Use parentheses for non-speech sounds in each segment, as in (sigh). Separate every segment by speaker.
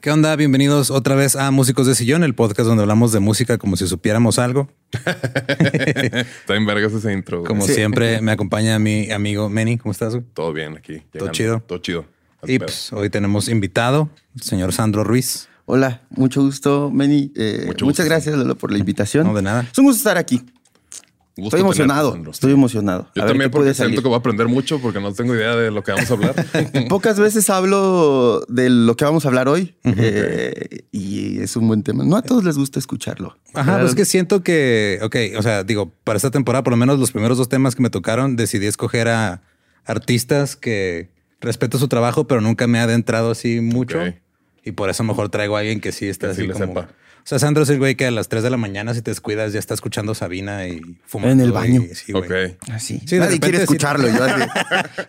Speaker 1: ¿Qué onda? Bienvenidos otra vez a Músicos de Sillón, el podcast donde hablamos de música como si supiéramos algo.
Speaker 2: Está en vergas ese intro. güey.
Speaker 1: Como siempre, me acompaña mi amigo Manny. ¿Cómo estás? güey?
Speaker 2: Todo bien aquí. llegando.
Speaker 1: chido.
Speaker 2: Todo chido. Al
Speaker 1: Y
Speaker 2: pedo.
Speaker 1: pues, hoy tenemos invitado, el señor Sandro Ruiz.
Speaker 3: Hola, mucho gusto, Meni. Eh,
Speaker 2: Mucho gusto.
Speaker 3: muchas gracias, Lolo, por la invitación.
Speaker 1: No, de nada.
Speaker 3: Es un gusto estar aquí.
Speaker 2: Gusto
Speaker 3: Estoy
Speaker 2: tenerte,
Speaker 3: emocionado.
Speaker 2: Sandro.
Speaker 3: estoy emocionado.
Speaker 2: Yo
Speaker 3: A ver
Speaker 2: también
Speaker 3: qué
Speaker 2: porque
Speaker 3: puede
Speaker 2: siento
Speaker 3: salir.
Speaker 2: que voy a aprender mucho porque no tengo idea de lo que vamos a
Speaker 3: (laughs)
Speaker 2: hablar.
Speaker 3: Pocas veces hablo de lo que vamos a hablar hoy eh, y es un buen tema. No a todos les gusta escucharlo.
Speaker 1: Ajá, pues es que siento que, ok, o sea, digo, para esta temporada, por lo menos los primeros dos temas que me tocaron, decidí escoger a artistas que respeto su trabajo, pero nunca me ha adentrado así mucho.
Speaker 2: Ok.
Speaker 1: Y por eso mejor traigo a alguien que sí está
Speaker 2: Que sí
Speaker 1: así
Speaker 2: le
Speaker 1: como...
Speaker 2: sepa.
Speaker 1: O sea, Sandro es el güey que a las 3 de la mañana, si te descuidas, ya está escuchando Sabina y fumando.
Speaker 3: En el
Speaker 1: y-
Speaker 3: baño.
Speaker 1: sí, güey.
Speaker 2: ok.
Speaker 3: Así.
Speaker 1: Sí, de
Speaker 3: Ah, Nadie
Speaker 1: repente
Speaker 3: quiere
Speaker 1: sí.
Speaker 3: escucharlo. yo
Speaker 1: (laughs)
Speaker 3: así.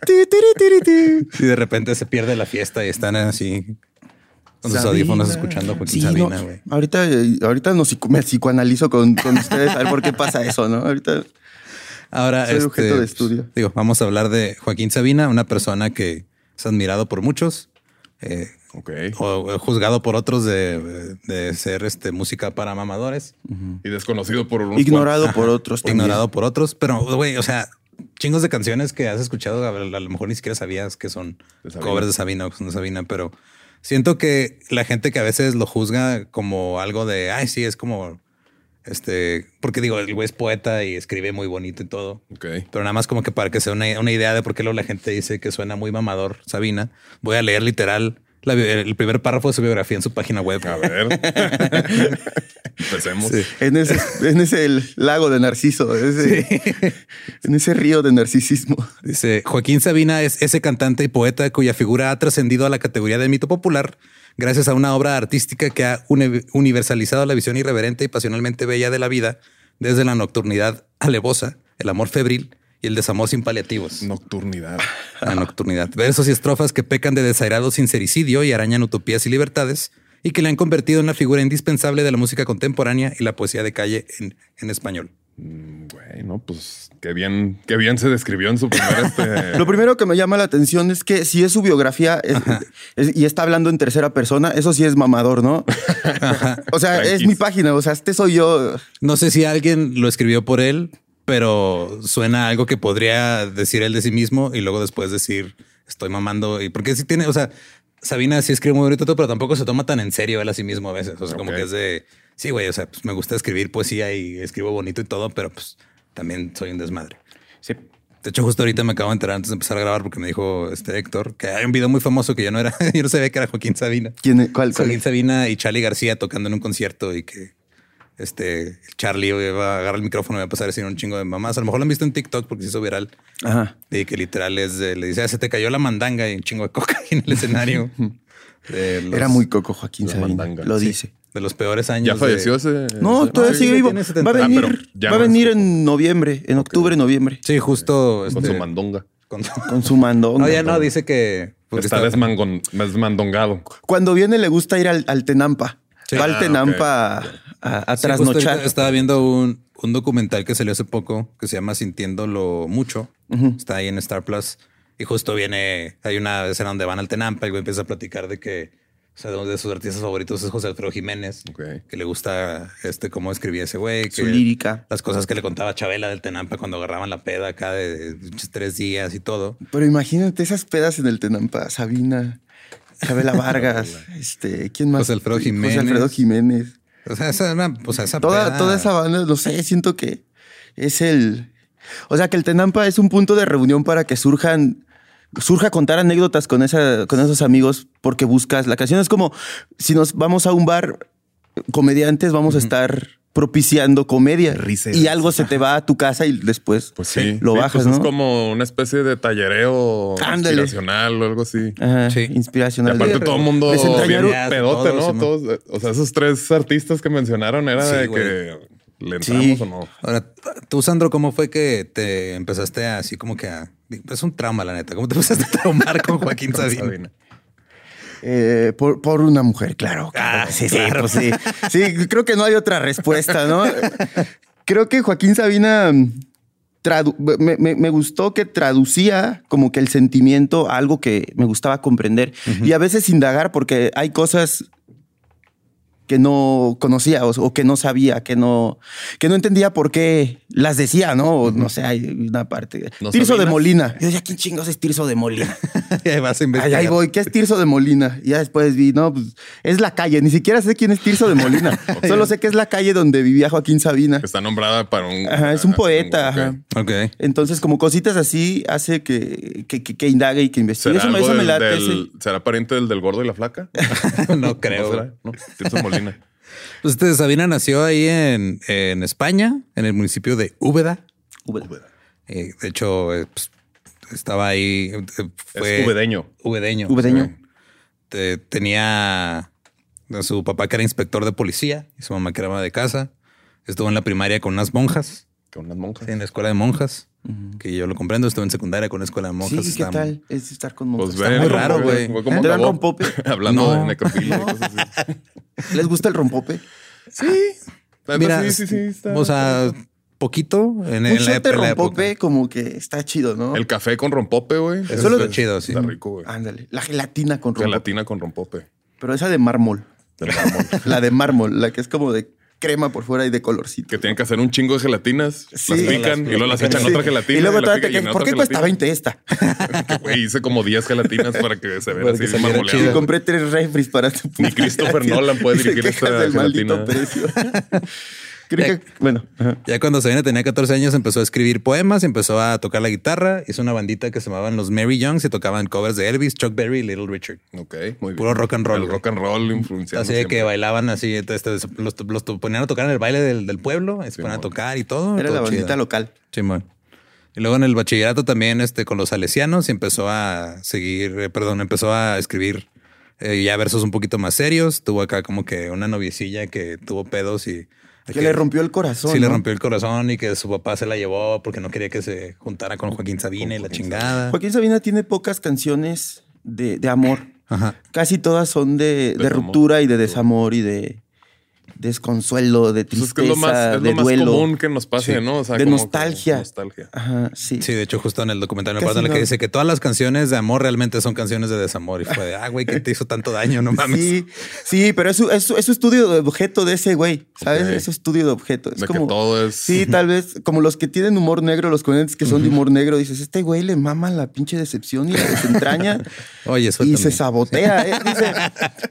Speaker 1: Ti, tiri, tiri, ti. Y de repente se pierde la fiesta y están así con sus
Speaker 3: Sabina.
Speaker 1: audífonos escuchando a Joaquín
Speaker 3: Sí,
Speaker 1: Sabina,
Speaker 3: no,
Speaker 1: güey.
Speaker 3: ahorita, eh, ahorita nos psico- me psicoanalizo con, con ustedes a ver por qué pasa eso, ¿no? Ahorita
Speaker 1: Ahora
Speaker 3: Soy
Speaker 1: este,
Speaker 3: objeto de
Speaker 1: pues,
Speaker 3: estudio.
Speaker 1: digo, vamos a hablar de Joaquín Sabina, una persona que es admirado por muchos, eh,
Speaker 3: (laughs)
Speaker 2: Ok.
Speaker 1: o eh, juzgado por otros de, de ser este, música para mamadores,
Speaker 2: Y desconocido por unos
Speaker 3: ignorado
Speaker 1: (laughs)
Speaker 3: por otros. también.
Speaker 1: ignorado por otros, pero güey, o sea, chingos de canciones que has escuchado, a, a lo mejor ni siquiera sabías que son
Speaker 2: De Sabina.
Speaker 1: covers de Sabina o que son de Sabina, pero siento que la gente que a veces lo juzga como algo de, ay, sí, es como, este, porque digo, el güey es poeta y escribe muy bonito y todo.
Speaker 2: cuantos. Ok.
Speaker 1: Pero nada más como que para que sea una, una idea de por qué luego la gente dice que suena muy mamador Sabina, voy a leer literal la bi- el primer párrafo de su biografía en su página web.
Speaker 2: A ver.
Speaker 3: (laughs)
Speaker 2: Empecemos.
Speaker 1: Sí.
Speaker 3: En ese, en ese el lago de Narciso, ese- en ese río de narcisismo.
Speaker 1: Dice, Joaquín Sabina es ese cantante y poeta cuya figura ha trascendido a la categoría de mito popular gracias a una obra artística que ha uni- universalizado la visión irreverente y pasionalmente bella de la vida desde la nocturnidad alevosa, el amor febril y el desamor sin paliativos.
Speaker 2: Nocturnidad.
Speaker 1: (laughs) La nocturnidad. Versos y estrofas que pecan de desairado sincericidio y arañan utopías y libertades y que le han convertido en la figura indispensable de la música contemporánea y la poesía de calle en, en español.
Speaker 2: Mm, Güey, no, pues qué bien, qué bien se describió en su primer este.
Speaker 3: Lo primero que me llama la atención es que si es su biografía es- es- y está hablando en tercera persona, eso sí es mamador, ¿no? o sea, es
Speaker 2: Tranquis.
Speaker 3: mi página, o sea, este soy yo.
Speaker 1: No sé si alguien lo escribió por él, pero suena a algo que podría decir él de sí mismo y luego después decir estoy mamando y porque si tiene, o sea, Sabina sí escribe muy bonito, todo, pero tampoco se toma tan en serio él a sí mismo a veces. O sea, como
Speaker 2: Ok.
Speaker 1: que es de Sí, güey, o sea, pues me gusta escribir poesía y escribo bonito y todo, pero pues también soy un desmadre.
Speaker 3: (laughs) Sí.
Speaker 1: De hecho, justo ahorita me acabo de enterar antes de empezar a grabar porque me dijo este Héctor que hay un video muy famoso que yo no era, (laughs) yo no sabía que era Joaquín Sabina.
Speaker 3: ¿Quién, es- ¿Cuál? cuál
Speaker 1: Joaquín
Speaker 3: es?
Speaker 1: Sabina y Charlie García tocando en un concierto y que este Charlie va a agarrar el micrófono y va a pasar a decir un chingo de mamás. A lo mejor lo han visto en TikTok porque se hizo viral.
Speaker 3: Ajá.
Speaker 1: Y que literal es de- le dice, "Ah, se te cayó la mandanga y un chingo de coca en el
Speaker 3: (laughs)
Speaker 1: escenario. De los-
Speaker 3: Era muy coco Joaquín
Speaker 2: la
Speaker 3: Sabina.
Speaker 2: mandanga.
Speaker 3: Lo
Speaker 1: sí,
Speaker 3: dice.
Speaker 1: De los peores años.
Speaker 2: ¿Ya
Speaker 1: de-
Speaker 2: falleció ese? Ah,
Speaker 3: No,
Speaker 2: ese?
Speaker 3: todavía
Speaker 1: sí,
Speaker 3: sigue
Speaker 1: tiene
Speaker 3: vivo.
Speaker 1: 70.
Speaker 3: Va a
Speaker 1: Ah,
Speaker 3: venir,
Speaker 2: pero ya
Speaker 3: va a
Speaker 2: no es
Speaker 3: venir en noviembre, en octubre, noviembre,
Speaker 1: Sí, justo.
Speaker 2: Con
Speaker 1: este,
Speaker 2: su mandonga.
Speaker 1: con su-
Speaker 3: con su mandón.
Speaker 1: (laughs) No, ya no, dice que... porque
Speaker 2: Está
Speaker 1: estaba-
Speaker 2: desmangon- desmandongado.
Speaker 3: Cuando viene le gusta ir al, al Tenampa.
Speaker 1: Sí.
Speaker 3: Va al
Speaker 2: Ah,
Speaker 3: Tenampa a, a- a
Speaker 1: Sí, justo
Speaker 3: trasnochar.
Speaker 1: ahorita Estaba viendo un, un documental que salió hace poco que se llama Sintiéndolo Mucho. Está ahí en Star Plus. Y justo viene, hay una escena donde van al Tenampa y el güey empieza a platicar de que o sea, uno de sus artistas favoritos es José Alfredo Jiménez,
Speaker 2: Ok.
Speaker 1: que le gusta este cómo escribía ese güey.
Speaker 3: su
Speaker 1: que-
Speaker 3: lírica.
Speaker 1: Las cosas que le contaba Chabela del Tenampa cuando agarraban la peda acá de, de tres días y todo.
Speaker 3: Pero imagínate esas pedas en el Tenampa. Sabina,
Speaker 1: (laughs)
Speaker 3: Isabela Vargas, este, ¿quién más?
Speaker 1: José Alfredo Jiménez.
Speaker 3: José Alfredo Jiménez.
Speaker 1: O sea, esa, era- o sea, esa
Speaker 3: Toda,
Speaker 1: peda-
Speaker 3: toda esa banda, no sé, siento que es el. O sea, que el Tenampa es un punto de reunión para que surjan. Surja contar anécdotas con, esa, con esos amigos porque buscas. La canción es como si nos vamos a un bar, comediantes, vamos a estar propiciando comedia.
Speaker 2: Risas.
Speaker 3: Y algo se te va a tu casa y después
Speaker 2: Pues sí.
Speaker 3: lo
Speaker 2: Sí,
Speaker 3: bajas,
Speaker 2: pues
Speaker 3: ¿no?
Speaker 2: Es como una especie de tallereo
Speaker 3: Ándale.
Speaker 2: inspiracional o algo así.
Speaker 3: Ajá,
Speaker 1: Sí.
Speaker 2: Y
Speaker 3: Inspiracional.
Speaker 2: aparte
Speaker 1: pero
Speaker 2: todo el mundo
Speaker 3: les entrañaron-
Speaker 2: bien pedote,
Speaker 1: Todos,
Speaker 2: ¿no?
Speaker 1: Simón.
Speaker 2: Todos, eh, o sea, esos tres artistas que mencionaron era
Speaker 1: Sí,
Speaker 2: de
Speaker 1: güey.
Speaker 2: que le
Speaker 3: Sí.
Speaker 2: entramos o no.
Speaker 1: Ahora, tú, Sandro, ¿cómo fue que te empezaste así como que a... Es un trauma, la neta. ¿Cómo te (laughs) empezaste a traumar con Joaquín
Speaker 2: Con
Speaker 1: Sabina? (laughs)
Speaker 2: Sabina.
Speaker 3: Eh, por, por una mujer, claro. claro.
Speaker 1: Ah,
Speaker 3: sí, sí, pues sí. Sí, creo que no hay otra respuesta, ¿no? creo que Joaquín Sabina mm, tradu- me, me- me gustó que traducía como que el sentimiento a algo que me gustaba comprender y a veces indagar porque hay cosas que no conocía o, o que no sabía, que no, que no entendía por qué las decía, ¿no? O no sé, hay una parte.
Speaker 2: ¿No
Speaker 3: Tirso de
Speaker 2: Sabinas?
Speaker 3: Molina. Yo decía, ¿quién chingados es Tirso de Molina?
Speaker 1: Y ahí vas a
Speaker 3: Ay,
Speaker 1: investigar.
Speaker 3: ahí voy, ¿qué es Tirso de Molina? Y ya después vi, no, pues es la calle, ni siquiera sé quién es Tirso
Speaker 2: (laughs)
Speaker 3: de Molina. Solo sé que es la calle donde vivía Joaquín Sabina.
Speaker 2: Está nombrada para un...
Speaker 3: Ajá, es un poeta.
Speaker 2: ok.
Speaker 3: ajá.
Speaker 1: Ok.
Speaker 3: Entonces, como cositas así, hace que, que, que- que indague y que investigue.
Speaker 2: ¿Será,
Speaker 3: Eso, me-
Speaker 2: algo
Speaker 3: eso me
Speaker 2: del-
Speaker 3: late.
Speaker 2: del-
Speaker 3: sí.
Speaker 2: ¿Será pariente del del gordo y la
Speaker 3: (laughs)
Speaker 2: flaca?
Speaker 1: no creo.
Speaker 2: ¿No
Speaker 1: güey.
Speaker 2: será? ¿No? Tirso Molina.
Speaker 1: Pues este, Sabina nació ahí en, en España, en el municipio de Úbeda. Eh, de hecho, eh, pues, estaba ahí. eh, fue-
Speaker 2: Es ubedeño.
Speaker 1: Ubedeño.
Speaker 3: Ubedeño.
Speaker 1: Te- tenía a su papá que era inspector de policía y su mamá que era ama de casa. Estuvo en la primaria con unas monjas,
Speaker 2: Con unas monjas.
Speaker 1: en la escuela de monjas, que yo lo comprendo. Estuve en secundaria con una escuela de monjas.
Speaker 3: Sí, ¿qué
Speaker 1: Está-
Speaker 3: tal? Es estar con
Speaker 2: Pues
Speaker 3: monjas. Está
Speaker 2: ven,
Speaker 3: muy
Speaker 2: ¿no?
Speaker 3: raro.
Speaker 1: raro,
Speaker 2: Fue-
Speaker 1: güey.
Speaker 2: fue como
Speaker 3: ¿Te dan
Speaker 2: acabó.
Speaker 3: rompope?
Speaker 2: (laughs) Hablando
Speaker 1: No.
Speaker 2: de necrofilia y cosas
Speaker 3: (laughs)
Speaker 2: así.
Speaker 3: ¿Les gusta el rompope?
Speaker 2: La neta,
Speaker 1: Mira,
Speaker 2: sí, sí, sí, está-
Speaker 1: o sea, poquito en, en
Speaker 3: Un
Speaker 1: la,
Speaker 3: shot de
Speaker 1: en la
Speaker 3: rompope
Speaker 1: época.
Speaker 3: como que está chido, ¿no?
Speaker 2: El café con rompope, güey.
Speaker 1: Eso
Speaker 2: Está-
Speaker 1: está chido, sí.
Speaker 2: Está rico, güey.
Speaker 3: Ándale, la gelatina con rompope.
Speaker 2: Gelatina con rompope.
Speaker 3: Pero esa de mármol.
Speaker 2: Del mármol.
Speaker 3: (laughs) La de mármol, la que es como de crema por fuera y de colorcito.
Speaker 2: que tienen que hacer un chingo de gelatinas,
Speaker 3: Sí.
Speaker 2: las pican y luego las echan en
Speaker 3: Sí.
Speaker 2: otra gelatina.
Speaker 3: Y luego
Speaker 2: la
Speaker 3: todavía
Speaker 2: pican
Speaker 3: te
Speaker 2: y en
Speaker 3: quejas,
Speaker 2: otra
Speaker 3: ¿por qué cuesta
Speaker 2: gelatina.
Speaker 3: 20
Speaker 2: (laughs) Que,
Speaker 3: esta?
Speaker 2: güey, hice como 10 gelatinas para que se vea
Speaker 1: Para que
Speaker 2: así
Speaker 1: saliera
Speaker 2: marmoleado.
Speaker 3: Y
Speaker 1: chido.
Speaker 3: compré tres refries para
Speaker 2: (laughs)
Speaker 3: tu puta
Speaker 2: Christopher
Speaker 3: gelatina.
Speaker 2: Nolan puede
Speaker 3: Y se
Speaker 2: dirigir
Speaker 3: quejas
Speaker 2: esta
Speaker 3: del maldito
Speaker 2: gelatina.
Speaker 3: precio.
Speaker 2: (laughs)
Speaker 3: Creo que, bueno, ajá.
Speaker 1: Ya cuando Sabina tenía 14 años empezó a escribir poemas, empezó a tocar la guitarra, hizo una bandita que se llamaban los Mary Youngs y tocaban covers de Elvis, Chuck Berry y Little Richard.
Speaker 2: Ok, muy bien.
Speaker 1: Puro rock and roll,
Speaker 2: El
Speaker 1: güey.
Speaker 2: rock and roll influenciado.
Speaker 1: Así de que bailaban así, este, los, los ponían a tocar en el baile del, del pueblo, se ponían a
Speaker 2: Simón.
Speaker 1: tocar y todo.
Speaker 3: era
Speaker 1: todo
Speaker 3: la bandita
Speaker 1: chido.
Speaker 3: local.
Speaker 1: Simón. Y luego en el bachillerato también este, con los salesianos y empezó a seguir, eh, perdón, empezó a escribir eh, ya versos un poquito más serios. Tuvo acá como que una noviecilla que tuvo pedos y...
Speaker 3: Que, le rompió el corazón.
Speaker 1: Sí, le
Speaker 3: ¿no?
Speaker 1: rompió el corazón y que su papá se la llevó porque no quería que se juntara con Joaquín Sabina y la chingada.
Speaker 3: Joaquín Sabina tiene pocas canciones de, de amor.
Speaker 1: Ajá.
Speaker 3: Casi todas son de, de
Speaker 2: Desamor.
Speaker 3: ruptura y de desamor y de desconsuelo, de
Speaker 2: Pues es
Speaker 3: tristeza,
Speaker 2: que es lo más, es
Speaker 3: de
Speaker 2: lo más
Speaker 3: duelo.
Speaker 2: común que nos pase,
Speaker 1: Sí.
Speaker 2: ¿no? O sea,
Speaker 3: De
Speaker 2: como que
Speaker 3: nostalgia.
Speaker 2: nostalgia.
Speaker 3: Ajá, sí.
Speaker 1: Sí, de hecho, justo en el documental me
Speaker 3: Casi
Speaker 1: acuerdo en el que
Speaker 3: no.
Speaker 1: dice que todas las canciones de amor realmente son canciones de desamor. Y fue de, ah, güey, que te hizo tanto daño, no mames.
Speaker 3: Sí, sí, pero es su, es su- es su estudio de objeto de ese güey, ¿sabes?
Speaker 2: Ok.
Speaker 3: Es su estudio de objeto. Es
Speaker 2: De que
Speaker 3: como,
Speaker 2: todo es-
Speaker 3: Sí, tal vez, como los que tienen humor negro, los comediantes que son de humor negro, dices, este güey le mama la pinche decepción y la desentraña
Speaker 1: Oye,
Speaker 3: y
Speaker 1: suéltame.
Speaker 3: se sabotea. ¿eh? Dice,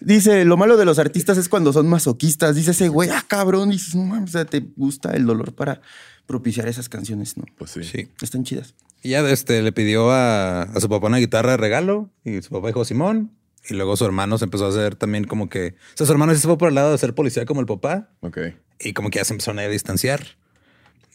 Speaker 3: dice, lo malo de los artistas es cuando son masoquistas. dice ese güey, ah, cabrón, y dices, no mames, o sea, te gusta el dolor para propiciar esas canciones, ¿no?
Speaker 2: Pues sí.
Speaker 1: Sí.
Speaker 3: Están chidas.
Speaker 1: Y ya este, le pidió a, a su papá una guitarra de regalo y su papá dijo Simón. Y luego su hermano se empezó a hacer también como que... O sea, su hermano sí se fue por el lado de ser policía como el papá
Speaker 2: Ok.
Speaker 1: y como que ya se empezaron a distanciar.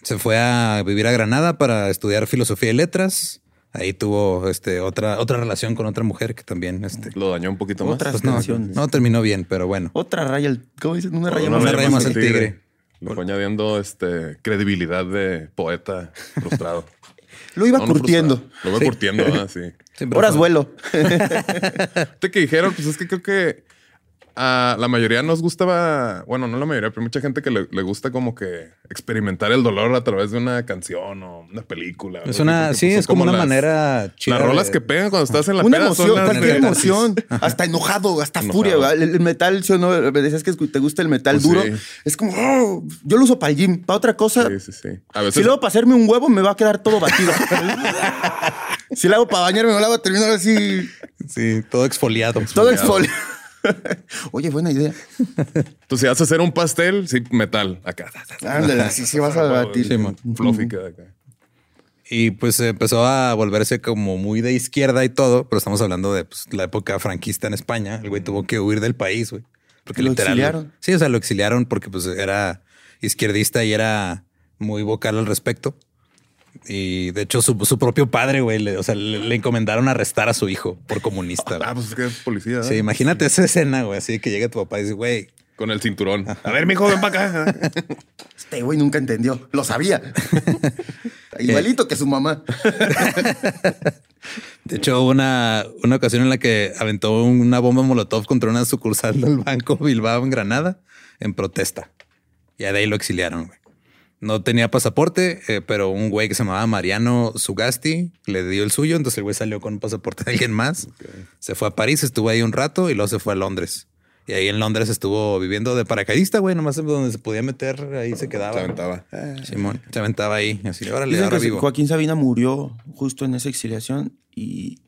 Speaker 1: Se fue a vivir a Granada para estudiar filosofía y letras. Ahí tuvo este, otra, otra relación con otra mujer que también... Este,
Speaker 2: Lo dañó un poquito más.
Speaker 3: Otra-
Speaker 1: pues no,
Speaker 3: canciones.
Speaker 1: no terminó bien, pero bueno.
Speaker 3: Otra raya, al- ¿cómo dicen? Una raya
Speaker 1: Una
Speaker 3: más.
Speaker 1: raya más al tigre.
Speaker 2: Le fue añadiendo este, credibilidad de poeta frustrado.
Speaker 3: Lo iba
Speaker 2: No, no
Speaker 3: curtiendo.
Speaker 2: frustrado. Lo voy curtiendo, ah,
Speaker 3: (laughs)
Speaker 2: sí.
Speaker 1: Sí, pero
Speaker 3: Horas
Speaker 1: fue-
Speaker 3: vuelo.
Speaker 2: Ahorita que dijeron, pues es que creo que a la mayoría nos gustaba, bueno, no la mayoría, pero mucha gente que le, le gusta como que experimentar el dolor a través de una canción o una película.
Speaker 1: Es
Speaker 2: ¿no?
Speaker 1: una,
Speaker 2: Creo que,
Speaker 1: sí,
Speaker 2: pues, son
Speaker 1: es como una
Speaker 2: las-
Speaker 1: manera chida.
Speaker 2: Las rolas
Speaker 1: de-
Speaker 2: que pegan cuando estás en la
Speaker 3: una
Speaker 2: peda son
Speaker 3: emoción,
Speaker 2: las
Speaker 3: tanta
Speaker 2: de- (laughs)
Speaker 3: emoción, hasta enojado, hasta
Speaker 2: Enojado.
Speaker 3: furia. güey. El, el metal, si o no, me decías que te gusta el metal
Speaker 2: Pues
Speaker 3: duro,
Speaker 2: sí.
Speaker 3: es como, "Oh", yo lo uso para el gym, para otra cosa.
Speaker 2: Sí, sí, sí. A
Speaker 3: Si
Speaker 2: veces
Speaker 3: luego para hacerme un huevo, me va a quedar todo batido. (laughs) si lo hago para bañarme, me lo hago terminar así,
Speaker 1: Sí, todo exfoliado.
Speaker 3: todo exfoliado. (laughs) Oye, buena idea.
Speaker 2: tú si vas a hacer un pastel, sí, metal, acá. Ah,
Speaker 3: Ándale, así
Speaker 2: (laughs)
Speaker 3: sí vas a batir.
Speaker 1: Sí, man.
Speaker 2: Fluffy queda acá.
Speaker 1: Y pues empezó a volverse como muy de izquierda y todo, pero estamos hablando de pues, la época franquista en España. El güey tuvo que huir del país, güey. Porque
Speaker 3: Lo
Speaker 1: literal.
Speaker 3: exiliaron.
Speaker 1: Sí, o sea, lo exiliaron porque pues era izquierdista y era muy vocal al respecto. Y de hecho, su, su propio padre, güey, le, o sea, le, le encomendaron arrestar a su hijo por comunista. güey.
Speaker 2: Ah, pues es que es policía. ¿eh?
Speaker 1: Sí, imagínate esa escena, güey, así que llega tu papá y dice, güey,
Speaker 2: Con el cinturón. A ver, mijo, ven para
Speaker 3: (laughs)
Speaker 2: acá.
Speaker 3: Este güey nunca entendió,
Speaker 2: (laughs)
Speaker 3: lo sabía. Igualito que su mamá.
Speaker 1: De hecho, hubo una, una ocasión en la que aventó una bomba molotov contra una sucursal del Banco Bilbao en Granada en protesta. Y de ahí lo exiliaron. güey. No tenía pasaporte, eh, pero un güey que se llamaba Mariano Sugasti le dio el suyo. Entonces el güey salió con un pasaporte de alguien más. Se fue a París, estuvo ahí un rato y luego se fue a Londres. Y ahí en Londres estuvo viviendo de paracaidista, güey, nomás donde se podía meter, ahí se
Speaker 2: Se
Speaker 1: quedaba.
Speaker 2: aventaba.
Speaker 1: Simón se aventaba ahí, así, órale,
Speaker 3: Dicen
Speaker 1: ahora
Speaker 3: que
Speaker 1: vivo.
Speaker 3: Joaquín Sabina murió justo en esa exiliación y,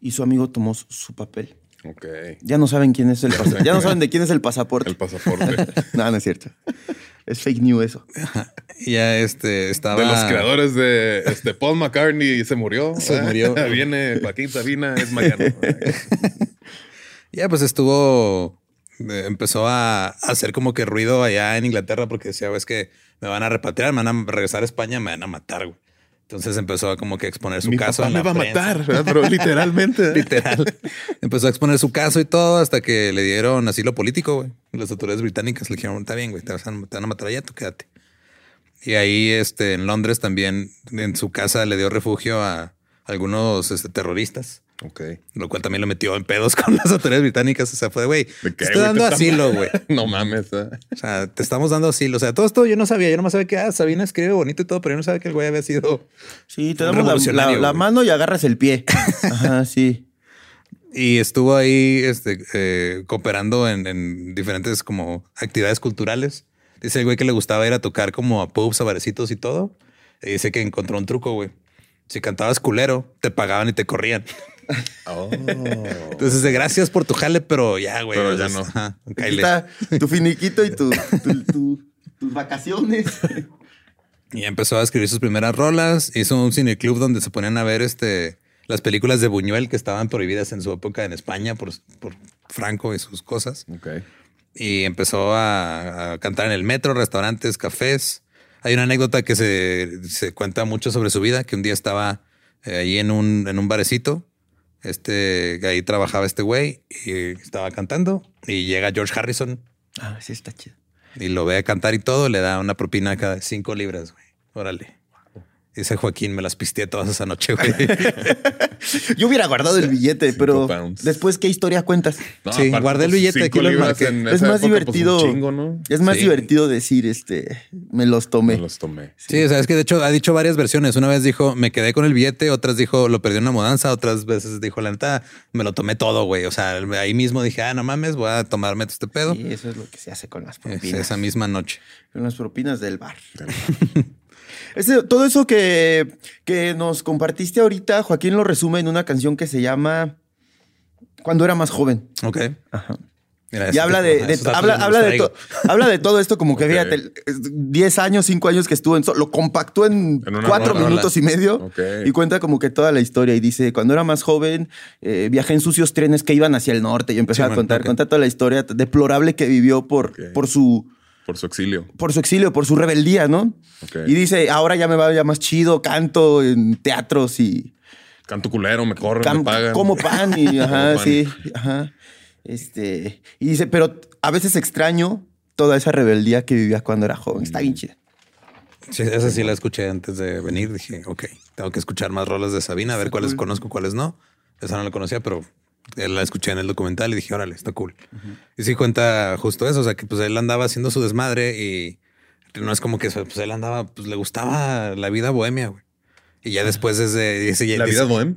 Speaker 3: y su amigo tomó su- su papel.
Speaker 2: Ok.
Speaker 3: Ya no saben quién es el pasaporte. Ya no saben de quién es el pasaporte.
Speaker 2: El
Speaker 3: (laughs)
Speaker 2: pasaporte.
Speaker 3: no, no es cierto. Es fake news eso.
Speaker 1: Y ya este estaba.
Speaker 2: De los creadores de este, Paul McCartney se murió.
Speaker 1: Se murió.
Speaker 2: (laughs) Viene Joaquín Sabina, es Mariano.
Speaker 1: Ya, pues estuvo. eh, Empezó a a hacer como que ruido allá en Inglaterra porque decía, es que me van a repatriar, me van a regresar a España, me van a matar, güey. Entonces empezó a como que exponer su
Speaker 2: Mi
Speaker 1: caso.
Speaker 2: papá
Speaker 1: en
Speaker 2: me
Speaker 1: la
Speaker 2: va a
Speaker 1: prensa.
Speaker 2: matar, ¿verdad? pero (laughs) literalmente.
Speaker 1: (laughs) Literal. empezó a exponer su caso y todo hasta que le dieron asilo político, güey. Las autoridades británicas le dijeron, está bien, güey, te, vas a- te van a matar allá, tú quédate. Y ahí este, en Londres también, en su casa, le dio refugio a algunos este, terroristas
Speaker 2: ok.
Speaker 1: lo cual también lo metió en pedos (laughs) con las autoridades británicas. O sea, fue de, güey,
Speaker 2: ¿De
Speaker 1: te
Speaker 2: qué,
Speaker 1: estoy
Speaker 2: güey?
Speaker 1: dando
Speaker 2: Te están-
Speaker 1: asilo, güey.
Speaker 2: (laughs) No mames. ¿eh?
Speaker 1: O sea, te estamos dando asilo. O sea, todo esto yo no sabía. Yo nomás sabía que ah, Sabina escribe bonito y todo, pero yo no sabía que el güey había sido.
Speaker 3: Sí, te
Speaker 1: Un
Speaker 3: damos la- la,
Speaker 1: revolucionario,
Speaker 3: la
Speaker 1: güey.
Speaker 3: mano y agarras el pie.
Speaker 2: (laughs)
Speaker 3: Ajá, sí.
Speaker 1: Y estuvo ahí este, eh, cooperando en, en diferentes como actividades culturales. Dice el güey que le gustaba ir a tocar como a pubs, a barecitos y todo. Y dice que encontró un truco, güey. Si cantabas culero, te pagaban y te
Speaker 2: (laughs)
Speaker 1: corrían.
Speaker 2: Oh.
Speaker 1: Entonces, de gracias por tu jale, pero ya, güey.
Speaker 2: Pero
Speaker 1: o sea,
Speaker 2: ya no.
Speaker 1: ajá,
Speaker 3: Aquí
Speaker 1: cáele.
Speaker 3: está tu finiquito y tu,
Speaker 2: (laughs)
Speaker 3: tu- tu- tus vacaciones.
Speaker 1: Y empezó a escribir sus primeras rolas. Hizo un cineclub donde se ponían a ver este, las películas de Buñuel que estaban prohibidas en su época en España por, por Franco y sus cosas.
Speaker 2: Ok.
Speaker 1: Y empezó a, a cantar en el metro, restaurantes, cafés. Hay una anécdota que se, se cuenta mucho sobre su vida, que un día estaba eh, ahí en un, en un barecito. Este, ahí trabajaba este güey y estaba cantando. Y llega George Harrison
Speaker 3: Ah, sí, está chido.
Speaker 1: y lo ve a cantar y todo, le da una propina cada cinco libras, güey. Órale. Dice Joaquín, me las pisteé todas esa noche, güey.
Speaker 3: Yo hubiera guardado el billete,
Speaker 2: Cinco
Speaker 3: pero
Speaker 2: pounds.
Speaker 3: después, ¿qué historia cuentas?
Speaker 2: No, pues,
Speaker 1: Sí, guardé el billete,
Speaker 2: cinco
Speaker 1: aquí lo
Speaker 2: libras
Speaker 1: marqué.
Speaker 2: en
Speaker 3: Es
Speaker 2: esa
Speaker 3: más
Speaker 2: época,
Speaker 3: divertido.
Speaker 2: Pues, un chingo, ¿no?
Speaker 3: Es más
Speaker 1: Sí.
Speaker 3: divertido decir, este, me los
Speaker 2: Me
Speaker 3: tomé.
Speaker 2: los tomé.
Speaker 1: (laughs) sí, o sea, es que de hecho ha dicho varias versiones. Una vez dijo, me quedé con el billete, otras dijo, lo perdí en una mudanza, otras veces dijo, la neta, me lo tomé todo, güey. O sea, ahí mismo dije, ah, no mames, voy a tomarme este pedo.
Speaker 3: Sí, eso es lo que se hace con las
Speaker 1: Es-
Speaker 3: propinas.
Speaker 1: esa misma noche.
Speaker 3: Con las propinas del bar. (laughs) Ese- todo eso que, que nos compartiste ahorita, Joaquín lo resume en una canción que se llama Cuando era más joven.
Speaker 1: Ok. Mira,
Speaker 3: Y
Speaker 1: eso-
Speaker 3: habla de, de-
Speaker 1: esos datos
Speaker 3: habla,
Speaker 1: ya me
Speaker 3: habla
Speaker 1: los
Speaker 3: de
Speaker 1: traigo.
Speaker 3: to- habla de todo esto como que
Speaker 2: (laughs) Ok.
Speaker 3: fíjate, 10 años, 5 años que estuvo en... so- Lo compactó en
Speaker 2: En una
Speaker 3: 4
Speaker 2: rola.
Speaker 3: minutos y medio
Speaker 2: Ok.
Speaker 3: y cuenta como que toda la historia y dice, cuando era más joven eh, viajé en sucios trenes que iban hacia el norte y empezó
Speaker 1: Sí,
Speaker 3: a
Speaker 1: man,
Speaker 3: contar,
Speaker 1: ok.
Speaker 3: cuenta toda la historia deplorable que vivió por,
Speaker 2: Ok.
Speaker 3: por su...
Speaker 2: Por su exilio.
Speaker 3: Por su exilio, por su rebeldía, ¿no?
Speaker 2: Ok.
Speaker 3: Y dice, ahora ya me va ya más chido, canto en teatros y
Speaker 2: Canto culero, me corren,
Speaker 3: cam-
Speaker 2: me pagan.
Speaker 3: como
Speaker 1: (laughs)
Speaker 2: (laughs)
Speaker 3: pan y ajá,
Speaker 2: Como pan.
Speaker 3: sí, ajá. Este, y dice, pero a veces extraño toda esa rebeldía que vivía cuando era joven. Está
Speaker 1: Mm,
Speaker 3: bien chida.
Speaker 1: Sí, esa sí la escuché antes de venir. Dije, ok, tengo que escuchar más rolas de Sabina, a ver cuáles conozco, cuáles no. Esa no la conocía, pero él la escuché en el documental y dije, órale, está cool. Y sí cuenta justo eso, o sea, que pues él andaba haciendo su desmadre y no es como que pues él andaba, pues le gustaba la vida bohemia, güey. Y ya después desde... Dice,
Speaker 2: La vida
Speaker 1: dice-
Speaker 2: es bohem.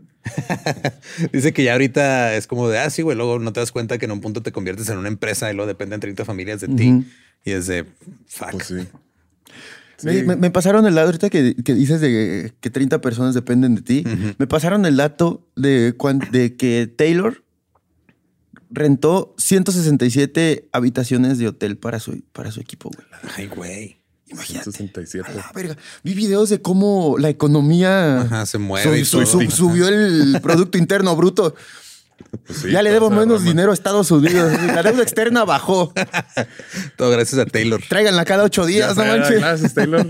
Speaker 1: Dice que ya ahorita es como de, ah, sí, güey, luego no te das cuenta que en un punto te conviertes en una empresa y luego dependen 30 familias de
Speaker 3: Ujú.
Speaker 1: ti. Y es de, fuck.
Speaker 2: Pues sí.
Speaker 3: Me, me- me pasaron el dato ahorita que, que dices de que 30 personas dependen de ti. Me pasaron el dato de, cuan- de que Taylor rentó 167 habitaciones de hotel para su, para su equipo, güey.
Speaker 1: Ay, güey.
Speaker 3: Imagínate.
Speaker 2: 167.
Speaker 3: La verga. Vi videos de cómo la economía
Speaker 1: Ajá, se mueve
Speaker 3: sub-
Speaker 1: y
Speaker 3: sub-
Speaker 1: todo.
Speaker 3: sub- subió el Producto Interno Bruto.
Speaker 2: Pues sí,
Speaker 3: ya le
Speaker 2: toda
Speaker 3: debo
Speaker 2: esa
Speaker 3: menos
Speaker 2: rama.
Speaker 3: dinero a Estados (laughs) Unidos. La deuda externa bajó.
Speaker 1: Todo gracias a Taylor.
Speaker 3: Tráiganla cada ocho días, no
Speaker 2: Ya,
Speaker 3: manches. (laughs)
Speaker 2: Gracias, Taylor.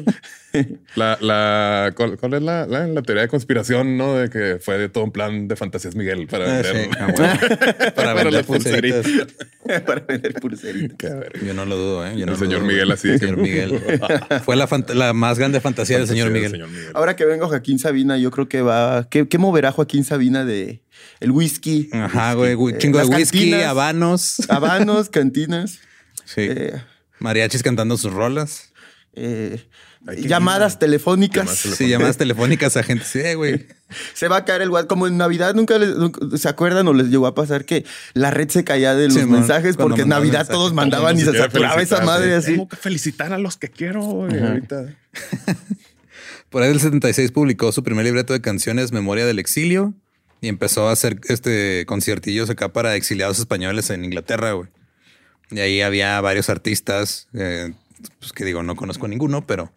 Speaker 2: La, la, ¿cuál, cuál es la, la, la teoría de conspiración, no? De que fue de todo un plan de fantasías Miguel para
Speaker 1: Ah,
Speaker 2: vender.
Speaker 1: sí, ah, bueno. Para
Speaker 2: (laughs) Para
Speaker 1: vender
Speaker 2: las pulseritas.
Speaker 1: pulseritas.
Speaker 3: Para vender pulseritas.
Speaker 2: Qué verga.
Speaker 1: Yo no lo dudo, ¿eh? Yo no
Speaker 2: El
Speaker 1: lo
Speaker 2: señor
Speaker 1: dudo.
Speaker 2: Miguel así de
Speaker 1: El
Speaker 2: que-
Speaker 1: señor Miguel. Fue la, fant- la más grande fantasía del señor
Speaker 2: Fantasía del
Speaker 1: Miguel.
Speaker 2: señor Miguel.
Speaker 3: Ahora que venga Joaquín Sabina, yo creo que va. ¿Qué, qué moverá Joaquín Sabina de el whisky?
Speaker 1: Ajá, güey. güey,
Speaker 3: Eh,
Speaker 1: Chingo de
Speaker 3: las
Speaker 1: whisky,
Speaker 3: cantinas,
Speaker 1: habanos.
Speaker 3: Habanos, cantinas.
Speaker 1: Sí.
Speaker 3: eh,
Speaker 1: Mariachis cantando sus rolas.
Speaker 3: eh,
Speaker 2: Hay que-
Speaker 3: llamadas telefónicas.
Speaker 2: Llamadas
Speaker 1: Sí, llamadas telefónicas a gente. Sí, güey.
Speaker 3: Se va a caer el WhatsApp. Como en Navidad nunca, les- nunca- se acuerdan o les llegó a pasar que la red se caía de los
Speaker 1: Simón,
Speaker 3: mensajes
Speaker 1: cuando
Speaker 3: porque en
Speaker 1: mandaban
Speaker 3: Navidad
Speaker 1: mensajes,
Speaker 3: todos
Speaker 1: todo
Speaker 3: mandaban y
Speaker 2: mundo
Speaker 3: se
Speaker 2: se quiere
Speaker 3: saturaba esa
Speaker 2: felicitar,
Speaker 3: madre
Speaker 2: sí.
Speaker 3: así.
Speaker 2: Tengo que felicitar a los que quiero, güey, ahorita.
Speaker 1: Por ahí del 76 publicó su primer libreto de canciones, Memoria del Exilio, y empezó a hacer este conciertillos acá para exiliados españoles en Inglaterra, güey. Y ahí había varios artistas, eh, pues que digo, no conozco ninguno, pero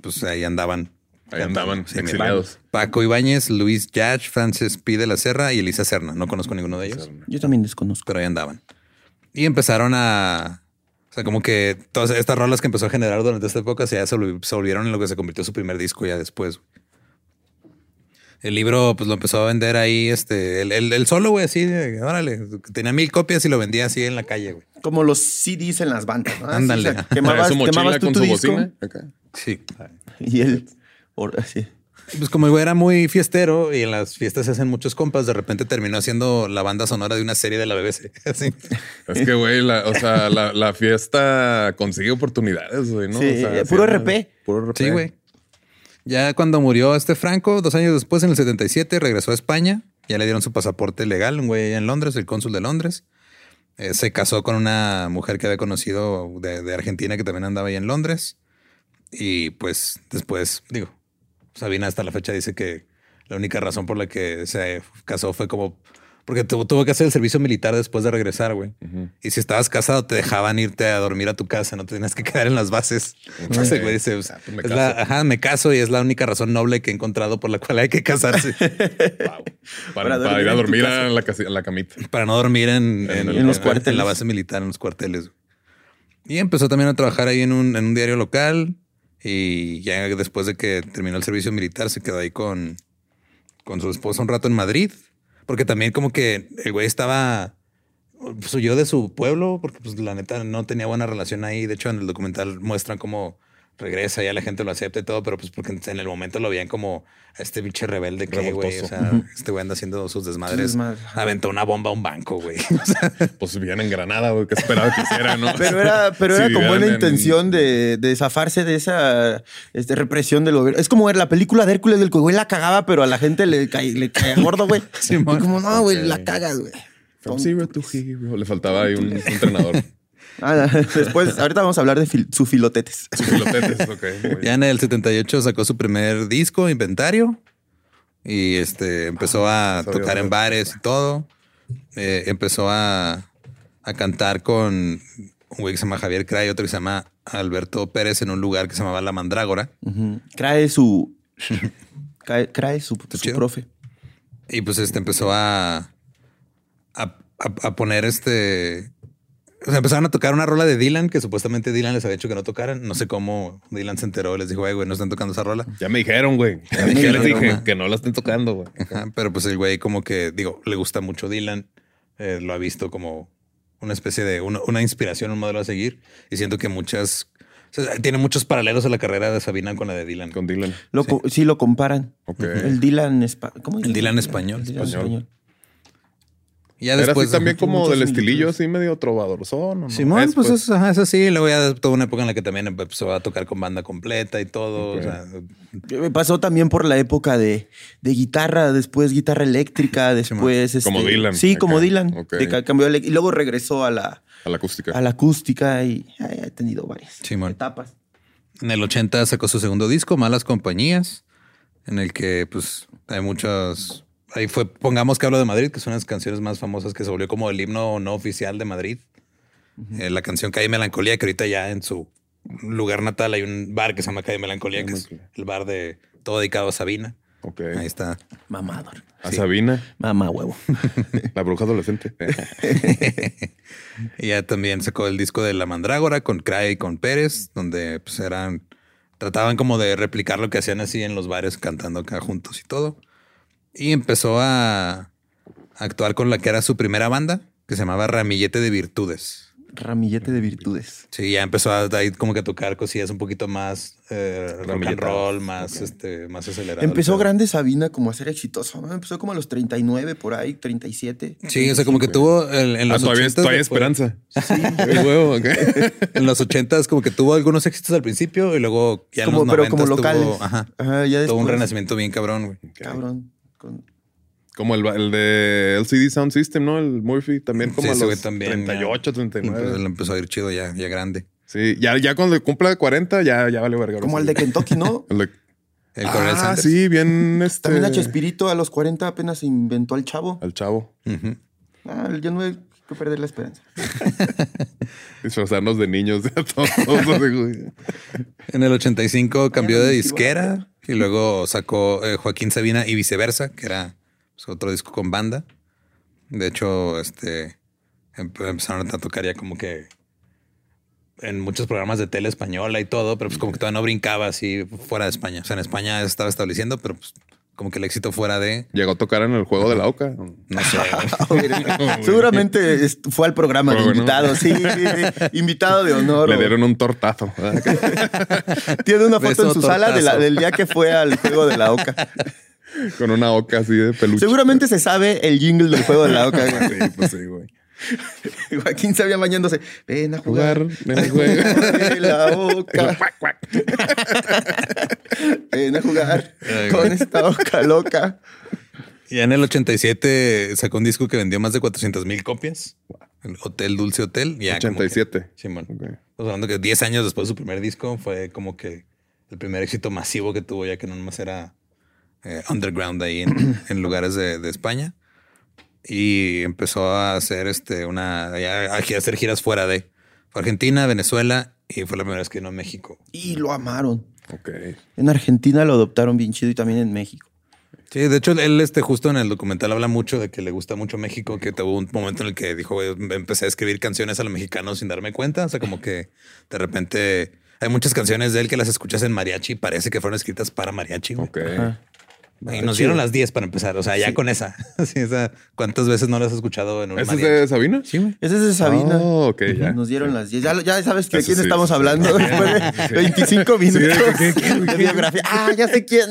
Speaker 1: pues ahí andaban.
Speaker 2: Ahí andaban,
Speaker 1: Sí, mira.
Speaker 2: exiliados.
Speaker 1: Paco Ibáñez, Luis Yach, Francis P. de la Serra y Elisa Serna. No conozco ninguno de ellos,
Speaker 3: Yo también desconozco.
Speaker 1: pero ahí andaban. Y empezaron a... O sea, como que todas estas rolas que empezó a generar durante esta época se, ya se volv- se volvieron en lo que se convirtió su primer disco ya después. El libro, pues lo empezó a vender ahí, este, el, el- el solo, güey, así, de, órale, tenía mil copias y lo vendía así en la calle, güey.
Speaker 3: Como los CDs en las bandas. ¿no? Así,
Speaker 1: Ándale.
Speaker 3: o sea,
Speaker 2: Trae (laughs)
Speaker 3: quemabas,
Speaker 2: su mochila
Speaker 3: quemabas tú
Speaker 2: con
Speaker 3: tu
Speaker 2: su
Speaker 3: disco
Speaker 2: bocina. Acá.
Speaker 1: Sí.
Speaker 3: y él. or- así.
Speaker 1: Pues como el güey era muy fiestero y en las fiestas se hacen muchos compas, de repente terminó haciendo la banda sonora de una serie de la BBC. (laughs) Así.
Speaker 2: Es que, güey, la, o sea, la, la fiesta consigue oportunidades, güey, ¿no?
Speaker 3: Sí,
Speaker 2: O sea,
Speaker 3: eh, puro
Speaker 2: sí,
Speaker 3: RP.
Speaker 2: Puro RP.
Speaker 1: Sí, güey. Ya cuando murió este Franco, dos años después, en el 77, regresó a España. Ya le dieron su pasaporte legal, un güey allá en Londres, el cónsul de Londres. Eh, se casó con una mujer que había conocido de, de Argentina que también andaba ahí en Londres. Y pues después, digo, Sabina hasta la fecha dice que la única razón por la que se casó fue como porque tu- tuvo que hacer el servicio militar después de regresar, güey.
Speaker 2: Ujú.
Speaker 1: Y si estabas casado, te dejaban irte a dormir a tu casa, no te tenías que quedar en las bases. Ese güey dice,
Speaker 2: Ah, pues me
Speaker 1: es la-
Speaker 2: caso.
Speaker 1: ajá, me caso y es la única razón noble que he encontrado por la cual hay que
Speaker 2: (laughs)
Speaker 1: casarse.
Speaker 2: Wow.
Speaker 3: Para
Speaker 2: Para, para
Speaker 3: dormir
Speaker 2: ir a dormir
Speaker 3: en tu casa.
Speaker 2: a la, casi- a la camita.
Speaker 1: para no dormir en,
Speaker 2: En
Speaker 1: en-
Speaker 2: el- en los
Speaker 1: en-
Speaker 3: cuarteles.
Speaker 1: en la base militar, en los cuarteles. Y empezó también a trabajar ahí en un, en un diario local. Y ya después de que terminó el servicio militar, se quedó ahí con, con su esposa un rato en Madrid. Porque también como que el güey estaba... Pues huyó de su pueblo porque pues la neta no tenía buena relación ahí. De hecho en el documental muestran cómo regresa, ya la gente lo acepta y todo, pero pues porque en el momento lo veían como a este pinche rebelde que, güey, o
Speaker 2: Revoltoso.
Speaker 1: sea, este güey anda haciendo sus desmadres.
Speaker 3: desmadres, ajá.
Speaker 1: Aventó una bomba a un banco, güey. O sea,
Speaker 2: Pues bien en Granada, güey, que esperaba que hiciera, ¿no?
Speaker 3: (laughs) Pero era, pero
Speaker 2: Sí,
Speaker 3: era con buena
Speaker 2: vivieran en-
Speaker 3: intención de, de zafarse de esa este, represión del gobierno. Es como la película de Hércules del que güey la cagaba, pero a la gente le cae, le cae
Speaker 1: (laughs)
Speaker 3: gordo, güey. Y
Speaker 1: Simón.
Speaker 3: como, no, güey,
Speaker 2: Ok.
Speaker 3: la cagas, güey.
Speaker 2: From zero to hero. Le faltaba ahí un
Speaker 3: (laughs)
Speaker 2: entrenador.
Speaker 3: Ah, (laughs) después, ahorita vamos a hablar de fil- su filotetes.
Speaker 2: Sus pilotetes, ok. güey.
Speaker 1: ya en el 78 sacó su primer disco, Inventario, y este empezó a
Speaker 2: sabía
Speaker 1: tocar en
Speaker 2: dónde.
Speaker 1: bares y todo. Eh, empezó a, a a cantar con un güey que se llama Javier Cray, otro que se llama Alberto Pérez en un lugar que se llamaba La Mandrágora.
Speaker 3: Ujú.
Speaker 1: (laughs)
Speaker 3: Crae su. Crae, crae su, su
Speaker 1: chido.
Speaker 3: profe.
Speaker 1: Y pues este empezó a, a, a- a poner este. O sea, empezaron a tocar una rola de Dylan que supuestamente Dylan les había dicho que no tocaran. No sé cómo Dylan se enteró y les dijo, "Ay, güey, no están tocando esa rola.
Speaker 2: Ya me dijeron, güey. Ya
Speaker 1: me
Speaker 2: les
Speaker 1: dijeron,
Speaker 2: dije
Speaker 1: mamá.
Speaker 2: que no la estén tocando, güey.
Speaker 1: Ajá, pero pues el güey como que, digo, le gusta mucho Dylan, eh, lo ha visto como una especie de una, una inspiración, un modelo a seguir, y siento que muchas, o sea, tiene muchos paralelos a la carrera de Sabina con la de Dylan.
Speaker 2: Con Dylan.
Speaker 3: Lo co- sí. lo comparan.
Speaker 2: Ok.
Speaker 3: El Dylan espa- ¿cómo dice?
Speaker 1: El Dylan español.
Speaker 3: El Dylan
Speaker 2: Español.
Speaker 3: español.
Speaker 1: ya
Speaker 2: Era
Speaker 1: después...
Speaker 2: así también
Speaker 1: ajá.
Speaker 2: como
Speaker 3: muchas
Speaker 2: del estilillo,
Speaker 3: similitudes.
Speaker 2: así medio trovadorzón. ¿o no?
Speaker 1: Simón,
Speaker 2: Es,
Speaker 1: pues, es, ajá, es así, luego ya tuvo una época en la que también empezó a tocar con banda completa y todo, o
Speaker 2: Ok.
Speaker 1: sea,
Speaker 3: Eh, Me pasó también por la época de, de guitarra, después guitarra eléctrica, después. este-
Speaker 2: Como Dylan.
Speaker 3: Sí, como
Speaker 2: Ok,
Speaker 3: Dylan.
Speaker 2: ok.
Speaker 3: De que cambió ele- y luego regresó a la,
Speaker 2: a la acústica.
Speaker 3: a la acústica y ay, ha tenido varias
Speaker 1: Simón.
Speaker 3: etapas.
Speaker 1: En el 80 sacó su segundo disco, Malas Compañías, en el que pues hay muchas... Ahí fue, pongamos que hablo de Madrid, que es una de las canciones más famosas que se volvió como el himno no oficial de Madrid. Eh, la canción Calle Melancolía, que ahorita ya en su lugar natal hay un bar que se llama Calle Melancolía, que es
Speaker 2: Melancolía.
Speaker 1: el bar de todo dedicado a Sabina.
Speaker 2: Ok.
Speaker 1: Ahí está.
Speaker 3: Mamador.
Speaker 1: (laughs)
Speaker 2: A Sabina,
Speaker 3: Mamá huevo.
Speaker 2: la bruja adolescente.
Speaker 1: Y ya también sacó el disco de La Mandrágora con Cray y con Pérez, donde pues eran, trataban como de replicar lo que hacían así en los bares cantando acá juntos y todo. Y empezó a actuar con la que era su primera banda, que se llamaba Ramillete de Virtudes.
Speaker 3: Ramillete de virtudes.
Speaker 1: Sí, ya empezó a ahí como que a tocar cosillas un poquito más eh, rock and
Speaker 2: Ramilletadas.
Speaker 1: roll, más, este, más acelerado.
Speaker 3: Empezó
Speaker 1: Pero-
Speaker 3: grande Sabina como a ser exitoso, ¿no? Empezó como a los 39 por ahí, 37.
Speaker 1: Sí, o sea, como que tuvo el- en
Speaker 2: Ah,
Speaker 1: los pues.
Speaker 2: todavía
Speaker 1: 80s
Speaker 2: todavía
Speaker 1: le fue-
Speaker 2: esperanza. (laughs) El
Speaker 1: (laughs)
Speaker 2: huevo, ok.
Speaker 1: En los ochentas como que tuvo algunos éxitos al principio y luego ya en
Speaker 3: Como-
Speaker 1: los
Speaker 3: pero como
Speaker 1: noventas
Speaker 3: locales.
Speaker 1: tuvo, ajá,
Speaker 3: Ajá, ya
Speaker 1: tuvo un
Speaker 3: después.
Speaker 1: renacimiento bien cabrón, güey.
Speaker 3: Cabrón. Con-
Speaker 2: Como el, el de LCD Sound System, ¿no? El Murphy también como
Speaker 1: Sí,
Speaker 2: a
Speaker 1: ese güey
Speaker 2: los
Speaker 1: también, pues,
Speaker 2: 38,
Speaker 1: Entonces
Speaker 2: 39.
Speaker 1: le empezó a ir chido ya, ya grande.
Speaker 2: Sí, ya, ya cuando cumpla 40 ya, ya vale verga.
Speaker 3: como el de
Speaker 1: (laughs)
Speaker 3: Kentucky, ¿no?
Speaker 2: El de...
Speaker 1: El coronel
Speaker 2: ah,
Speaker 1: Sanders.
Speaker 2: sí,
Speaker 3: (laughs)
Speaker 2: bien este...
Speaker 3: También a Chespirito a los 40 apenas inventó al chavo.
Speaker 2: Al chavo.
Speaker 1: Ujú.
Speaker 3: Ah, yo no hay que perder la esperanza.
Speaker 2: Disfrazarnos de niños (laughs) de a todos. así, güey.
Speaker 1: En el 85 cambió de
Speaker 3: sí,
Speaker 1: disquera y luego sacó eh, Joaquín Sabina y viceversa, que era pues, otro disco con banda. De hecho, este em- empezaron a tocar ya como que en muchos programas de tele española y todo, pero pues como que todavía no brincaba así fuera de España. O sea, en España estaba estableciendo, pero pues como que el éxito fuera de
Speaker 2: Llegó a tocar en el juego de la oca.
Speaker 1: no sé.
Speaker 2: (laughs)
Speaker 3: Seguramente est- fue al programa de
Speaker 2: Pero bueno.
Speaker 3: invitado, sí, sí, sí. invitado de honor.
Speaker 2: Le
Speaker 3: o-
Speaker 2: dieron un tortazo.
Speaker 3: (laughs) Tiene una foto
Speaker 1: Beso
Speaker 3: en su sala de la-
Speaker 1: tortazo.
Speaker 3: del día que fue al juego de la Oca.
Speaker 2: Con una oca así de peluche.
Speaker 3: Seguramente se sabe el jingle del juego de la Oca. güey.
Speaker 2: Sí, pues sí,
Speaker 3: (laughs)
Speaker 2: güey.
Speaker 3: Joaquín sabía bañándose. Ven a
Speaker 2: Jugar
Speaker 3: jugar.
Speaker 2: en el
Speaker 3: (laughs)
Speaker 1: Ah,
Speaker 2: juego.
Speaker 3: de la Oca. (laughs) Ven a jugar
Speaker 1: Ay,
Speaker 3: con
Speaker 1: güey.
Speaker 3: esta Oca loca.
Speaker 1: Ya en el 87 sacó un disco que vendió más de 400 mil copias. El Hotel Dulce Hotel. Ya como que-
Speaker 2: 87.
Speaker 1: Simón.
Speaker 2: Ok.
Speaker 1: Estamos hablando que 10 años después de su primer disco fue como que el primer éxito masivo que tuvo, ya que no nomás era eh, underground ahí en, en lugares de, de España. Y empezó a hacer este una ya a, hacer giras fuera de fue a Argentina, Venezuela y fue la primera vez que vino a México.
Speaker 3: Y lo amaron.
Speaker 2: Ok.
Speaker 3: En Argentina lo adoptaron bien chido y también en México.
Speaker 1: Sí, de hecho, él este, justo en el documental habla mucho de que le gusta mucho México, que tuvo un momento en el que dijo, "Güey, empecé a escribir canciones a los mexicanos sin darme cuenta, o sea, como que de repente hay muchas canciones de él que las escuchas en mariachi y parece que fueron escritas para mariachi. güey.
Speaker 2: Ok.
Speaker 3: Ajá.
Speaker 1: Y nos
Speaker 3: Chido.
Speaker 1: dieron las 10 para empezar, o sea, ya con esa. (laughs) Sí, esa. ¿Cuántas veces no las has escuchado en un
Speaker 2: ¿Ese es
Speaker 1: mariachi?
Speaker 2: de Sabina? Sí, güey.
Speaker 3: Ese es de Sabina.
Speaker 2: Oh, ok, ya.
Speaker 3: Nos dieron las 10. Ya, lo- ya sabes de
Speaker 2: Eso
Speaker 3: quién
Speaker 2: sí,
Speaker 3: estamos
Speaker 2: eso sí.
Speaker 3: hablando después de 25 minutos
Speaker 2: ¿qué, qué,
Speaker 3: de
Speaker 2: qué?
Speaker 3: biografía. Ah, ya sé quién es.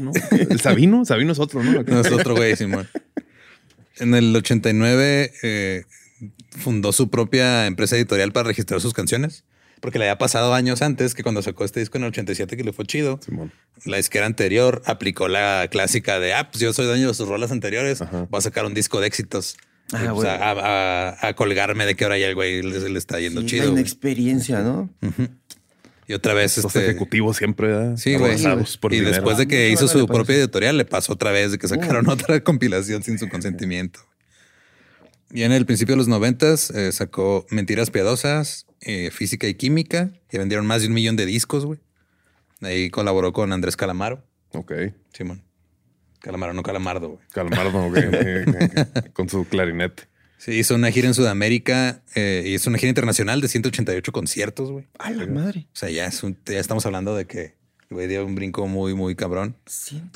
Speaker 2: ¿no? El Sabino, Sabino es otro, ¿no?
Speaker 1: No, es otro güey, Simón. En el 89 eh, fundó su propia empresa editorial para registrar sus canciones, porque le había pasado años antes que cuando sacó este disco en el 87 que le fue chido,
Speaker 2: Simón.
Speaker 1: la disquera anterior aplicó la clásica de, ah, pues yo soy dueño de sus rolas anteriores,
Speaker 2: Ajá.
Speaker 1: voy a sacar un disco de éxitos.
Speaker 3: Ah,
Speaker 1: Y, pues,
Speaker 3: güey.
Speaker 1: a, a- a colgarme de que ahora ya el güey le, le está yendo
Speaker 3: Sí,
Speaker 1: chido.
Speaker 3: La
Speaker 1: güey.
Speaker 3: inexperiencia, ¿no?
Speaker 2: Mm.
Speaker 1: Y otra vez
Speaker 2: Los
Speaker 1: este...
Speaker 2: ejecutivos siempre ¿verdad?
Speaker 1: Sí, güey.
Speaker 2: Abrazados por
Speaker 1: y
Speaker 2: dinero.
Speaker 1: después de que
Speaker 3: Mucho
Speaker 1: hizo
Speaker 3: vale pues. Uh.
Speaker 1: su
Speaker 3: para
Speaker 1: (laughs) propia editorial, le pasó otra vez de que sacaron otra compilación sin su consentimiento. Y en el principio de los noventas eh, sacó Mentiras Piadosas, eh, Física y Química, que vendieron más de un millón de discos, güey. Ahí colaboró con Andrés Calamaro,
Speaker 2: Ok.
Speaker 1: Simón. Calamaro, no Calamardo, güey.
Speaker 2: Calmardo, ok, ok, ok. Con su clarinete.
Speaker 1: Sí, hizo una gira en Sudamérica eh, y es una gira internacional de 188 conciertos, güey.
Speaker 3: A la madre.
Speaker 1: O sea, ya, es un- ya estamos hablando de que el güey dio un brinco muy, muy cabrón.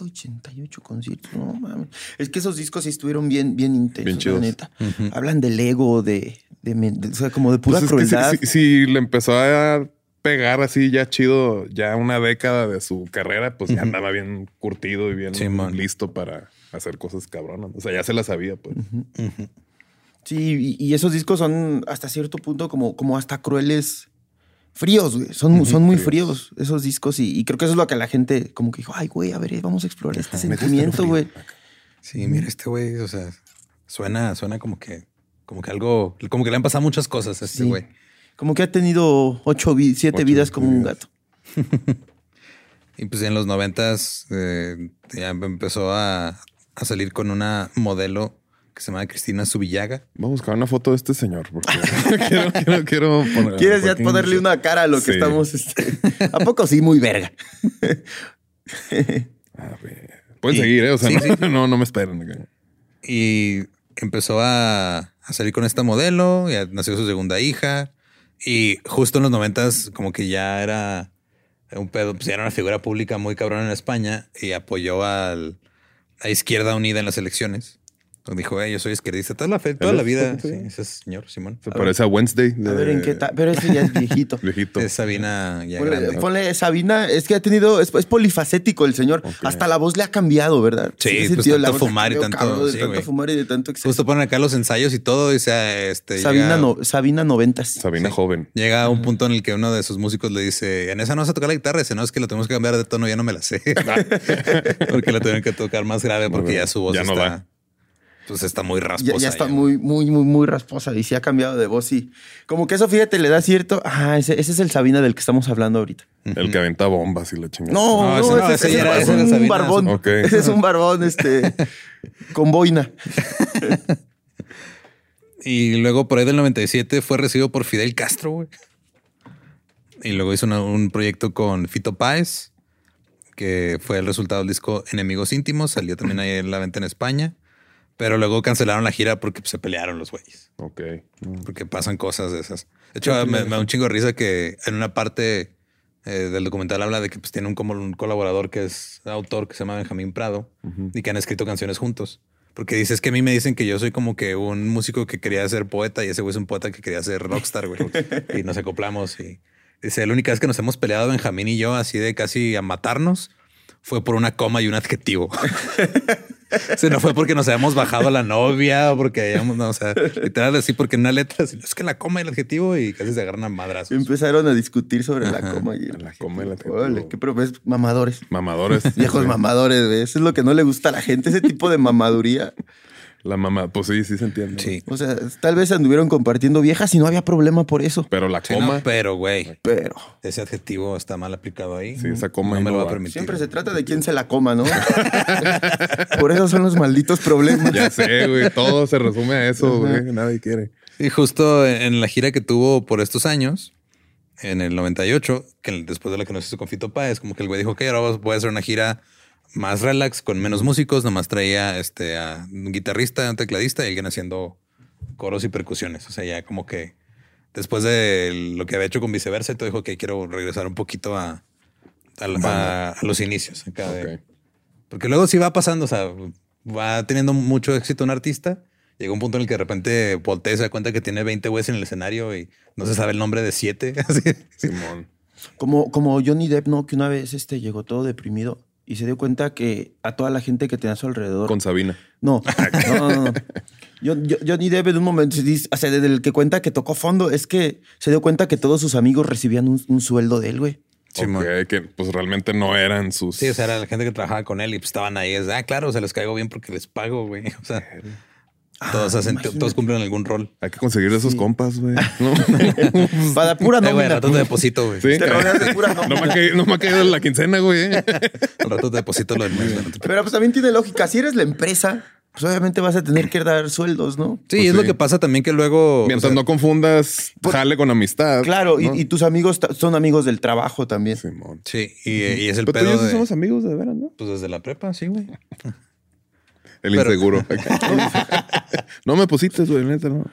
Speaker 3: 188 conciertos. No mames. Es que esos discos sí estuvieron bien, bien intensos,
Speaker 2: Bien chidos.
Speaker 3: la neta. Hablan del ego, de, de men- de- o sea, como de pura
Speaker 2: Pues es que
Speaker 3: crueldad.
Speaker 2: si, si- si le empezó a pegar así ya chido, ya una década de su carrera, pues ya andaba bien curtido y bien
Speaker 1: Simón.
Speaker 2: listo para hacer cosas cabronas. O sea, ya se la sabía, pues.
Speaker 3: Sí, y, y esos discos son hasta cierto punto como, como hasta crueles, fríos, güey. Son, mu- son muy fríos esos discos y, y creo que eso es lo que la gente como que dijo, ay, güey, a ver, vamos a explorar este sentimiento, güey.
Speaker 1: Sí, mira, este güey, o sea, suena, suena como que, como que algo, como que le han pasado muchas cosas a este
Speaker 3: Sí.
Speaker 1: güey.
Speaker 3: Como que ha tenido ocho, vi- siete
Speaker 2: Ocho
Speaker 3: vidas como un
Speaker 2: vidas.
Speaker 3: gato.
Speaker 1: Y pues en los noventas eh, ya empezó a, a salir con una modelo que se llama Cristina Subillaga.
Speaker 2: Vamos a buscar una foto de este señor, porque (laughs) quiero, quiero, quiero poner-
Speaker 3: ¿Quieres ya
Speaker 2: fucking-
Speaker 3: ponerle una cara a lo
Speaker 2: Sí.
Speaker 3: que estamos? este? (laughs) ¿A poco sí? Muy verga.
Speaker 2: A ver. Pueden
Speaker 1: Sí.
Speaker 2: seguir, ¿eh? O sea,
Speaker 1: Sí, sí.
Speaker 2: no, no, no me esperen. acá.
Speaker 1: Y empezó a, a salir con esta modelo, ya nació su segunda hija. Y justo en los noventas como que ya era un pedo, pues ya era una figura pública muy cabrón en España y apoyó al, a Izquierda Unida en las elecciones. Dijo, "Eh, yo soy izquierdista toda la, fe, toda
Speaker 2: Él
Speaker 1: la
Speaker 2: es-
Speaker 1: vida.
Speaker 2: sí.
Speaker 1: Sí, ese señor, Simón.
Speaker 2: Se parece a Wednesday.
Speaker 3: A ver en qué tal. Pero
Speaker 1: (laughs)
Speaker 3: ese ya es viejito.
Speaker 2: Viejito.
Speaker 1: Es Sabina ya
Speaker 3: Ponle,
Speaker 1: grande.
Speaker 3: ponle Sabina, es que ha tenido, es, es polifacético el señor.
Speaker 2: Ok.
Speaker 3: Hasta la voz le ha cambiado, ¿verdad?
Speaker 1: Sí,
Speaker 3: Ese
Speaker 1: pues,
Speaker 3: tío, la
Speaker 1: tanto
Speaker 3: voz ha
Speaker 1: fumar y
Speaker 3: cambiado,
Speaker 1: tanto-
Speaker 3: cabrón, de
Speaker 1: sí,
Speaker 3: tanto
Speaker 1: güey. Pues
Speaker 3: fumar y de tanto exceso.
Speaker 1: Justo ponen acá los ensayos y todo, y sea, este.
Speaker 3: Sabina,
Speaker 1: llega,
Speaker 3: no, Sabina noventas.
Speaker 2: Sabina
Speaker 1: Sí.
Speaker 2: joven.
Speaker 1: Llega a un punto en el que uno de sus músicos le dice: En esa no vas a tocar la guitarra. Dice: No, es que la tenemos que cambiar de tono, ya no me la
Speaker 2: (laughs)
Speaker 1: sé. (laughs) porque la tienen que tocar más grave porque ya su voz
Speaker 2: Ah. Ya no
Speaker 1: está.
Speaker 2: da.
Speaker 1: pues está muy rasposa.
Speaker 3: Ya, ya está muy, muy, muy, muy rasposa y sí ha cambiado de voz y como que eso, fíjate, le da cierto. Ah, ese, ese es el Sabina del que estamos hablando ahorita.
Speaker 2: El que aventa bombas y la chingada.
Speaker 3: No,
Speaker 1: No,
Speaker 3: no,
Speaker 1: ese no,
Speaker 3: ese,
Speaker 1: ese
Speaker 3: ese
Speaker 1: ya era-
Speaker 3: es
Speaker 1: ese era
Speaker 3: un
Speaker 1: Sabina.
Speaker 3: barbón.
Speaker 2: Ok.
Speaker 3: Ese es un
Speaker 1: (laughs)
Speaker 3: barbón, este, con boina.
Speaker 1: Y luego por ahí del 97 fue recibido por Fidel Castro, güey. Y luego hizo una- un proyecto con Fito Páez, que fue el resultado del disco Enemigos Íntimos. Salió también ahí en la venta en España. Pero luego cancelaron la gira porque pues, se pelearon los güeyes.
Speaker 2: Ok.
Speaker 1: Porque pasan cosas de esas. De hecho, me, me da un chingo de risa que en una parte eh, del documental habla de que pues, tiene un, como un colaborador que es autor que se llama Benjamín Prado y que han escrito canciones juntos. Porque dices que a mí me dicen que yo soy como que un músico que quería ser poeta y ese güey es un poeta que quería ser rockstar, güey. y nos acoplamos y dice, la única vez que nos hemos peleado Benjamín y yo así de casi a matarnos fue por una coma y un adjetivo. (laughs) O sea, no fue porque nos hayamos bajado a la novia o porque hayamos, no, o sea, literal así, porque en una letra, sino es que la coma y el adjetivo y casi se agarran a madrazos.
Speaker 3: Empezaron a discutir sobre la coma y
Speaker 2: La coma y la
Speaker 3: Órale, qué profes,
Speaker 1: (laughs)
Speaker 3: mamadores.
Speaker 2: Mamadores.
Speaker 3: Viejos
Speaker 2: Sí.
Speaker 3: mamadores, güey. Eso es lo que no le gusta a la gente, ese tipo de mamaduría.
Speaker 2: La mamá, pues sí, sí se entiende.
Speaker 1: Sí.
Speaker 3: O sea, tal vez anduvieron compartiendo viejas y no había problema por eso.
Speaker 2: Pero la
Speaker 1: Sí,
Speaker 2: coma,
Speaker 1: no, pero, güey,
Speaker 3: Pero
Speaker 1: ese adjetivo está mal aplicado ahí.
Speaker 2: Sí, esa coma
Speaker 1: no
Speaker 2: ahí
Speaker 1: me
Speaker 2: no
Speaker 1: lo va a
Speaker 2: va.
Speaker 1: permitir.
Speaker 3: siempre se trata de quién se la coma, ¿no? (laughs) por eso son los malditos problemas.
Speaker 2: ya sé, güey. Todo se resume a eso, güey. Nadie quiere.
Speaker 1: Y justo en la gira que tuvo por estos años, en el 98, que después de la que nos hizo con Fito Páez, como que el güey dijo, ok, ahora voy a hacer una gira más relax, con menos músicos, nomás traía este, a un guitarrista, un tecladista y alguien haciendo coros y percusiones. O sea, ya como que después de lo que había hecho con viceversa, todo dijo que quiero regresar un poquito a, a, la- a- a los inicios. acá de-
Speaker 2: Ok.
Speaker 1: porque luego sí va pasando, o sea, va teniendo mucho éxito un artista. Llega un punto en el que de repente voltea y se da cuenta que tiene 20 güeyes en el escenario y no se sabe el nombre de (laughs) 7.
Speaker 2: Simón.
Speaker 3: Como, como Johnny Depp, ¿no? Que una vez este, llegó todo deprimido y se dio cuenta que a toda la gente que tenía a su alrededor.
Speaker 2: Con Sabina.
Speaker 1: (laughs)
Speaker 3: No,
Speaker 1: Ah,
Speaker 3: no, no, no. Yo, yo- Johnny Depp en un momento, se dice- o sea, desde el que cuenta que tocó fondo, es que se dio cuenta que todos sus amigos recibían un, un sueldo de
Speaker 1: (laughs)
Speaker 3: él, güey.
Speaker 1: Simón.
Speaker 2: Ok, que pues realmente no eran sus.
Speaker 1: Sí, o sea, era la gente que trabajaba con él y pues estaban ahí. Es, ah, claro, se les caigo bien porque les pago, güey. (laughs) O sea, todos,
Speaker 2: Ah,
Speaker 1: hacen-
Speaker 3: imagínate.
Speaker 1: todos cumplen algún rol.
Speaker 2: Hay que conseguir de esos compas,
Speaker 1: (laughs)
Speaker 2: güey. No,
Speaker 3: Para pura
Speaker 1: Eh, güey, al
Speaker 3: nómina.
Speaker 1: rato te deposito, güey.
Speaker 2: Sí.
Speaker 3: Te rodeas
Speaker 2: (laughs)
Speaker 3: de pura
Speaker 2: no, me
Speaker 3: nómina.
Speaker 2: ha caído, no me ha
Speaker 1: (laughs)
Speaker 2: caído la quincena, güey.
Speaker 1: Al rato te deposito lo del mes. güey, no te
Speaker 3: Pero pues también tiene lógica. Si eres la empresa, pues obviamente vas a tener que dar sueldos, ¿no?
Speaker 1: Sí,
Speaker 2: Pues
Speaker 1: es lo
Speaker 2: sí.
Speaker 1: que pasa también que luego. o
Speaker 2: Mientras
Speaker 1: sea,
Speaker 2: no confundas jale con amistad.
Speaker 3: Claro, y-
Speaker 2: ¿no?
Speaker 3: y, tus amigos ta- son amigos del trabajo también.
Speaker 2: Simón.
Speaker 1: Sí, y, y es el
Speaker 2: Pero tú
Speaker 1: pedo.
Speaker 2: y yo sí
Speaker 1: de-
Speaker 2: somos amigos de veras, ¿no?
Speaker 1: Pues desde la prepa, sí, güey.
Speaker 2: El
Speaker 1: Pero- (laughs)
Speaker 2: inseguro. (laughs) no me pusiste, güey, neta, no.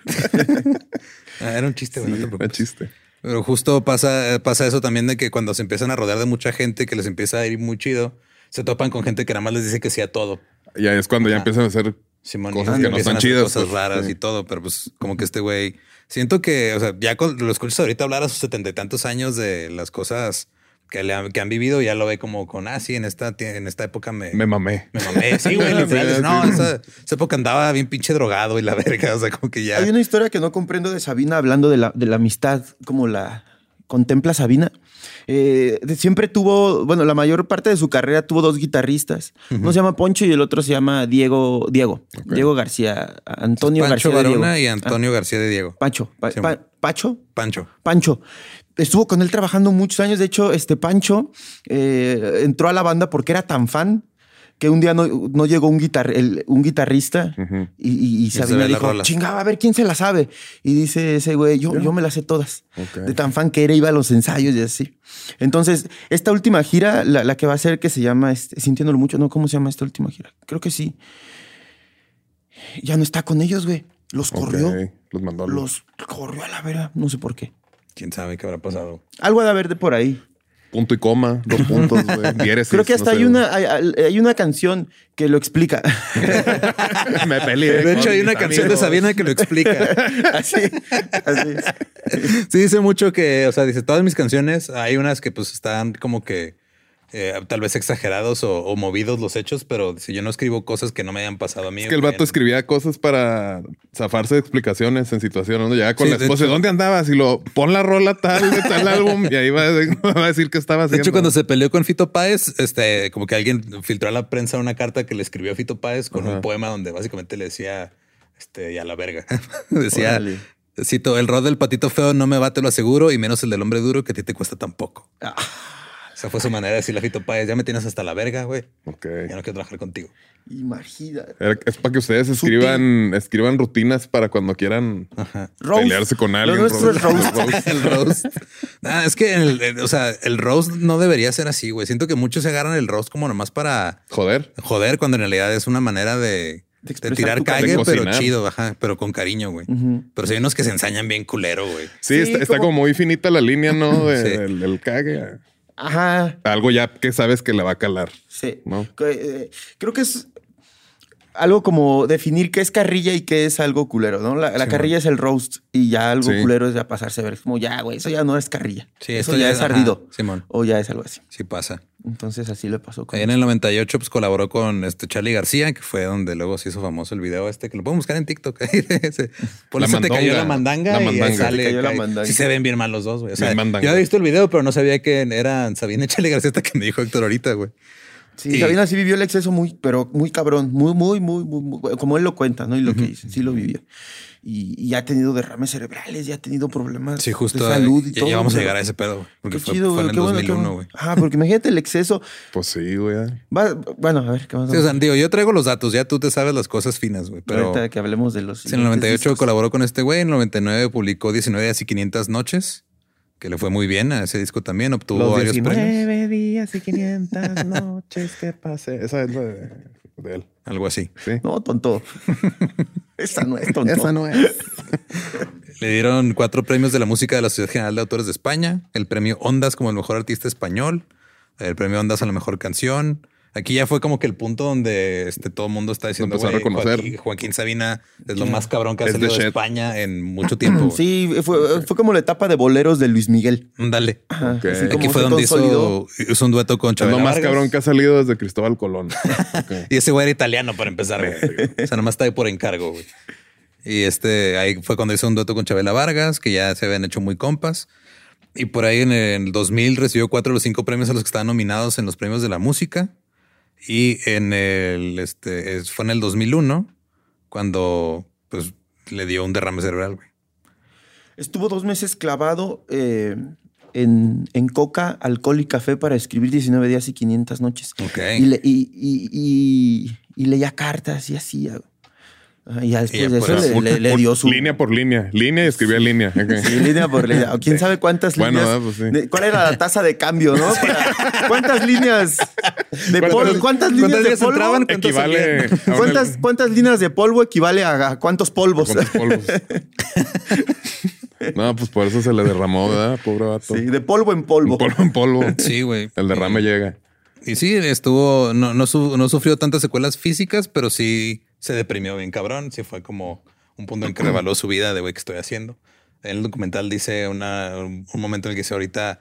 Speaker 1: Ah, era un chiste, güey. no te
Speaker 2: Era
Speaker 1: preocupes.
Speaker 2: chiste.
Speaker 1: Pero justo pasa, eh, pasa eso también de que cuando se empiezan a rodear de mucha gente que les empieza a ir muy chido, se topan con gente que nada más les dice que sí a todo.
Speaker 2: Ya es cuando ya
Speaker 1: Ajá.
Speaker 2: empiezan a hacer.
Speaker 1: Simón,
Speaker 2: Cosas
Speaker 1: y
Speaker 2: que no
Speaker 1: empiezan
Speaker 2: son
Speaker 1: a hacer
Speaker 2: chidas,
Speaker 1: Cosas
Speaker 2: pues,
Speaker 1: raras
Speaker 2: sí.
Speaker 1: y todo, pero pues como que este güey. Siento que, o sea, ya con, lo escuchas ahorita hablar a sus setenta y tantos años de las cosas que, le han, que han vivido, ya lo ve como con, ah, sí, en esta, tie- en esta época me,
Speaker 2: Me mamé.
Speaker 1: me
Speaker 2: (laughs)
Speaker 1: mamé. Sí, güey, literal,
Speaker 2: Sí,
Speaker 1: No,
Speaker 2: sí.
Speaker 1: esa, esa época andaba bien pinche drogado y la (laughs) verga, o sea, como que ya.
Speaker 3: Hay una historia que no comprendo de Sabina hablando de la, de la amistad, como la contempla Sabina. Eh, de- siempre tuvo, bueno, la mayor parte de su carrera tuvo dos guitarristas. Uno se llama Poncho y el otro se llama Diego, Diego, Diego García, Antonio
Speaker 1: Pancho
Speaker 3: García. de
Speaker 1: Varona
Speaker 3: Diego.
Speaker 1: y Antonio García de Diego.
Speaker 3: Ah, Pancho, Pa-
Speaker 1: Sí,
Speaker 3: Pa-
Speaker 1: hombre.
Speaker 3: Pacho,
Speaker 1: Pancho.
Speaker 3: Pancho. Estuvo con él trabajando muchos años. De hecho, este Pancho eh, entró a la banda porque era tan fan que un día no, no llegó un, guitar- el- un guitarrista
Speaker 2: Ujú.
Speaker 3: y, y- y Sabina
Speaker 1: sabía las
Speaker 3: dijo,
Speaker 1: rolas.
Speaker 3: chingaba, a ver quién se la sabe. Y dice ese güey, yo, yo me las sé todas.
Speaker 2: Ok.
Speaker 3: De tan fan que era, iba a los ensayos y así. Entonces, esta última gira, la, la que va a ser que se llama, este, sintiéndolo mucho, ¿no? ¿Cómo se llama esta última gira? Creo que sí. Ya no está con ellos, güey. Los
Speaker 2: Ok.
Speaker 3: corrió.
Speaker 2: Los mandó. a la-
Speaker 3: Los corrió a la verga. No sé por qué.
Speaker 1: Quién sabe qué habrá pasado.
Speaker 3: Algo ha de haber de por ahí.
Speaker 2: Punto y coma. Dos puntos,
Speaker 3: (laughs)
Speaker 2: güey. Diéresis,
Speaker 3: Creo que
Speaker 2: no
Speaker 3: hasta
Speaker 2: sé,
Speaker 3: hay, una, hay, hay una canción que
Speaker 2: (laughs)
Speaker 3: lo explica.
Speaker 2: güey. (laughs) Me peleé.
Speaker 1: De
Speaker 2: con
Speaker 1: hecho, hay
Speaker 2: mis
Speaker 1: una canción de
Speaker 2: amigos.
Speaker 1: Sabina que lo
Speaker 2: (laughs)
Speaker 1: explica.
Speaker 3: así, así.
Speaker 1: Sí, dice mucho que, o sea, dice todas mis canciones, hay unas que pues están como que eh, tal vez exagerados o, o movidos los hechos, pero dice yo no escribo cosas que no me hayan pasado a mí.
Speaker 2: Es que el vato escribía cosas para zafarse de explicaciones en situaciones. ¿no? Llegaba con
Speaker 1: Sí,
Speaker 2: la
Speaker 1: de
Speaker 2: esposa.
Speaker 1: hecho.
Speaker 2: ¿Dónde andabas? Y lo pon la rola tal de tal álbum. Y ahí va a, (laughs) va a decir que estaba
Speaker 1: De
Speaker 2: haciendo.
Speaker 1: hecho, cuando se peleó con Fito Páez, este, como que alguien filtró a la prensa una carta que le escribió a Fito Páez con
Speaker 2: Ajá.
Speaker 1: un poema donde básicamente le decía, este, y a la verga. (laughs) decía,
Speaker 3: Órale.
Speaker 1: cito, el rol del patito feo no me va, te lo aseguro, y menos el del hombre duro que a ti te cuesta tampoco.
Speaker 3: Ah.
Speaker 1: Esa fue su manera de decirle a Fito Páez, ya me tienes hasta la verga, güey.
Speaker 2: Ok.
Speaker 1: Ya no quiero trabajar contigo.
Speaker 3: Imagínate.
Speaker 2: Era- Es para que ustedes escriban, escriban rutinas para cuando quieran
Speaker 1: Ajá.
Speaker 3: Roast.
Speaker 2: pelearse con
Speaker 3: Lo
Speaker 2: alguien.
Speaker 3: nuestro es
Speaker 1: (laughs)
Speaker 3: roast.
Speaker 1: el roast. Nah, es que, el- el- o sea, el roast no debería ser así, güey. Siento que muchos se agarran el roast como nomás para
Speaker 2: Joder.
Speaker 1: joder, cuando en realidad es una manera de,
Speaker 3: De
Speaker 1: de,
Speaker 3: expresar
Speaker 1: tirar
Speaker 3: tu cariño.
Speaker 1: cague,
Speaker 2: De
Speaker 1: pero
Speaker 2: cocinar.
Speaker 1: chido, ajá, pero con cariño, güey. Pero si hay unos que se ensañan bien culero, güey.
Speaker 2: Sí,
Speaker 3: Sí,
Speaker 2: está, está
Speaker 3: como-
Speaker 2: como... muy finita la línea, (laughs) ¿no? De-
Speaker 1: Sí.
Speaker 2: del, del cague. a-
Speaker 3: Ajá.
Speaker 2: Algo ya que sabes que le va a calar.
Speaker 3: Sí.
Speaker 2: No.
Speaker 3: Que, eh, Creo que es algo como definir qué es carrilla y qué es algo culero, ¿no? La, la
Speaker 1: Sí,
Speaker 3: carrilla es el roast y ya algo
Speaker 2: Sí.
Speaker 3: culero es ya pasarse a ver. Es como ya, güey, eso ya no es carrilla.
Speaker 1: Sí,
Speaker 3: eso
Speaker 1: esto
Speaker 3: ya
Speaker 1: ya
Speaker 3: es
Speaker 1: es- ajá,
Speaker 3: ardido.
Speaker 1: Simón.
Speaker 3: O ya es algo así.
Speaker 1: Sí pasa.
Speaker 3: Entonces así le pasó con
Speaker 1: Ahí en el 98 pues colaboró con este Charlie García, que fue donde luego se hizo famoso el video este, que lo podemos buscar en TikTok. (laughs) Ese, Por
Speaker 2: La
Speaker 1: eso te cayó
Speaker 2: mandanga.
Speaker 1: la mandanga
Speaker 2: La
Speaker 1: y ahí
Speaker 2: mandanga.
Speaker 1: sale.
Speaker 3: Te cayó la
Speaker 1: cae-
Speaker 3: mandanga.
Speaker 1: Sí se ven bien mal los dos, güey. O sea,
Speaker 2: Bien mandanga.
Speaker 1: yo había visto el video, pero no sabía que eran Sabina y Charlie García hasta que me dijo Héctor ahorita, güey.
Speaker 3: Sí,
Speaker 1: Y-
Speaker 3: Sabina sí vivió el exceso muy, pero muy cabrón, muy, muy, muy, muy, muy- como él lo cuenta, ¿no? Y lo que dice, sí lo vivió. Y, y ha tenido derrames cerebrales, ya ha tenido problemas
Speaker 1: Sí, justo.
Speaker 3: de salud y
Speaker 1: ya,
Speaker 3: todo.
Speaker 1: ya vamos a
Speaker 3: pero-
Speaker 1: llegar a ese pedo, güey. Porque
Speaker 3: Qué
Speaker 1: fue,
Speaker 3: chido,
Speaker 1: fue en
Speaker 3: güey,
Speaker 1: el
Speaker 3: qué bueno, qué
Speaker 1: 2001, güey.
Speaker 3: bueno. Ah, porque imagínate el exceso.
Speaker 2: Pues sí, güey.
Speaker 3: Va- bueno, a ver, ¿qué más?
Speaker 1: Sí, o sea, digo, yo traigo los datos, ya tú te sabes las cosas finas, güey. Pero
Speaker 3: Ahorita que hablemos de los...
Speaker 1: sí, en el 98
Speaker 3: siguientes discos.
Speaker 1: colaboró con este güey, en el 99 publicó 19 días y 500 noches, que le fue muy bien a ese disco también, obtuvo
Speaker 3: Los
Speaker 1: varios
Speaker 3: 19.
Speaker 1: premios,
Speaker 2: días y 500 noches que pasé. Esa es la de, de él.
Speaker 1: algo así.
Speaker 2: Sí.
Speaker 1: (laughs)
Speaker 3: No, tonto. Esa no es tonto.
Speaker 2: Esa no es.
Speaker 1: Le dieron cuatro premios de la música de la Sociedad General de Autores de España, el premio Ondas como el mejor artista español, el premio Ondas a la mejor canción. Aquí ya fue como que el punto donde este, todo el mundo está diciendo
Speaker 2: empezó a
Speaker 1: "Güey,
Speaker 2: reconocer".
Speaker 1: Joaquín, Joaquín Sabina es lo más cabrón que ha
Speaker 2: Es the
Speaker 1: salido de
Speaker 2: shit.
Speaker 1: España en mucho tiempo. güey.
Speaker 3: Sí, fue, fue como la etapa de boleros de Luis Miguel.
Speaker 1: Dale.
Speaker 3: Ajá,
Speaker 2: Ok.
Speaker 3: así como
Speaker 1: Aquí fue
Speaker 3: se
Speaker 1: donde
Speaker 3: consolidó.
Speaker 1: hizo, hizo un dueto con
Speaker 2: Es
Speaker 1: Chabela
Speaker 2: lo más
Speaker 1: Vargas.
Speaker 2: cabrón que ha salido desde Cristóbal
Speaker 3: (laughs)
Speaker 2: Colón. Ok.
Speaker 1: Y ese güey era italiano para empezar, güey. O sea, nomás está ahí por encargo, güey. Y este, ahí fue cuando hizo un dueto con Chabela Vargas, que ya se habían hecho muy compas. Y por ahí en el 2000 recibió cuatro de los cinco premios a los que estaban nominados en los premios de la música. Y en el, este, es- fue en el 2001 cuando, pues, le dio un derrame cerebral, güey.
Speaker 3: Estuvo dos meses clavado eh, en, en coca, alcohol y café para escribir 19 días y 500 noches.
Speaker 1: Ok.
Speaker 3: Y, le- y- y- y- y leía cartas y así. Ajá, Y ya después
Speaker 1: ya,
Speaker 3: de
Speaker 1: pues,
Speaker 3: eso (laughs) le,
Speaker 2: Un-
Speaker 3: le- le
Speaker 2: un-
Speaker 3: dio su...
Speaker 2: Línea por línea. Línea y escribía línea. Ok.
Speaker 3: Sí, línea por línea. O quién sabe cuántas
Speaker 2: Bueno,
Speaker 3: líneas.
Speaker 2: ah, pues sí.
Speaker 3: de- ¿Cuál era la tasa de cambio, no? Para- ¿Cuántas líneas de
Speaker 2: ¿Cuántas-
Speaker 3: polvo? ¿Cuántas líneas
Speaker 1: cuántas
Speaker 3: de
Speaker 1: líneas
Speaker 3: polvo?
Speaker 1: entraban? ¿Cuántas
Speaker 2: Equivale.
Speaker 1: salían?
Speaker 2: (laughs) a una-
Speaker 3: ¿Cuántas, ¿Cuántas líneas de polvo equivale a, a cuántos polvos?
Speaker 2: ¿Cuántos polvos? No, pues por eso se le derramó, ¿verdad? Pobre vato.
Speaker 3: (laughs) Sí, de polvo en
Speaker 2: Un
Speaker 3: polvo.
Speaker 2: polvo en polvo.
Speaker 1: Sí, güey.
Speaker 2: El derrame llega.
Speaker 1: Y sí, estuvo, no, no, su- no sufrió tantas secuelas físicas, pero sí se deprimió bien cabrón. Sí fue como un punto en que revaló su vida de, güey, ¿qué estoy haciendo? En el documental dice una, un un momento en el que dice, ahorita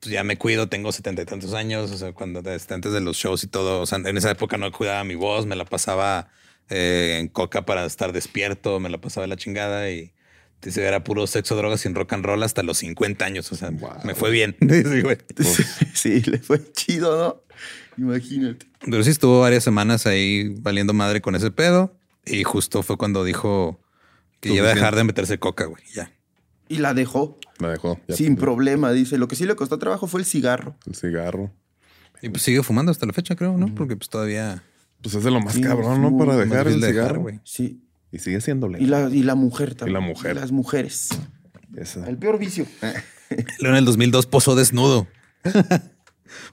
Speaker 1: pues, ya me cuido, tengo setenta y tantos años, o sea, cuando desde antes de los shows y todo, o sea, en esa época no cuidaba mi voz, me la pasaba eh, en coca para estar despierto, me la pasaba de la chingada y... Dice, era puro sexo, drogas sin rock and roll hasta los 50 años. O sea,
Speaker 2: Wow.
Speaker 1: me fue bien. (laughs) Sí, güey.
Speaker 2: Pues
Speaker 3: Sí, (laughs) le fue chido, ¿no? Imagínate.
Speaker 1: Pero sí estuvo varias semanas ahí valiendo madre con ese pedo. Y justo fue cuando dijo que iba a dejar de meterse coca, güey. Ya.
Speaker 3: Y la dejó
Speaker 2: La dejó. Ya
Speaker 3: sin
Speaker 2: perdió
Speaker 3: problema, dice. Lo que sí le costó trabajo fue el cigarro.
Speaker 2: El cigarro.
Speaker 1: Y pues sigue fumando hasta la fecha, creo, ¿no? Porque pues todavía...
Speaker 2: Pues es de lo más
Speaker 3: Sí,
Speaker 2: cabrón,
Speaker 3: es
Speaker 2: ¿no?
Speaker 3: muy-
Speaker 2: Para
Speaker 3: muy
Speaker 2: dejar el
Speaker 1: difícil de dejar,
Speaker 2: cigarro.
Speaker 1: güey.
Speaker 3: Sí.
Speaker 2: y sigue siéndole.
Speaker 3: Y la, y la mujer también.
Speaker 2: la mujer. Ah.
Speaker 3: Las mujeres.
Speaker 2: Esa.
Speaker 3: El peor vicio.
Speaker 1: Luego en el 2002 posó desnudo
Speaker 2: (laughs)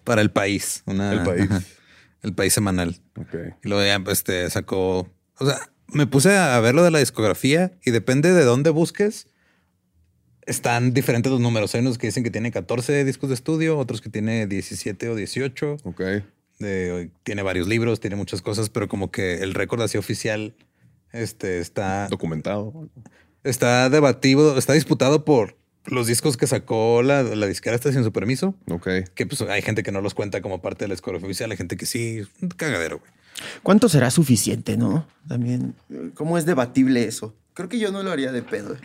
Speaker 1: para El País.
Speaker 3: Ah,
Speaker 1: una-
Speaker 2: El país.
Speaker 1: ajá, el País semanal.
Speaker 2: Ok.
Speaker 1: Y luego ya pues, este, sacó... O sea, me puse a ver lo de la discografía y depende de dónde busques. Están diferentes los números. Hay unos que dicen que tiene 14 discos de estudio, otros que tiene 17 o 18.
Speaker 2: Ok.
Speaker 1: de- tiene varios libros, tiene muchas cosas, pero como que el récord así oficial este, está,
Speaker 2: Documentado.
Speaker 1: está debatido, está disputado por los discos que sacó la, la disquera hasta sin su permiso,
Speaker 2: Ok.
Speaker 1: que pues hay gente que no los cuenta como parte de la discografía oficial, hay gente que sí, es un cagadero, güey.
Speaker 3: ¿Cuánto será suficiente, no? También, ¿cómo es debatible eso? Creo que yo no lo haría de pedo.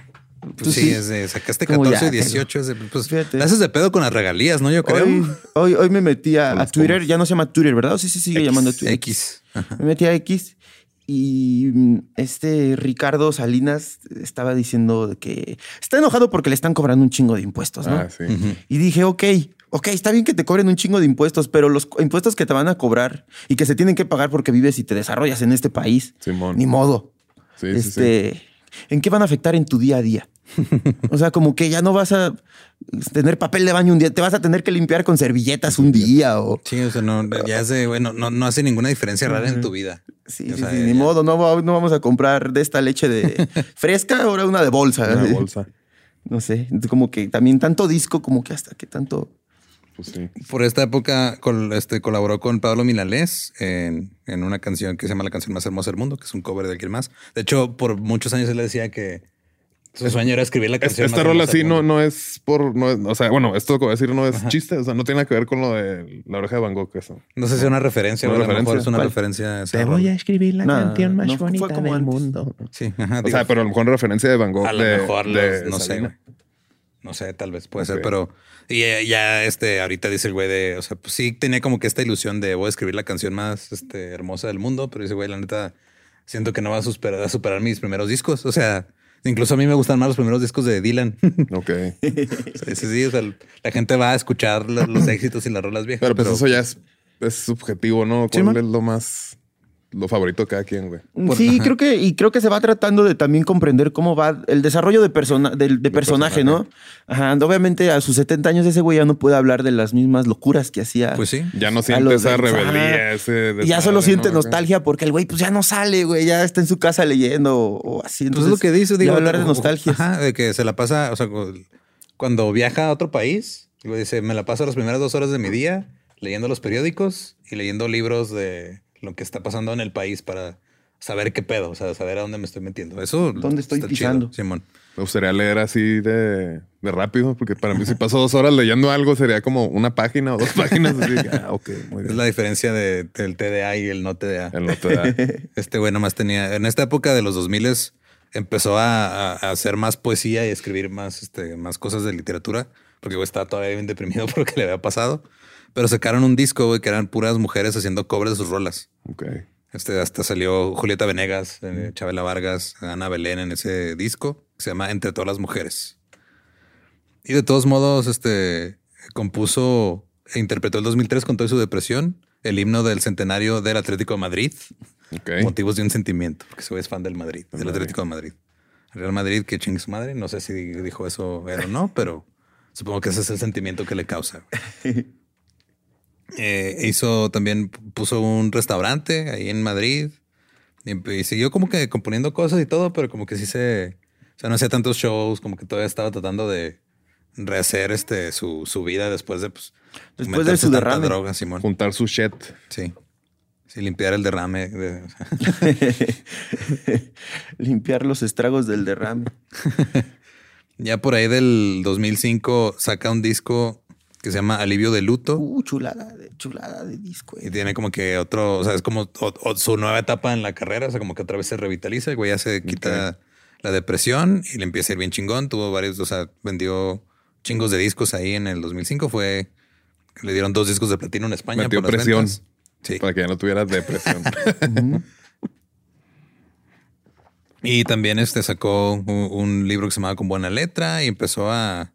Speaker 1: Pues sí, es de, sacaste
Speaker 3: Como ya,
Speaker 1: 14 y
Speaker 3: tengo.
Speaker 1: 18, es de, pues
Speaker 3: Fíjate.
Speaker 1: la haces de pedo con las regalías, ¿no? Yo creo.
Speaker 3: Hoy, hoy, hoy me metí a,
Speaker 2: Con
Speaker 3: a
Speaker 2: las
Speaker 3: Twitter,
Speaker 2: comas.
Speaker 3: ya no se llama Twitter, ¿verdad? ¿O sí se sigue llamando Twitter?
Speaker 1: X. Ah, Ajá.
Speaker 3: Me metí a X y mm, este Ricardo Salinas estaba diciendo de que está enojado porque le están cobrando un chingo de impuestos, ¿no?
Speaker 2: Ah, sí.
Speaker 1: Ujú.
Speaker 3: Y dije, ok, ok, está bien que te cobren un chingo de impuestos, pero los cu- impuestos que te van a cobrar y que se tienen que pagar porque vives y te desarrollas en este país,
Speaker 2: Simón.
Speaker 3: ni modo.
Speaker 2: Sí, sí, sí.
Speaker 3: este, ¿En qué van a afectar en tu día
Speaker 2: (laughs)
Speaker 3: a día? o sea, como que ya no vas a tener papel de baño un día, te vas a tener que limpiar con servilletas un día o...
Speaker 1: Sí, o sea, no, ya hace, bueno, no, no hace ninguna diferencia rara en tu vida.
Speaker 3: Sí,
Speaker 1: O
Speaker 3: sí,
Speaker 1: sea,
Speaker 3: sí,
Speaker 1: ya-
Speaker 3: ni modo, no, va- no vamos a comprar de esta leche (laughs) de fresca, ahora una de bolsa. (laughs)
Speaker 2: Una bolsa.
Speaker 3: No sé, como que también tanto disco, como que hasta que tanto...
Speaker 2: Pues sí.
Speaker 1: Por esta época col- este, colaboró con Pablo Milanés en, en una canción que se llama La canción más hermosa del mundo, que es un cover de alguien más. De hecho, por muchos años él decía que su sueño era escribir la
Speaker 2: Es-
Speaker 1: canción.
Speaker 2: esta
Speaker 1: más
Speaker 2: rola
Speaker 1: hermosa del
Speaker 2: sí no,
Speaker 1: mundo.
Speaker 2: no es por. No es- o sea, bueno, esto que voy a decir no es chiste. O sea, no tiene nada que ver con lo de la oreja de Van Gogh. Eso.
Speaker 1: No sé si es una referencia,
Speaker 2: Una
Speaker 1: o a lo mejor
Speaker 2: referencia.
Speaker 1: es una
Speaker 3: ¿Cuál?
Speaker 1: referencia. a esa
Speaker 4: Te voy
Speaker 1: rola.
Speaker 4: a escribir la
Speaker 3: No,
Speaker 4: canción más
Speaker 3: no, fue
Speaker 4: bonita
Speaker 3: como
Speaker 4: del
Speaker 3: antes.
Speaker 4: mundo.
Speaker 1: Sí,
Speaker 3: Ah,
Speaker 1: ajá.
Speaker 2: O sea, pero a lo mejor referencia de Van Gogh.
Speaker 1: a lo
Speaker 2: de-
Speaker 1: mejor,
Speaker 2: de
Speaker 1: los- no sé,
Speaker 2: Sabina.
Speaker 1: güey. No sé, tal vez puede ser,
Speaker 2: Ok.
Speaker 1: pero y ya, ya, este, ahorita dice el güey de, o sea, pues sí tenía como que esta ilusión de voy a escribir la canción más este, hermosa del mundo, pero dice, güey, la neta, siento que no va a superar, a superar mis primeros discos. O sea, incluso a mí me gustan más los primeros discos de Dylan. (laughs)
Speaker 3: (laughs)
Speaker 2: Ok.
Speaker 1: O sea, dice, sí, o sea, la gente va a escuchar lo- los, éxitos y las rolas viejas.
Speaker 2: Pero pues
Speaker 1: pero-
Speaker 2: eso ya es, es subjetivo, ¿no?
Speaker 3: Sí,
Speaker 2: ¿Cuál
Speaker 3: man.
Speaker 2: es lo más lo favorito de cada quien, güey?
Speaker 3: Mm, Sí, creo que, y creo que se va tratando de también comprender cómo va el desarrollo de, persona, del- de, personaje, ¿no? Ajá, obviamente a sus 70 años ese güey ya no puede hablar de las mismas locuras que hacía.
Speaker 1: Pues sí.
Speaker 2: Ya no
Speaker 3: los
Speaker 2: siente esa
Speaker 3: del-
Speaker 2: rebeldía,
Speaker 3: Ajá.
Speaker 2: ese
Speaker 3: Y ya solo
Speaker 2: desmadre,
Speaker 3: siente
Speaker 2: ¿no?
Speaker 3: nostalgia porque el güey pues ya no sale, güey, ya está en su casa leyendo o, o
Speaker 1: Pues es
Speaker 3: así. entonces,
Speaker 1: lo que dice,
Speaker 3: ya
Speaker 1: digo.
Speaker 3: hablar (laughs) de
Speaker 1: o-
Speaker 3: nostalgia.
Speaker 1: Ajá, de que se la pasa, o sea, cu- cuando viaja a otro país, digo, dice, me la paso las primeras dos horas de mi día leyendo los periódicos y leyendo libros de lo que está pasando en el país para saber qué pedo, o sea, saber a dónde me estoy metiendo. Eso.
Speaker 3: ¿Dónde estoy
Speaker 1: está
Speaker 3: pisando?
Speaker 1: Simón.
Speaker 2: Me gustaría leer así de, de rápido, porque para mí si paso dos horas leyendo algo sería como una página o dos (laughs) páginas. así, ah, ok, muy
Speaker 1: Es
Speaker 2: bien.
Speaker 1: la diferencia de- del TDA y el no TDA.
Speaker 2: Él no te da.
Speaker 3: (laughs)
Speaker 1: Este güey nomás tenía, en esta época de los 2000 empezó a, a- a hacer más poesía y escribir más, este, más cosas de literatura, porque güey, estaba todavía bien deprimido (laughs) por lo que le había pasado. Pero sacaron un disco güey, que eran puras mujeres haciendo covers de sus rolas.
Speaker 2: Ok.
Speaker 1: Este, hasta salió Julieta Venegas, eh, Chabela Vargas, Ana Belén en ese disco, que se llama Entre todas las mujeres. Y de todos modos, este compuso e interpretó el 2003 con toda su depresión el himno del centenario del Atlético de Madrid,
Speaker 2: Ok.
Speaker 1: motivos de un sentimiento, porque soy es fan del Madrid, del
Speaker 2: Madrid.
Speaker 1: Atlético de Madrid. Real Madrid, que chingue su madre. No sé si dijo eso él o no, pero supongo que ese es el sentimiento que le causa.
Speaker 3: (laughs)
Speaker 1: Eh, hizo también, puso un restaurante ahí en Madrid y, y siguió como que componiendo cosas y todo, pero como que sí se, o sea, no hacía tantos shows, como que todavía estaba tratando de rehacer este, su, su vida después de, pues,
Speaker 3: Después de
Speaker 1: meterse
Speaker 3: su
Speaker 1: tanta
Speaker 3: derrame.
Speaker 1: droga, Simón.
Speaker 2: Juntar su shit.
Speaker 1: Sí. Sí, limpiar el derrame. de-
Speaker 3: (laughs) Limpiar los estragos del derrame.
Speaker 1: ya por ahí del 2005 saca un disco que se llama Alivio de Luto.
Speaker 3: Uh, chulada, de, chulada de disco. eh.
Speaker 1: Y tiene como que otro, o sea, es como o- o su nueva etapa en la carrera, o sea, como que otra vez se revitaliza, el güey ya se quita la depresión y le empieza a ir bien chingón, tuvo varios, o sea, vendió chingos de discos ahí en el 2005, fue, le dieron dos discos de platino en España.
Speaker 2: Metió
Speaker 1: por las
Speaker 2: presión.
Speaker 1: ventas. Sí.
Speaker 2: Para que ya no tuvieras
Speaker 3: (laughs)
Speaker 2: depresión.
Speaker 1: Y también este sacó un, un libro que se llamaba Con Buena Letra y empezó a,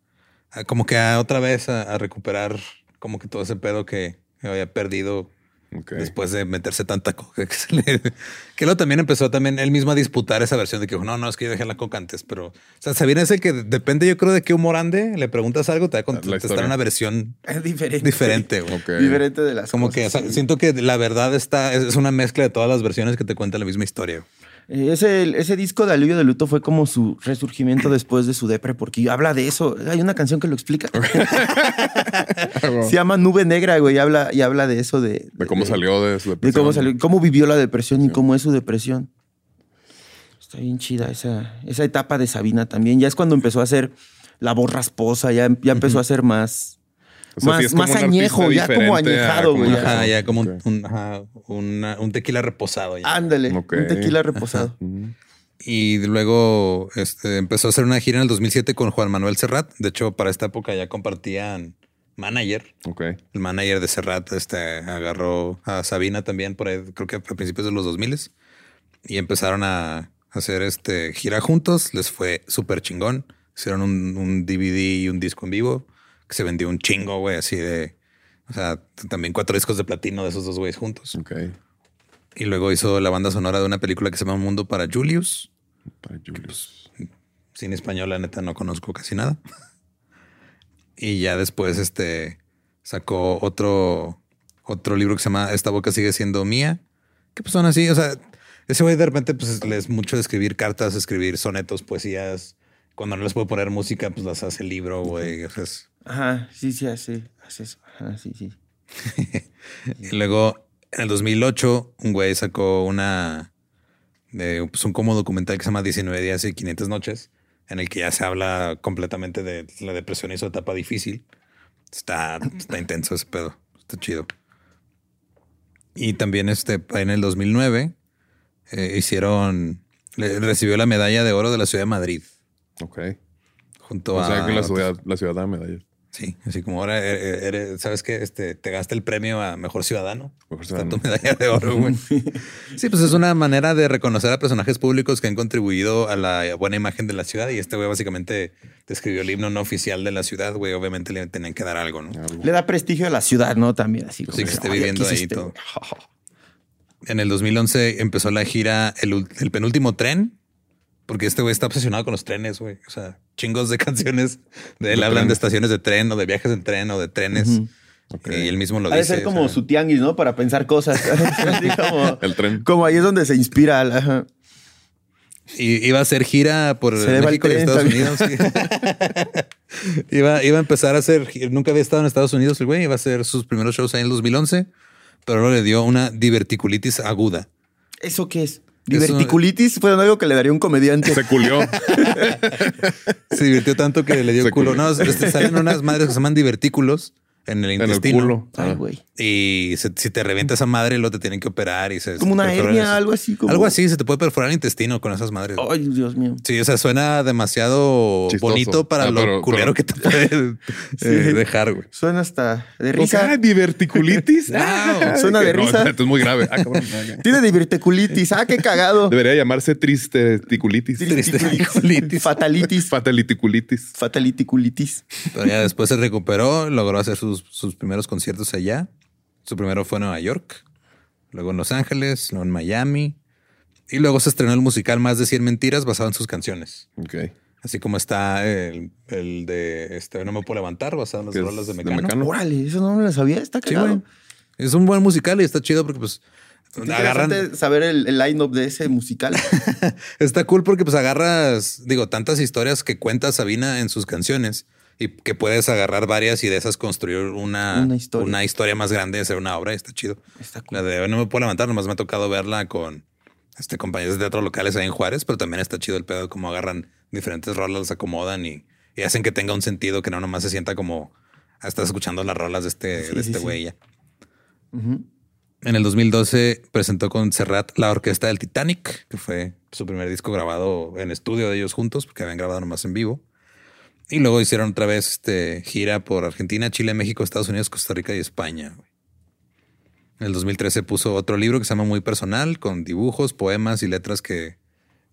Speaker 1: a como que a otra vez a, a recuperar como que todo ese pedo que había perdido
Speaker 2: Ok.
Speaker 1: después de meterse tanta coca que (laughs) se le... Que luego también empezó también él mismo a disputar esa versión de que no, no, es que yo dejé la coca antes, pero... O sea, Sabina es el que depende, yo creo, de qué humor ande, le preguntas algo, te va a contestar
Speaker 2: historia.
Speaker 1: una versión
Speaker 3: Es diferente. (laughs)
Speaker 1: diferente. güey.
Speaker 2: Ok.
Speaker 3: Diferente de las
Speaker 1: Como que o
Speaker 3: cosas,
Speaker 1: sea,
Speaker 3: sí.
Speaker 1: siento que la verdad está, es, es una mezcla de todas las versiones que te cuentan la misma historia.
Speaker 3: Eh, Ese, ese disco de Alivio de Luto fue como su
Speaker 1: (laughs)
Speaker 3: resurgimiento después de su depre, porque habla de eso. Hay una canción que lo explica.
Speaker 1: Ah,
Speaker 3: Se llama Nube Negra, güey, y habla, y habla de eso, de,
Speaker 2: De cómo salió de su
Speaker 3: de
Speaker 2: depresión.
Speaker 3: cómo salió, cómo vivió la depresión y cómo es su depresión. Está bien chida esa, esa etapa de Sabina también. Ya es cuando empezó a hacer la voz rasposa, ya, ya empezó a ser más,
Speaker 2: O sea,
Speaker 3: más,
Speaker 2: sí es como
Speaker 3: más
Speaker 2: un artista
Speaker 3: añejo, ya como
Speaker 2: diferente a
Speaker 3: añejado,
Speaker 2: como
Speaker 3: güey.
Speaker 2: empezó.
Speaker 3: ya.
Speaker 1: Ajá, ya como un,
Speaker 2: Ok.
Speaker 1: un- ajá, una- un tequila
Speaker 3: eh,
Speaker 1: reposado. Ya.
Speaker 3: Ándale,
Speaker 2: Ok.
Speaker 3: un tequila reposado.
Speaker 2: Ujú.
Speaker 1: Y luego este, empezó a hacer una gira en el 2007 con Juan Manuel Serrat. De hecho, para esta época ya compartían manager.
Speaker 2: Ok.
Speaker 1: El manager de Serrat este, agarró a Sabina también por ahí, creo que a principios de los 2000 y empezaron a hacer este gira juntos. Les fue súper chingón. Hicieron un, un DVD y un disco en vivo que se vendió un chingo, güey, así de. O sea, t- también cuatro discos de platino de esos dos güeyes juntos.
Speaker 2: Ok.
Speaker 1: Y luego hizo la banda sonora de una película que se llama Mundo para Julius.
Speaker 2: Para Julius.
Speaker 1: Sin español, la neta, no conozco casi nada. (laughs) Y ya después este, sacó otro, otro libro que se llama Esta boca sigue siendo mía. Que pues son así, o sea, ese güey de repente pues le es mucho de escribir cartas, escribir sonetos, poesías. Cuando no les puedo poner música, pues las hace el libro, güey. O sea, es-
Speaker 3: Ajá, sí, sí, así, hace eso. Ajá, sí, sí.
Speaker 1: Y luego, en el 2008, un güey sacó una, eh, pues un como documental que se llama 19 días y 500 noches, en el que ya se habla completamente de la depresión y su etapa difícil. Está, está intenso ese pedo, está chido. Y también este, en el 2009 eh, hicieron, le- recibió la medalla de oro de la Ciudad de Madrid
Speaker 2: Ok.
Speaker 3: Pues,
Speaker 1: junto
Speaker 2: O
Speaker 1: a...
Speaker 3: ah,
Speaker 2: sea que la
Speaker 1: otros-
Speaker 2: ciudad, la ciudad da medallas.
Speaker 1: Sí, así como ahora eres- eres- sabes que este, te gasta el premio a mejor ciudadano.
Speaker 2: Mejor
Speaker 1: Está
Speaker 2: ciudadano.
Speaker 1: tu medalla de oro,
Speaker 2: (laughs)
Speaker 1: güey. Sí, pues es una manera de reconocer a personajes públicos que han contribuido a la buena imagen de la ciudad. Y este güey básicamente describió el himno no oficial de la ciudad, güey. Obviamente le tenían que dar algo, ¿no?
Speaker 2: Algo.
Speaker 3: Le da prestigio a la ciudad, ¿no? También así. como
Speaker 1: Sí, que esté
Speaker 3: "Ay, aquí
Speaker 1: viviendo ahí y
Speaker 3: hiciste,
Speaker 1: todo.
Speaker 3: este güey".
Speaker 1: En el 2011 empezó la gira El, ul- el penúltimo tren, porque este güey está obsesionado con los trenes, güey. O sea, chingos de (laughs) canciones de él
Speaker 2: De
Speaker 1: hablan de
Speaker 2: trenes.
Speaker 1: estaciones de tren o de viajes en tren o de trenes.
Speaker 3: Ujú.
Speaker 2: Ok.
Speaker 1: Y él mismo (laughs) lo
Speaker 3: Ha de
Speaker 1: dice.
Speaker 3: ser
Speaker 1: o
Speaker 3: como
Speaker 1: sea.
Speaker 3: su tianguis, ¿no? Para pensar cosas. (laughs) Así como,
Speaker 2: El tren.
Speaker 3: como ahí es donde se inspira. la- ajá.
Speaker 1: Y iba a hacer gira por
Speaker 3: Se le va el
Speaker 1: México y
Speaker 3: tren
Speaker 1: Estados
Speaker 3: también.
Speaker 1: Unidos. sí. (laughs) iba, iba a empezar a hacer, gi- nunca había estado en Estados Unidos el güey, iba a hacer sus primeros shows ahí en el 2011, pero luego le dio una diverticulitis aguda.
Speaker 3: ¿Eso qué es?
Speaker 1: Eso-
Speaker 3: Diverticulitis fue algo que le daría un comediante.
Speaker 2: Se
Speaker 3: (laughs)
Speaker 2: culió.
Speaker 1: Se divirtió tanto que le dio
Speaker 2: Se
Speaker 1: culo.
Speaker 2: culió.
Speaker 1: No, este, salen unas madres que se llaman divertículos, en el
Speaker 2: En el
Speaker 1: intestino.
Speaker 2: culo.
Speaker 3: Ay,
Speaker 2: Ah.
Speaker 3: güey.
Speaker 1: Y se- si te revienta esa madre, lo te tienen que operar y se.
Speaker 3: Como una
Speaker 1: perforan eso.
Speaker 3: hernia, algo así. Como...
Speaker 1: Algo así, se te puede perforar el intestino con esas madres.
Speaker 3: Ay, Dios mío.
Speaker 1: Sí, o sea, suena demasiado
Speaker 2: Chistoso.
Speaker 1: bonito para
Speaker 2: Ah,
Speaker 1: lo
Speaker 2: pero-
Speaker 1: culero
Speaker 2: pero-
Speaker 1: que te
Speaker 2: (laughs)
Speaker 1: puede eh,
Speaker 3: Sí.
Speaker 1: dejar, güey.
Speaker 3: Suena hasta de
Speaker 2: O sea, (laughs)
Speaker 3: risa.
Speaker 2: diverticulitis.
Speaker 1: Wow.
Speaker 3: Ah, Suena de
Speaker 2: No,
Speaker 3: risa.
Speaker 2: esto es muy grave. Ah,
Speaker 3: (laughs)
Speaker 2: cabrón. Ah, ya.
Speaker 3: Tiene diverticulitis. Ah, qué cagado.
Speaker 2: Debería llamarse tristeticulitis.
Speaker 3: Diverticulitis. Fatalitis.
Speaker 2: Fataliticulitis.
Speaker 3: Fataliticulitis.
Speaker 1: Pero ya después se recuperó, logró hacer sus, sus primeros conciertos allá. Su primero fue en Nueva York, luego en Los Ángeles, luego en Miami. Y luego se estrenó el musical Más de 100 Mentiras basado en sus canciones.
Speaker 2: Ok.
Speaker 1: Así como está el, el de este, No me puedo levantar, basado en las
Speaker 2: Que es
Speaker 1: rolas de
Speaker 2: de
Speaker 1: Mecano.
Speaker 2: Mecano. No.
Speaker 3: Órale, eso no me lo sabía. Está
Speaker 1: Sí,
Speaker 3: cagado.
Speaker 1: güey. Es un buen musical y está chido porque pues agarran...
Speaker 3: Interesante saber el, el line-up de
Speaker 1: (laughs)
Speaker 3: ese musical.
Speaker 1: Está cool porque pues agarras, digo, tantas historias que cuenta Sabina en sus canciones y que puedes agarrar varias y de esas construir una,
Speaker 3: Una historia.
Speaker 1: una historia más grande de hacer una obra. y Está chido.
Speaker 3: Está cool.
Speaker 1: La de Hoy No me puedo levantar, nomás me ha tocado verla con este compañeros de teatro locales ahí en Juárez, pero también está chido el pedo de cómo agarran diferentes rolas, las acomodan y, y hacen que tenga un sentido que no nomás se sienta como "Ah, estás escuchando las rolas de este
Speaker 3: Sí,
Speaker 1: de
Speaker 3: sí,
Speaker 1: este
Speaker 3: sí.
Speaker 1: güey. ya.
Speaker 3: Ujú.
Speaker 1: En el 2012 presentó con Serrat la orquesta del Titanic, que fue su primer disco grabado en estudio de ellos juntos, porque habían grabado nomás en vivo. Y luego hicieron otra vez este, gira por Argentina, Chile, México, Estados Unidos, Costa Rica y España. güey. En el 2013 puso otro libro que se llama Muy Personal, con dibujos, poemas y letras que,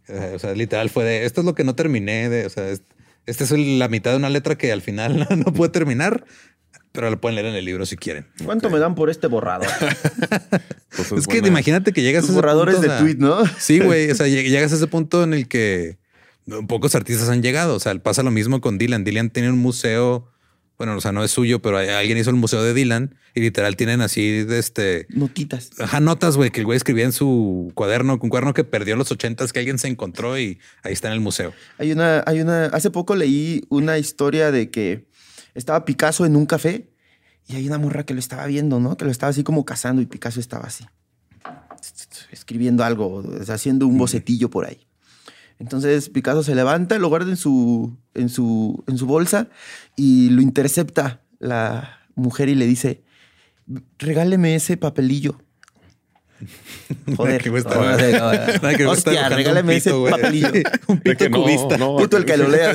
Speaker 1: eh, o sea, literal fue de, esto es lo que no terminé, de, o sea, es- esta es el- la mitad de una letra que al final (laughs) no, no pude terminar, pero la pueden leer en el libro si quieren.
Speaker 3: ¿Cuánto me dan por
Speaker 1: (laughs)
Speaker 3: este borrador?
Speaker 2: Pues
Speaker 1: Es, que
Speaker 2: buena.
Speaker 1: imagínate que llegas
Speaker 3: Sus
Speaker 1: a ese
Speaker 3: borradores
Speaker 1: punto,
Speaker 3: de
Speaker 1: o sea,
Speaker 3: tweet, ¿no?
Speaker 1: Sí, güey. O sea, lleg- llegas a ese punto en el que pocos artistas han llegado. O sea, pasa lo mismo con Dylan. Dylan tiene un museo. Bueno, o sea, no es suyo, pero hay- alguien hizo el museo de Dylan y literal tienen así de este.
Speaker 3: Notitas.
Speaker 1: Ajá, notas, güey, que el güey escribía en su cuaderno, un cuaderno que perdió en los ochentas, que alguien se encontró y ahí está en el museo. (laughs)
Speaker 3: Hay una, hay una, hace poco leí una historia de que estaba Picasso en un café y hay una morra que lo estaba viendo, ¿no? Que lo estaba así como cazando y Picasso estaba así, escribiendo algo, o sea, haciendo
Speaker 1: Mm.
Speaker 3: un bocetillo por ahí. Entonces Picasso se levanta, lo guarda en su, en su, en su bolsa y lo intercepta la mujer y le dice, regáleme
Speaker 1: (laughs)
Speaker 3: ese papelillo. Joder.
Speaker 1: Que güey está-
Speaker 3: no, no sé,
Speaker 1: (laughs)
Speaker 3: no, no.
Speaker 1: Nada que güey está
Speaker 3: Hostia,
Speaker 1: dibujando un
Speaker 3: regálame ese
Speaker 1: pito, güey.
Speaker 3: papelillo.
Speaker 1: (laughs) Un
Speaker 2: De
Speaker 1: pito
Speaker 2: que no,
Speaker 1: cubista.
Speaker 2: no,
Speaker 3: Puto el que
Speaker 1: (laughs)
Speaker 3: lo lea.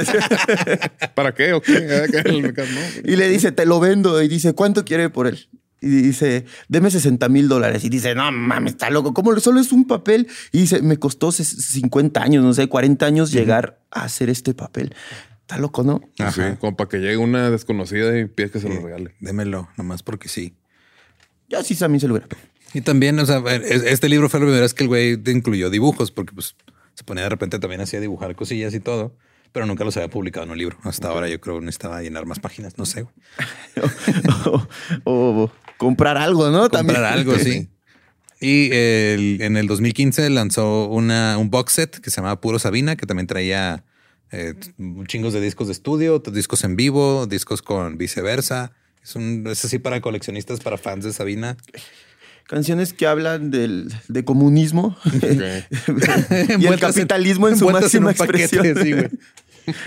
Speaker 2: ¿Para qué? ¿O qué? Ah, que el Mecano,
Speaker 1: (laughs)
Speaker 2: no.
Speaker 3: Y le dice, te lo vendo. Y dice, ¿cuánto quiere por él? Y dice, deme 60 mil dólares. Y dice, no mames, está loco. ¿Cómo? Solo es un papel. Y dice, me costó ses- 50 años, no sé, 40 años llegar a hacer este papel. Está loco, ¿no?
Speaker 2: Pues sí,
Speaker 1: Ajá.
Speaker 2: como para que llegue una desconocida y pides que se lo
Speaker 1: Sí,
Speaker 2: regale.
Speaker 1: Démelo, nomás porque sí.
Speaker 3: Yo sí también se lo hubiera.
Speaker 1: Y también, o sea, es- este libro fue la primera vez que el güey te incluyó dibujos, porque pues se ponía de repente también hacía dibujar cosillas y todo, pero nunca los había publicado en un libro. Hasta ahora yo creo que necesitaba llenar más páginas, no sé, güey.
Speaker 3: (laughs) o, o comprar algo, ¿no?
Speaker 1: comprar algo así. Y el- en el 2015 lanzó una, un box set que se llamaba Puro Sabina, que también traía eh, chingos de discos de estudio, discos en vivo, discos con viceversa. Es, un, es así para coleccionistas, para fans de Sabina.
Speaker 3: Canciones que hablan del, de comunismo (laughs)
Speaker 1: eh, (laughs)
Speaker 3: y el
Speaker 1: Envueltas en-
Speaker 3: capitalismo en, su
Speaker 1: envueltas en
Speaker 3: máxima
Speaker 1: un paquete, (laughs)
Speaker 3: expresión.
Speaker 1: sí, güey.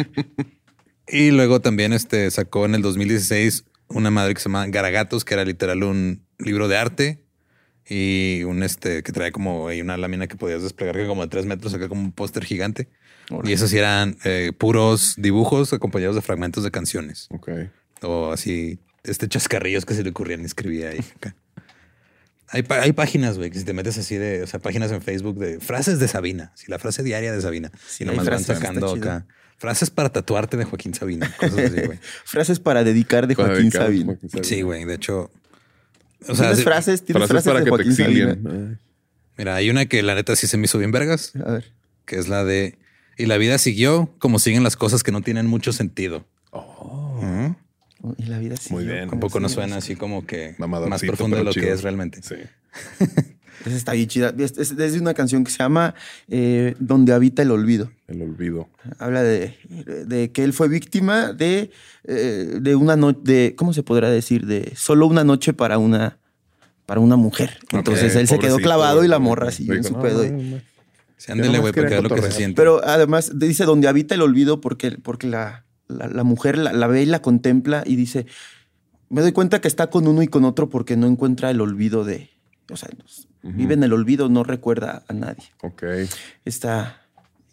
Speaker 1: (laughs) y luego también este, sacó en el 2016 una madre que se llama Garagatos, que era literal un libro de arte y un este que traía como ahí una lámina que podías desplegar que como de tres metros, acá como un póster gigante. Y esos sí eran eh, puros dibujos acompañados de fragmentos de canciones
Speaker 2: Ok.
Speaker 1: o así, este chascarrillos que se le ocurrían y escribía ahí. acá. Hay, pa- hay páginas, güey, que si te metes así de, o sea, páginas en Facebook de frases de Sabina, si la frase diaria de Sabina, y
Speaker 3: Sí, hay
Speaker 1: nomás van
Speaker 3: frases, está
Speaker 1: sacando
Speaker 3: chido.
Speaker 1: acá. Frases para tatuarte de Joaquín Sabina, cosas así, güey.
Speaker 3: Frases para dedicar de
Speaker 2: Para
Speaker 3: Joaquín
Speaker 2: dedicar a
Speaker 3: Sabina.
Speaker 2: Joaquín Sabina.
Speaker 1: Sí, güey, de hecho. O sea,
Speaker 3: ¿Tienes
Speaker 1: sí-
Speaker 3: frases? ¿Tienes
Speaker 2: Frases
Speaker 3: frases,
Speaker 2: para que
Speaker 3: de
Speaker 2: te
Speaker 3: Joaquín Sabina?
Speaker 2: exilien. ¿eh?
Speaker 1: mira, hay una que la neta sí se me hizo bien vergas,
Speaker 3: A ver.
Speaker 1: que es la de y la vida siguió como siguen las cosas que no tienen mucho sentido. Ujú.
Speaker 3: oh, Y la vida sí.
Speaker 2: Muy bien.
Speaker 1: Tampoco nos suena así como que más
Speaker 2: Mamadorcito,
Speaker 1: profundo de
Speaker 2: pero
Speaker 1: lo que
Speaker 2: chido.
Speaker 1: es realmente.
Speaker 2: Sí.
Speaker 3: Esa está bien chida. Es, es- es de una canción que se llama eh, Donde habita el olvido.
Speaker 2: El olvido.
Speaker 3: Habla de, de que él fue víctima de, eh, de una noche, de, ¿cómo se podrá decir? De solo una noche para una, para una mujer. Entonces
Speaker 2: Ok,
Speaker 3: él se quedó
Speaker 2: pobrecito,
Speaker 3: clavado y la
Speaker 2: güey.
Speaker 3: morra siguió en
Speaker 2: Dijo,
Speaker 3: su
Speaker 2: no,
Speaker 3: pedo. y-
Speaker 2: no, no.
Speaker 1: Sí, ándele,
Speaker 2: nomás
Speaker 1: güey, porque
Speaker 2: quería
Speaker 1: es lo que se
Speaker 2: cotorrear.
Speaker 1: siente.
Speaker 3: Pero además dice donde habita el olvido porque, porque la, la, la mujer la, la ve y la contempla y dice, me doy cuenta que está con uno y con otro porque no encuentra el olvido de. O sea, vive en el olvido, no recuerda a nadie.
Speaker 2: Ok.
Speaker 3: Está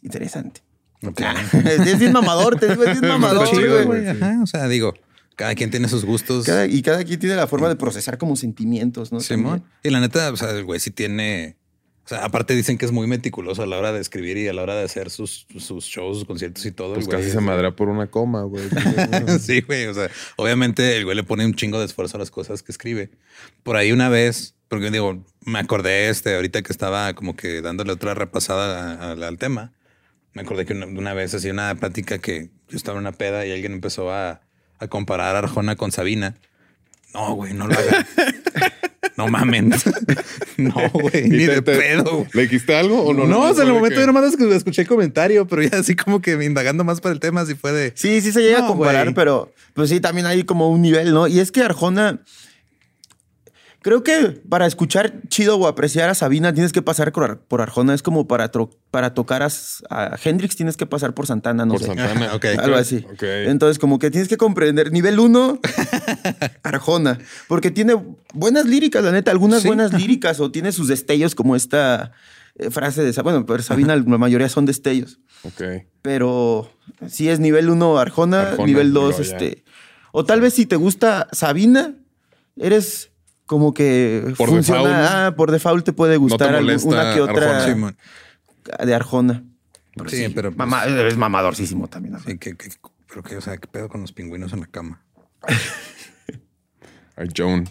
Speaker 3: interesante.
Speaker 1: Ok.
Speaker 3: (laughs) es bien mamador, te digo, es bien mamador.
Speaker 2: Está chido,
Speaker 3: güey.
Speaker 2: güey, sí.
Speaker 1: Ajá, o sea, digo, cada quien tiene sus gustos.
Speaker 3: Cada- y cada quien tiene la forma de procesar como sentimientos, ¿no?
Speaker 1: Simón. Y la neta, o sea, el güey sí tiene. O sea, aparte dicen que es muy meticuloso a la hora de escribir y a la hora de hacer sus, sus shows, sus conciertos y todo. el
Speaker 2: Pues
Speaker 1: güey
Speaker 2: casi
Speaker 1: es-
Speaker 2: se madrea por una
Speaker 1: (laughs)
Speaker 2: coma, güey.
Speaker 1: sí, güey. O sea, obviamente el güey le pone un chingo de esfuerzo a las cosas que escribe. Por ahí una vez, porque yo digo, me acordé este, ahorita que estaba como que dándole otra repasada a- a- al tema. Me acordé que una, una vez hacía una plática que yo estaba en una peda y alguien empezó a, a comparar a Arjona con Sabina. No, güey, no lo hagan.
Speaker 2: (laughs)
Speaker 1: no mamen. (laughs) no, güey, (laughs) ni
Speaker 2: Y te-
Speaker 1: de
Speaker 2: te-
Speaker 1: pedo. güey.
Speaker 2: ¿Le dijiste algo o no?
Speaker 1: No, o sea, en el
Speaker 2: Fue de
Speaker 1: momento
Speaker 2: que-
Speaker 1: yo nomás escu- escuché el comentario, pero ya así como que indagando más para el tema, así fue de...
Speaker 3: Sí, sí se llega
Speaker 1: No,
Speaker 3: a comparar,
Speaker 1: güey.
Speaker 3: pero pues sí, también hay como un nivel, ¿no? Y es que Arjona, creo que para escuchar chido o apreciar a Sabina tienes que pasar por, Ar- por Arjona. Es como para, tro- para tocar a, S- a Hendrix tienes que pasar por Santana, no
Speaker 2: Por
Speaker 3: sé.
Speaker 1: (laughs)
Speaker 2: Santana.
Speaker 1: ok.
Speaker 3: Algo así.
Speaker 2: Ok.
Speaker 3: Entonces, como que tienes que comprender. Nivel
Speaker 2: (laughs)
Speaker 3: uno, Arjona. Porque tiene buenas líricas, la neta. Algunas
Speaker 1: Sí,
Speaker 3: buenas líricas o tiene sus destellos como esta eh, frase de... Sa- Bueno, pero Sabina, la mayoría son destellos.
Speaker 2: Ok.
Speaker 3: Pero si es nivel 1 Arjona,
Speaker 2: Arjona,
Speaker 3: nivel 2
Speaker 2: no, ya.
Speaker 3: este. O tal vez si te gusta Sabina, eres como que
Speaker 2: Por
Speaker 3: funciona,
Speaker 2: default.
Speaker 3: ah, por default te puede gustar algu-
Speaker 2: molesta
Speaker 3: una que otra
Speaker 2: Arjona.
Speaker 1: Simón.
Speaker 3: de Arjona.
Speaker 1: Sí, pero pues-
Speaker 3: Mamá, es mamadorcísimo también. ¿no?
Speaker 1: Sí, que, que- pero que, o sea, qué pedo con los pingüinos en la cama.
Speaker 2: Ay, Joan.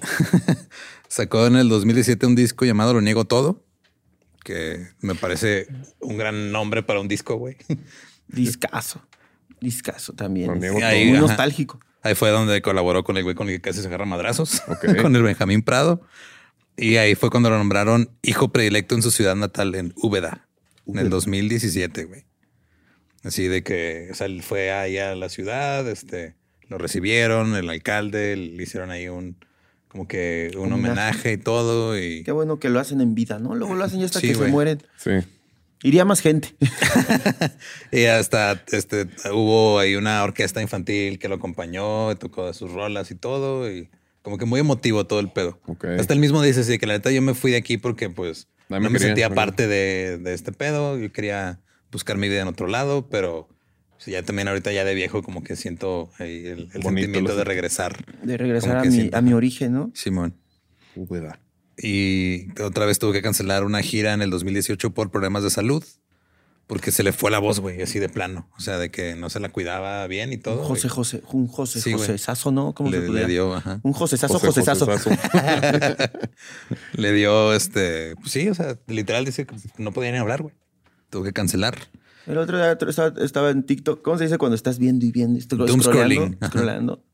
Speaker 1: Sacó en el 2017 un disco llamado Lo Niego Todo, que me parece un gran nombre para un disco, güey.
Speaker 3: Discaso. Discaso también.
Speaker 2: Lo
Speaker 3: es
Speaker 2: niego
Speaker 3: muy
Speaker 1: todo. Ajá.
Speaker 3: nostálgico.
Speaker 1: Ahí fue donde colaboró con el güey con el que casi se agarra a madrazos, (laughs)
Speaker 2: Ok.
Speaker 1: con el Benjamín Prado. Y ahí fue cuando lo nombraron hijo predilecto en su ciudad natal, en Úbeda, en el 2017, güey. Así de que, o sea, él fue allá a la ciudad, este, lo recibieron, el alcalde, le hicieron ahí un, como que un homenaje y todo. Y
Speaker 3: Qué bueno que lo hacen en vida, ¿no? Luego lo hacen ya hasta
Speaker 1: Sí,
Speaker 3: que
Speaker 1: güey.
Speaker 3: se mueren.
Speaker 2: Sí.
Speaker 3: Iría más gente.
Speaker 1: Y hasta este hubo ahí una orquesta infantil que lo acompañó, tocó sus rolas y todo, y como que muy emotivo todo el pedo.
Speaker 2: Ok.
Speaker 1: Hasta el mismo dice sí que la neta yo me fui de aquí porque pues
Speaker 2: Nadie
Speaker 1: no
Speaker 2: me
Speaker 1: me
Speaker 2: quería,
Speaker 1: sentía
Speaker 2: ¿no?
Speaker 1: parte de, de este pedo. Yo quería buscar mi vida en otro lado, pero pues, ya también ahorita ya de viejo como que siento ahí el, el
Speaker 2: Bonito
Speaker 1: sentimiento
Speaker 2: lo
Speaker 1: de
Speaker 2: siento.
Speaker 1: regresar.
Speaker 3: De regresar
Speaker 1: Como
Speaker 3: a
Speaker 1: que
Speaker 3: mi,
Speaker 1: siento.
Speaker 3: a mi origen, ¿no?
Speaker 1: Simón.
Speaker 2: Úbeda.
Speaker 1: Y otra vez tuvo que cancelar una gira en el 2018 por problemas de salud. Porque se le fue la voz, güey, así de plano. O sea, de que no se la cuidaba bien y todo. güey.
Speaker 3: Un José José, un José
Speaker 1: Sí, güey.
Speaker 3: José Sazo, ¿no? ¿Cómo se
Speaker 1: le, le
Speaker 3: pudiera?
Speaker 1: dio, ajá.
Speaker 3: Un José Sazo, José, Sazo. (laughs)
Speaker 1: Le dio este. pues sí, o sea, literal dice que no podía ni hablar, güey. Tuvo que cancelar.
Speaker 3: El otro día otro- estaba, estaba en TikTok. ¿Cómo se dice cuando estás viendo y viendo? Estoy
Speaker 1: Doom scrolling.
Speaker 3: scrolleando,
Speaker 1: Ajá.
Speaker 3: scrollando.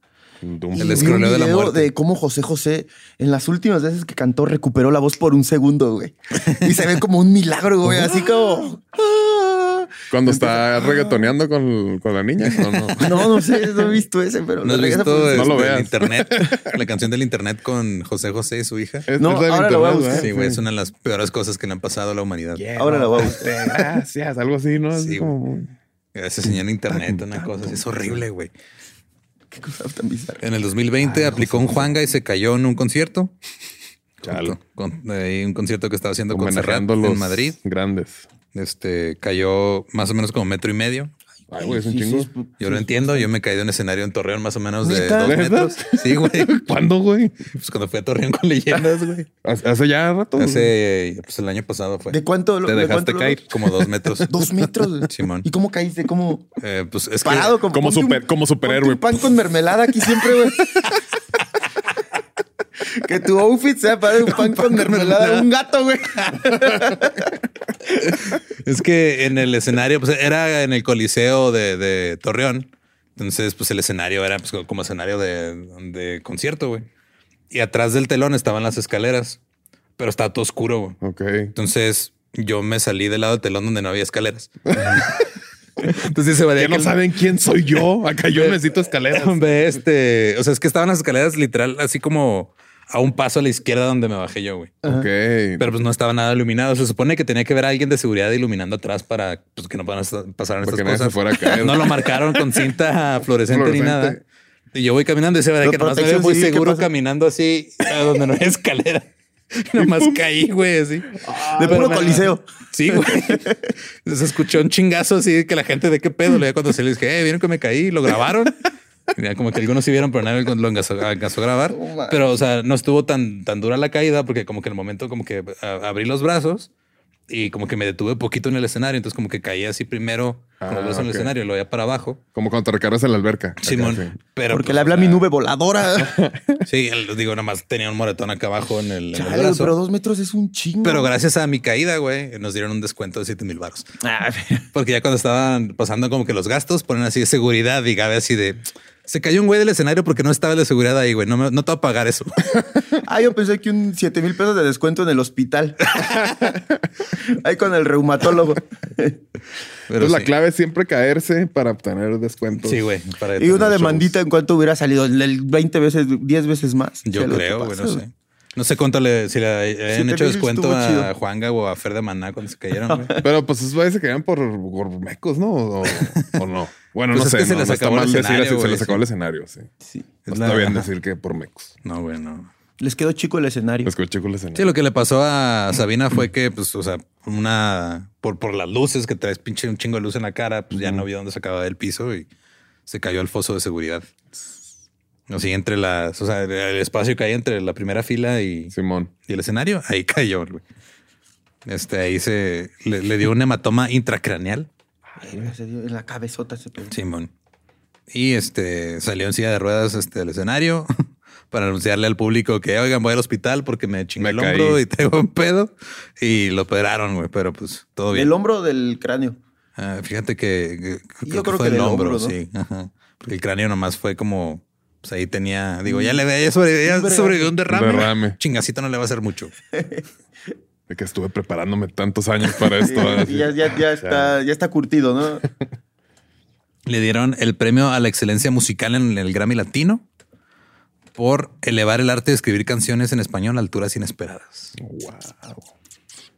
Speaker 2: Doom.
Speaker 3: Y
Speaker 1: El
Speaker 3: vi un
Speaker 1: scrolleo de la
Speaker 3: video
Speaker 1: muerte.
Speaker 3: de cómo José José, en las últimas veces que cantó, recuperó la voz por un segundo, güey. Y se ve como un milagro, güey.
Speaker 1: (laughs)
Speaker 3: Así como. ah.
Speaker 2: Cuando
Speaker 3: (laughs)
Speaker 2: está reggaetoneando con, con la niña. No, no.
Speaker 3: No, no sé, no he visto ese, pero
Speaker 1: ¿No
Speaker 3: lo
Speaker 1: has
Speaker 3: regresa
Speaker 1: visto
Speaker 3: por un
Speaker 1: este,
Speaker 2: No
Speaker 3: segundo.
Speaker 2: lo
Speaker 1: el
Speaker 2: veas. (laughs)
Speaker 1: internet? La canción del internet con José José y su hija.
Speaker 2: Es-
Speaker 3: No,
Speaker 2: es del
Speaker 3: ahora lo voy a
Speaker 2: internet,
Speaker 3: buscar.
Speaker 2: ¿verdad?
Speaker 1: Sí, güey, es una de las peores cosas que le han pasado a la humanidad.
Speaker 3: Ahora la voy a buscar.
Speaker 2: Gracias, algo así, ¿no?
Speaker 1: Sí,
Speaker 2: Así como muy-
Speaker 1: Ese señor en internet, una cosa así, es horrible, güey.
Speaker 3: Qué cosa tan bizarra.
Speaker 1: En el 2020 aplicó un Juanga y se cayó en un concierto.
Speaker 2: Chalo.
Speaker 1: Con- eh, un concierto que estaba haciendo con Serrat
Speaker 2: homenajeando
Speaker 1: en
Speaker 2: los
Speaker 1: Madrid.
Speaker 2: grandes.
Speaker 1: Este cayó más o menos como metro y medio. Ah,
Speaker 2: Ay, güey, es un
Speaker 3: Sí,
Speaker 2: chingo.
Speaker 3: sí,
Speaker 2: (laughs)
Speaker 3: es-
Speaker 1: Yo lo entiendo. Yo me caí de un escenario en Torreón más o menos de
Speaker 3: ¿Neta?
Speaker 1: dos
Speaker 2: ¿Neta?
Speaker 1: metros. Sí, güey.
Speaker 2: ¿Cuándo, güey?
Speaker 1: Pues cuando fui a Torreón con leyendas, güey.
Speaker 2: Hace hace ya rato. güey.
Speaker 1: Hace, pues el año pasado fue.
Speaker 3: ¿De cuánto lo
Speaker 2: Te
Speaker 3: de
Speaker 2: dejaste
Speaker 3: cuánto lo-
Speaker 2: caer.
Speaker 1: Como dos metros.
Speaker 3: (laughs) Dos metros. güey.
Speaker 1: (laughs) Simón.
Speaker 3: ¿Y cómo caíste? ¿Cómo?
Speaker 1: Eh, pues es que-
Speaker 3: Parado como,
Speaker 2: Como
Speaker 3: ponte un-
Speaker 2: super- como superhéroe.
Speaker 3: ponte un pan con mermelada aquí siempre, güey. que tu outfit sea para un pan con mermelada, un gato, güey.
Speaker 1: Es que en el escenario, pues era en el Coliseo de, de Torreón. Entonces, pues el escenario era pues, como escenario de, de concierto, güey. Y atrás del telón estaban las escaleras, pero estaba todo oscuro, güey.
Speaker 2: Ok.
Speaker 1: Entonces, yo me salí del lado del telón donde no había escaleras.
Speaker 2: (laughs)
Speaker 1: Entonces se veía
Speaker 2: Ya
Speaker 1: (laughs)
Speaker 2: no
Speaker 1: el-
Speaker 2: saben quién soy yo. Acá
Speaker 3: (laughs)
Speaker 2: yo necesito escaleras.
Speaker 1: Ve, este, o sea, es que estaban las escaleras literal así como a un paso a la izquierda donde me bajé yo, güey.
Speaker 2: Ok.
Speaker 1: Pero pues no estaba nada iluminado. Se supone que tenía que ver a alguien de seguridad iluminando atrás para pues, que no puedan pasar estas
Speaker 2: Porque nadie se
Speaker 1: cosas.
Speaker 2: fuera a caer.
Speaker 1: No lo marcaron con cinta fluorescente ni
Speaker 2: Fluorescente.
Speaker 1: nada. Y yo voy caminando y se ve
Speaker 3: Pero
Speaker 1: que nomás me veo
Speaker 3: protección
Speaker 1: muy
Speaker 3: civil, ¿qué
Speaker 1: seguro
Speaker 3: pasa?
Speaker 1: caminando así a donde no hay (laughs) escalera.
Speaker 2: (laughs)
Speaker 1: nomás caí, güey, así.
Speaker 3: De
Speaker 1: Pero
Speaker 3: puro
Speaker 1: me-
Speaker 3: coliseo.
Speaker 1: Sí, güey. Se escuchó un chingazo así que la gente de qué pedo. Le cuando se les dije, eh, vieron que me caí, lo grabaron. Y ya como que algunos sí vieron, pero nadie lo alcanzó, alcanzó a grabar.
Speaker 3: No mames.
Speaker 1: pero, o sea, no estuvo tan, tan dura la caída porque como que en el momento como que a- abrí los brazos y como que me detuve poquito en el escenario. Entonces como que caí así primero con los
Speaker 2: Ah,
Speaker 1: brazos en el
Speaker 2: ok.
Speaker 1: escenario, lo veía para abajo.
Speaker 2: Como cuando te recargas en la alberca.
Speaker 1: Simón,
Speaker 2: Acá, sí.
Speaker 1: pero
Speaker 3: Porque
Speaker 1: pues,
Speaker 3: le habla
Speaker 1: o sea,
Speaker 3: mi
Speaker 1: (laughs)
Speaker 3: nube voladora.
Speaker 1: Sí, él- digo, nada más tenía un moretón acá abajo en el, en el
Speaker 3: Chale, güey,
Speaker 1: brazo.
Speaker 3: pero
Speaker 1: Pero,
Speaker 3: dos metros es un chingo.
Speaker 1: gracias a mi caída, güey, nos dieron un descuento de 7 mil baros.
Speaker 3: Ah,
Speaker 1: Porque ya cuando estaban pasando como que los gastos, ponen así de seguridad y Gabe así de... Se cayó un güey del escenario porque no estaba el de seguridad ahí, güey. No, me- no te va a pagar eso.
Speaker 3: Ah, yo pensé que un 7 mil pesos de descuento en
Speaker 1: (laughs)
Speaker 3: el hospital. Ahí con el reumatólogo.
Speaker 1: Pero
Speaker 2: Entonces
Speaker 1: sí.
Speaker 2: la clave es siempre caerse para obtener descuentos.
Speaker 1: Sí, güey. para
Speaker 3: pues, Y una
Speaker 1: tener
Speaker 3: demandita en cuanto hubiera salido, el 20 veces, 10 veces más.
Speaker 1: shows. Yo
Speaker 3: Sé lo que
Speaker 1: creo, güey.
Speaker 3: pasa,
Speaker 1: No sé. No sé cuánto le... Si le han
Speaker 3: Siete
Speaker 1: hecho
Speaker 3: mil
Speaker 1: descuento
Speaker 3: estuvo
Speaker 1: a
Speaker 3: chido.
Speaker 1: Juanga o a Fer de Maná cuando se cayeron, güey.
Speaker 3: (laughs)
Speaker 2: Pero pues esos güeyes se quedan por gorbecos, ¿no? O, o no. Bueno,
Speaker 1: Pues
Speaker 2: no
Speaker 1: es
Speaker 2: sé.
Speaker 1: que se
Speaker 2: no,
Speaker 1: les
Speaker 2: no está
Speaker 1: acabó el
Speaker 2: mal decir
Speaker 1: escenario,
Speaker 2: así, se
Speaker 1: güey,
Speaker 2: les
Speaker 1: sí.
Speaker 2: acabó el escenario, sí.
Speaker 3: Sí.
Speaker 2: No
Speaker 1: Es
Speaker 2: está
Speaker 1: la-
Speaker 2: bien decir que por mecos.
Speaker 1: No, güey, no.
Speaker 3: Les quedó chico el escenario.
Speaker 1: Pues,
Speaker 2: Les escuché con el
Speaker 1: Sí,
Speaker 2: escenario.
Speaker 1: lo que le pasó a Sabina fue que, pues, o sea, una por, por las luces que traes pinche un chingo de luz en la cara, pues ya no vio dónde se acababa el piso y se cayó al foso de seguridad. Así entre las, o sea, el espacio que hay entre la primera fila y,
Speaker 2: Simón.
Speaker 1: y el escenario, ahí (laughs) cayó, güey. Este, ahí se le, le dio un hematoma intracraneal,
Speaker 3: Ay, se dio en la cabezota se pegó.
Speaker 1: Simón. Y este salió en silla de ruedas este, al escenario (laughs) para anunciarle al público que oigan, voy al hospital porque me chingué
Speaker 2: Me
Speaker 1: el
Speaker 2: caí.
Speaker 1: hombro y (laughs) tengo un pedo. Y lo operaron, güey, pero pues todo bien.
Speaker 3: Del hombro o del cráneo.
Speaker 1: Ah, fíjate que, que-
Speaker 3: Yo creo que del hombro, ¿no?
Speaker 1: sí. Ajá. Porque el cráneo nomás fue como, pues ahí tenía, digo,
Speaker 3: Mm.
Speaker 1: ya le veía, ya sobrevivió, ya
Speaker 3: Hombre.
Speaker 1: sobrevivió un derrame.
Speaker 2: Un derrame.
Speaker 1: Chingacito no le va a hacer mucho.
Speaker 2: De que estuve preparándome tantos años
Speaker 3: (laughs)
Speaker 2: para esto. así.
Speaker 3: Y ya, ya-
Speaker 2: Ah,
Speaker 3: ya está, ya está curtido, ¿no?
Speaker 1: Le dieron el premio a la excelencia musical en el Grammy Latino por elevar el arte de escribir canciones en español a alturas inesperadas.
Speaker 2: Wow.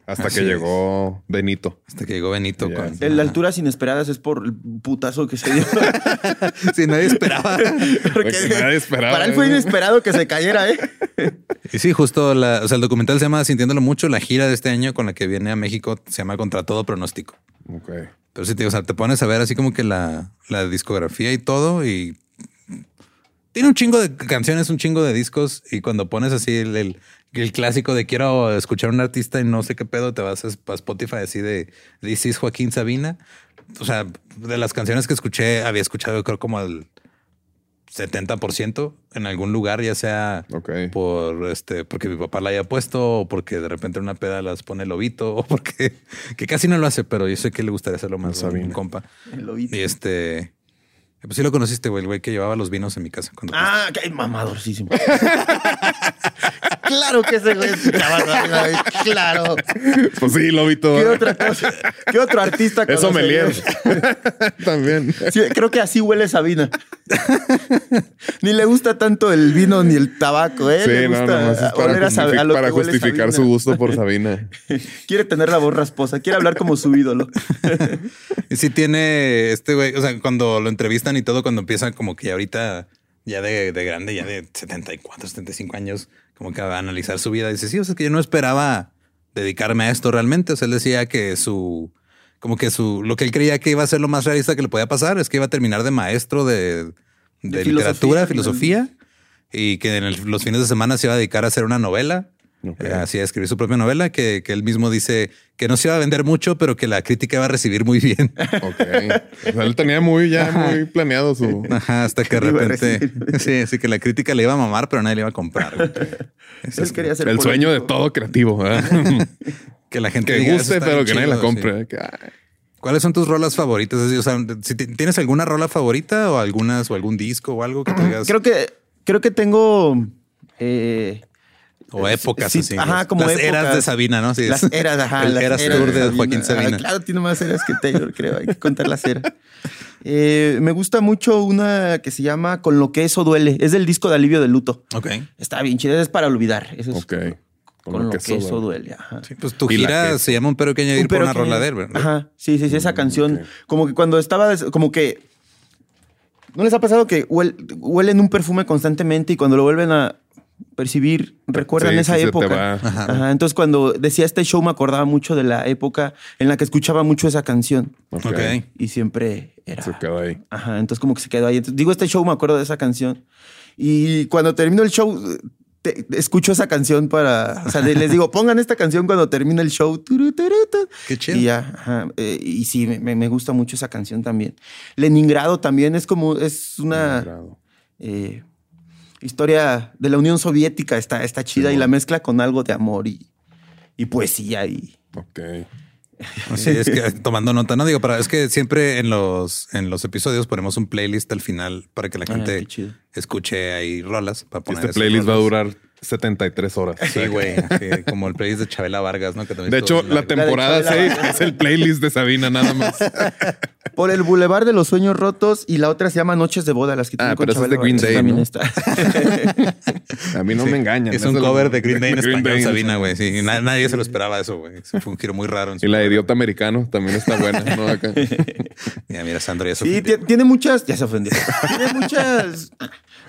Speaker 2: Hasta
Speaker 1: Así
Speaker 2: que
Speaker 1: es.
Speaker 2: llegó Benito.
Speaker 1: Hasta que llegó Benito
Speaker 2: Ya.
Speaker 1: con...
Speaker 3: En las alturas inesperadas es por el putazo que
Speaker 2: (laughs)
Speaker 3: se dio.
Speaker 1: (laughs) Sí, nadie esperaba.
Speaker 3: Porque
Speaker 2: Porque Pues nadie esperaba,
Speaker 3: Para él fue
Speaker 2: ¿no?
Speaker 3: inesperado que se
Speaker 2: (laughs)
Speaker 3: cayera, ¿eh?
Speaker 1: Y sí, justo la- o sea, el documental se llama Sintiéndolo Mucho, la gira de este año con la que viene a México se llama Contra Todo Pronóstico.
Speaker 2: Ok.
Speaker 1: Pero sí, te, digo, o sea, te pones a ver así como que la, la discografía y todo y tiene un chingo de canciones, un chingo de discos y cuando pones así el, el- el clásico de quiero escuchar a un artista y no sé qué pedo, te vas a, a Spotify así de This is Joaquín Sabina. O sea, de las canciones que escuché, había escuchado yo creo como el 70% en algún lugar, ya sea
Speaker 2: Ok.
Speaker 1: por este, porque mi papá la haya puesto, o porque de repente en una peda las pone el lobito, o porque (laughs) que casi no lo hace, pero yo sé que le gustaría hacerlo más a un
Speaker 2: Sabina.
Speaker 1: compa.
Speaker 3: El
Speaker 1: Y
Speaker 3: lobito.
Speaker 1: este, pues sí lo conociste, güey, el güey que llevaba los vinos en mi casa. Cuando
Speaker 3: Ah,
Speaker 2: (laughs)
Speaker 3: que mamadorcísimo. claro que ese güey es mamador, güey, Claro.
Speaker 2: (laughs) Pues sí, lobito.
Speaker 3: ¿Qué otra cosa? ¿Qué otro artista
Speaker 2: Es
Speaker 3: conocerías?
Speaker 2: sommelier. (laughs) También.
Speaker 3: Sí, creo que así huele Sabina. ni le gusta tanto el vino ni el tabaco, ¿eh? le
Speaker 2: Sí, no,
Speaker 3: gusta
Speaker 2: nomás es
Speaker 3: oler
Speaker 2: para,
Speaker 3: a Sa- a
Speaker 2: justific-
Speaker 3: lo que
Speaker 2: para
Speaker 3: huele
Speaker 2: justificar su
Speaker 3: Sabina.
Speaker 2: gusto
Speaker 3: (laughs)
Speaker 2: por Sabina.
Speaker 3: Quiere tener la voz rasposa, quiere hablar como su ídolo.
Speaker 1: (laughs) Y sí tiene este güey, o sea, cuando lo entrevistan y todo, cuando empieza como que ahorita ya de, de grande, ya de 74, 75 años, como que va a analizar su vida. Dice, sí, o sea, que yo no esperaba dedicarme a esto realmente. O sea, él decía que su, como que su, lo que él creía que iba a ser lo más realista que le podía pasar es que iba a terminar de maestro de, de
Speaker 3: De
Speaker 1: literatura,
Speaker 3: filosofía.
Speaker 1: filosofía, y que en el- los fines de semana se iba a dedicar a hacer una novela.
Speaker 2: Ok.
Speaker 1: Eh, Así a escribir su propia novela, que, que él mismo dice que no se iba a vender mucho, pero que la crítica iba a recibir muy
Speaker 2: (laughs)
Speaker 1: bien.
Speaker 2: Ok. O sea, él tenía muy, ya muy planeado
Speaker 3: (laughs)
Speaker 2: su.
Speaker 1: Ajá, hasta que
Speaker 3: ¿Qué
Speaker 1: de
Speaker 3: le iba a
Speaker 1: repente. (laughs)
Speaker 3: decir?
Speaker 1: Sí, así que la crítica le iba a mamar, pero nadie le iba a comprar. güey. Eso
Speaker 3: Él
Speaker 1: es
Speaker 3: quería ser
Speaker 2: El sueño de
Speaker 3: político.
Speaker 2: todo creativo.
Speaker 3: (laughs)
Speaker 2: ¿verdad? (laughs)
Speaker 1: Que la gente
Speaker 2: que
Speaker 1: diga, "Eso
Speaker 2: guste,
Speaker 1: está
Speaker 2: pero
Speaker 1: bien
Speaker 2: que nadie
Speaker 1: chido",
Speaker 2: la
Speaker 1: sí.
Speaker 2: compre. ¿eh? Que, ay,
Speaker 1: ¿Cuáles son tus rolas favoritas? Así, O sea, si ti- tienes alguna rola favorita o algunas o algún disco o algo que
Speaker 2: (clears throat)
Speaker 1: te digas
Speaker 3: Creo que, creo que tengo. eh,
Speaker 1: o épocas
Speaker 3: sí,
Speaker 1: así.
Speaker 3: ajá,
Speaker 1: las-
Speaker 3: como
Speaker 1: las eras
Speaker 3: épocas.
Speaker 1: de Sabina, ¿no? Sí,
Speaker 3: las
Speaker 1: es-
Speaker 3: eras, ajá.
Speaker 1: (laughs) el
Speaker 3: las
Speaker 1: eras
Speaker 3: eras
Speaker 1: tour de Joaquín
Speaker 3: Sabina.
Speaker 1: Sabina.
Speaker 3: Ah, claro, tiene más eras que Taylor, creo. Hay que contar las eras. Eh, me gusta mucho una que se llama Con lo que eso duele. Es del disco de alivio de luto.
Speaker 1: Ok.
Speaker 3: Está bien chida, es para olvidar. Eso
Speaker 1: Pues
Speaker 3: es
Speaker 2: Ok.
Speaker 3: con, lo que, eso duele. ajá.
Speaker 1: Sí, pues tu
Speaker 2: Y la
Speaker 1: gira
Speaker 2: que-
Speaker 1: se llama un pero que añadir
Speaker 3: Un pero
Speaker 1: por una
Speaker 3: que-
Speaker 1: rola de él, ¿verdad?
Speaker 2: Mm,
Speaker 3: Ajá. Sí, sí, sí, esa canción.
Speaker 2: ok.
Speaker 3: Como que cuando estaba, des- como que ¿No les ha pasado que huel- huelen un perfume constantemente y cuando lo vuelven a percibir recuerdan
Speaker 2: Sí,
Speaker 3: esa
Speaker 2: sí se te va.
Speaker 3: época?
Speaker 2: Ajá.
Speaker 3: Ajá, entonces cuando decía este show me acordaba mucho de la época en la que escuchaba mucho esa canción
Speaker 2: Ok.
Speaker 1: Ok.
Speaker 3: y siempre era...
Speaker 2: Se quedó ahí.
Speaker 3: Ajá, entonces como que se quedó ahí. Entonces, digo, este show me acuerdo de esa canción. Y cuando termino el show, te- te escucho esa canción para... O sea, de- les digo, (laughs) pongan esta canción cuando termine el show. Turu, turu, tu.
Speaker 1: Qué chido.
Speaker 3: Y
Speaker 1: (laughs)
Speaker 3: ya, ajá. Eh, y sí, me, me- me gusta mucho esa canción también. Leningrado también es como... Es una
Speaker 2: Grado.
Speaker 3: eh, historia de la Unión Soviética. Está, está chida y la mezcla con algo de amor y, y poesía y...
Speaker 2: Ok.
Speaker 1: Así es (laughs) que tomando nota, no digo, pero es que siempre en los en los episodios ponemos un playlist al final para que la
Speaker 3: Ah,
Speaker 1: gente
Speaker 3: qué chido.
Speaker 1: escuche ahí rolas para poner.
Speaker 2: Este
Speaker 1: esas
Speaker 2: playlist va a
Speaker 1: rolas.
Speaker 2: durar 73 horas.
Speaker 1: Sí, güey. así como el playlist de Chabela Vargas, ¿no? Que también
Speaker 2: De
Speaker 1: estuvo
Speaker 2: hecho,
Speaker 1: bien
Speaker 2: la
Speaker 1: largo.
Speaker 2: temporada
Speaker 3: La de
Speaker 2: 6 es el playlist de Sabina, nada
Speaker 3: (laughs)
Speaker 2: más.
Speaker 3: Por el Boulevard de los Sueños Rotos y la otra se llama Noches de Boda, las que tiene con
Speaker 2: Ah, pero esa es
Speaker 3: Chabelo
Speaker 2: de Green
Speaker 3: Vargas,
Speaker 2: Day,
Speaker 3: también
Speaker 2: ¿no? (laughs)
Speaker 3: está.
Speaker 2: A mí no
Speaker 1: Sí.
Speaker 2: me engañan.
Speaker 1: Es un
Speaker 2: el-
Speaker 1: cover de Green Day en español,
Speaker 2: Day.
Speaker 1: Sabina, güey. Sí, na- nadie se lo esperaba eso, güey. Eso Fue un giro muy raro. en su-
Speaker 2: Y la de Idiota Americano también está buena, ¿no? Acá.
Speaker 1: Mira, mira, Sandro, ya se
Speaker 3: (laughs) Sí,
Speaker 1: ofendió.
Speaker 3: tie- tiene muchas, ya se ofendió. tiene muchas,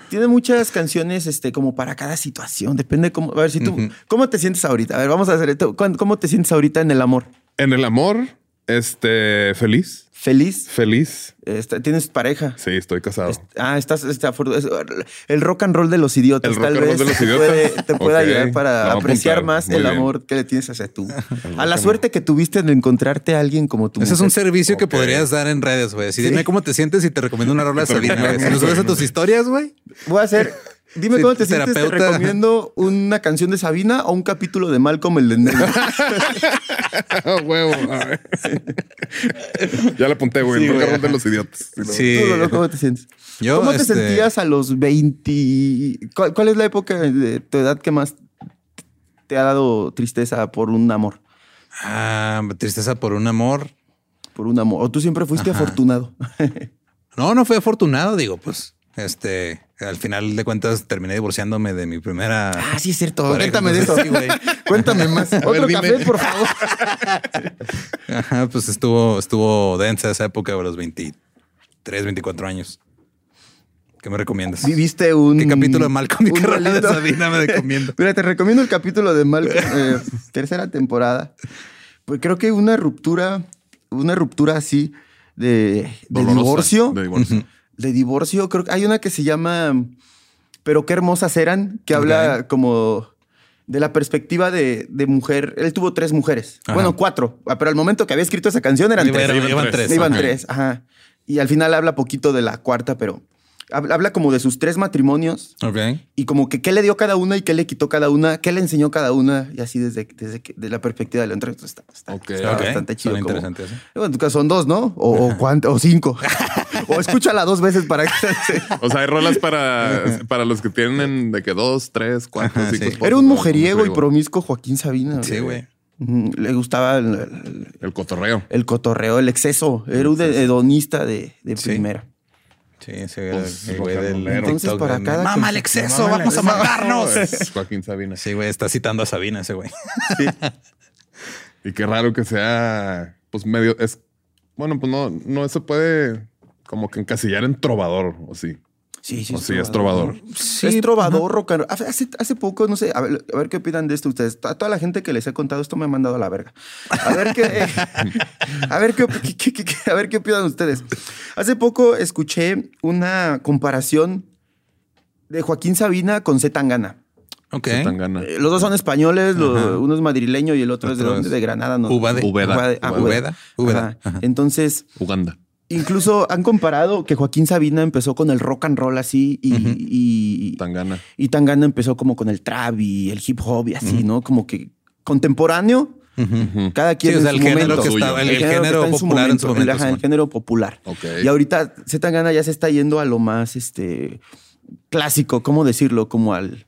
Speaker 3: tiene muchas canciones, este, como para cada situación. Depende cómo, a ver si tú, cómo te sientes ahorita. A ver, vamos a hacer esto. ¿Cuán- ¿Cómo te sientes ahorita en el amor?
Speaker 2: En el amor, este, feliz.
Speaker 3: Feliz.
Speaker 2: Feliz.
Speaker 3: Está- Tienes pareja.
Speaker 2: Sí, estoy
Speaker 3: (laughs)
Speaker 2: casado.
Speaker 3: Ah, estás, está for- es- el rock and roll de los idiotas.
Speaker 2: El rock
Speaker 3: tal
Speaker 2: and roll
Speaker 3: vez
Speaker 2: de los
Speaker 3: te
Speaker 2: idiotas.
Speaker 3: puede, te puede
Speaker 2: Ok,
Speaker 3: ayudar
Speaker 2: lo
Speaker 3: para
Speaker 2: voy a
Speaker 3: apreciar
Speaker 2: apuntar.
Speaker 3: más
Speaker 2: Muy
Speaker 3: el
Speaker 2: bien.
Speaker 3: amor que le tienes hacia tú. A la suerte que tuviste de encontrarte a alguien como tú.
Speaker 1: Ese es un servicio
Speaker 2: Ok.
Speaker 1: que podrías dar en redes, güey. Así dime cómo te sientes y te recomiendo una (laughs) rola de Sabina, güey. Si nos subes a tus historias, güey.
Speaker 3: Voy a hacer. Dime
Speaker 1: Sí,
Speaker 3: cómo te sientes. Te
Speaker 1: terapeuta.
Speaker 3: recomiendo una canción de Sabina o un capítulo de Malcolm el de en medio.
Speaker 2: Ah, huevo. a ver. ya la apunté, güey.
Speaker 3: Sí,
Speaker 2: el rock and
Speaker 3: güey.
Speaker 2: roll de los idiotas.
Speaker 1: Sí.
Speaker 3: Tú, Lolo, ¿Cómo te sientes?
Speaker 1: Yo,
Speaker 3: ¿Cómo
Speaker 1: este-
Speaker 3: te sentías a los 20? ¿Cuál, cuál es la época de tu edad que más te ha dado tristeza por un amor?
Speaker 1: Ah, tristeza por un amor.
Speaker 3: Por un amor. O tú siempre fuiste afortunado.
Speaker 1: No, no fui afortunado, digo, pues, este, al final de cuentas terminé divorciándome de mi primera.
Speaker 3: Ah, sí, es cierto.
Speaker 1: Por
Speaker 3: Cuéntame de eso.
Speaker 1: ejemplo, sí, güey.
Speaker 3: Cuéntame más.
Speaker 2: ver,
Speaker 3: Otro
Speaker 2: dime.
Speaker 3: café, por favor.
Speaker 1: (laughs) Ajá, pues estuvo, estuvo densa esa época de los 23, 24 años. ¿Qué me recomiendas?
Speaker 3: Viviste un.
Speaker 1: ¿Qué capítulo de Malcolm y
Speaker 3: un
Speaker 1: qué rola de
Speaker 3: duelito.
Speaker 1: Sabina me
Speaker 3: (laughs)
Speaker 1: recomiendo?
Speaker 3: Mira, te recomiendo el capítulo de Malcolm, eh, tercera temporada. Pues creo que una ruptura, una ruptura así de, de
Speaker 2: Dolorosa,
Speaker 3: divorcio,
Speaker 2: De
Speaker 3: de...
Speaker 2: divorcio.
Speaker 3: divorcio, creo que hay una que se llama Pero qué hermosas eran, que habla como de la perspectiva de, de mujer. Él tuvo tres mujeres,
Speaker 1: Ajá.
Speaker 3: bueno, cuatro, ah, pero al momento que había escrito esa canción eran
Speaker 1: Iba-
Speaker 3: tres.
Speaker 1: iban
Speaker 2: iban
Speaker 1: tres.
Speaker 3: Me iban
Speaker 1: ajá.
Speaker 3: tres, ajá. Y al final habla poquito de la cuarta, pero habla habla como de sus tres matrimonios
Speaker 1: Ok.
Speaker 3: y como que qué le dio cada una y qué le quitó cada una, qué le enseñó cada una, y así desde, desde que- de la perspectiva de la entrevista. Está, está,
Speaker 2: Ok.
Speaker 3: está
Speaker 1: Ok.
Speaker 3: bastante chido.
Speaker 1: Suena
Speaker 3: como-
Speaker 1: interesante eso.
Speaker 3: Bueno, en tu caso son dos, ¿no? O, o cuánto-
Speaker 1: (laughs)
Speaker 3: o cinco. o escúchala dos veces para que...
Speaker 2: O sea, hay rolas para, para los que tienen de que dos, tres, cuatro,
Speaker 1: Ajá,
Speaker 2: cinco.
Speaker 1: sí.
Speaker 2: esposas,
Speaker 3: Era un
Speaker 2: ¿no?
Speaker 3: mujeriego y
Speaker 2: Mujeriego.
Speaker 3: promiscuo Joaquín Sabina.
Speaker 1: Sí, güey.
Speaker 3: Ujú, Le gustaba el, el-
Speaker 2: El cotorreo.
Speaker 3: el cotorreo, el exceso. Era un hedonista de, de
Speaker 1: Sí.
Speaker 3: primera.
Speaker 1: Sí, sí,
Speaker 2: Pues,
Speaker 1: el güey
Speaker 2: rock and
Speaker 1: del
Speaker 2: rollero.
Speaker 3: Entonces,
Speaker 1: TikTok,
Speaker 3: para
Speaker 1: güey,
Speaker 3: cada
Speaker 1: ¡Mama
Speaker 3: cosa-
Speaker 1: el exceso!
Speaker 3: Mama el
Speaker 1: ¡Vamos a
Speaker 3: exceso.
Speaker 1: matarnos!
Speaker 2: Es Joaquín Sabina.
Speaker 1: Sí, güey, está citando a Sabina ese
Speaker 2: (laughs)
Speaker 1: güey.
Speaker 2: Y qué raro que sea, pues medio. Es bueno, pues no, no se puede como que encasillar en trovador o sí.
Speaker 3: Sí, sí.
Speaker 2: O sí, es trovador.
Speaker 3: es trovador, rock and roll. Hace- Hace, hace poco, no sé, a ver, a ver qué opinan de esto ustedes. A toda la gente que les he contado esto me ha mandado a la verga. A ver qué, (laughs) eh, a ver qué, op- qué- qué- qué- qué- a ver qué opinan ustedes. Hace poco escuché una comparación de Joaquín Sabina con C. Tangana.
Speaker 1: Ok.
Speaker 2: Tangana.
Speaker 3: Eh, Los dos son españoles, lo-
Speaker 1: Ah. Ajá.
Speaker 3: uno es madrileño y el otro es de,
Speaker 1: Otro
Speaker 3: dónde?
Speaker 1: es
Speaker 3: de Granada. ¿no?
Speaker 1: Ubade.
Speaker 2: Ubeda.
Speaker 3: ah,
Speaker 1: Ubeda. Ubeda.
Speaker 3: Ajá.
Speaker 1: Ajá.
Speaker 3: Entonces,
Speaker 2: Uganda.
Speaker 3: incluso han comparado que Joaquín Sabina empezó con el rock and roll así y- y,
Speaker 2: Tangana.
Speaker 3: y Tangana empezó como con el trap y el hip hop y así, ¿no? Como que contemporáneo, cada quien
Speaker 1: Sí, o sea,
Speaker 3: en
Speaker 1: el
Speaker 3: su
Speaker 1: género
Speaker 3: momento.
Speaker 1: que estaba- el
Speaker 3: que
Speaker 1: género
Speaker 3: está
Speaker 1: popular en su momento,
Speaker 3: ajá, El,
Speaker 1: Simón.
Speaker 3: género popular.
Speaker 2: Ok.
Speaker 3: Y ahorita Z Tangana ya se está yendo a lo más este clásico, ¿cómo decirlo? Como al...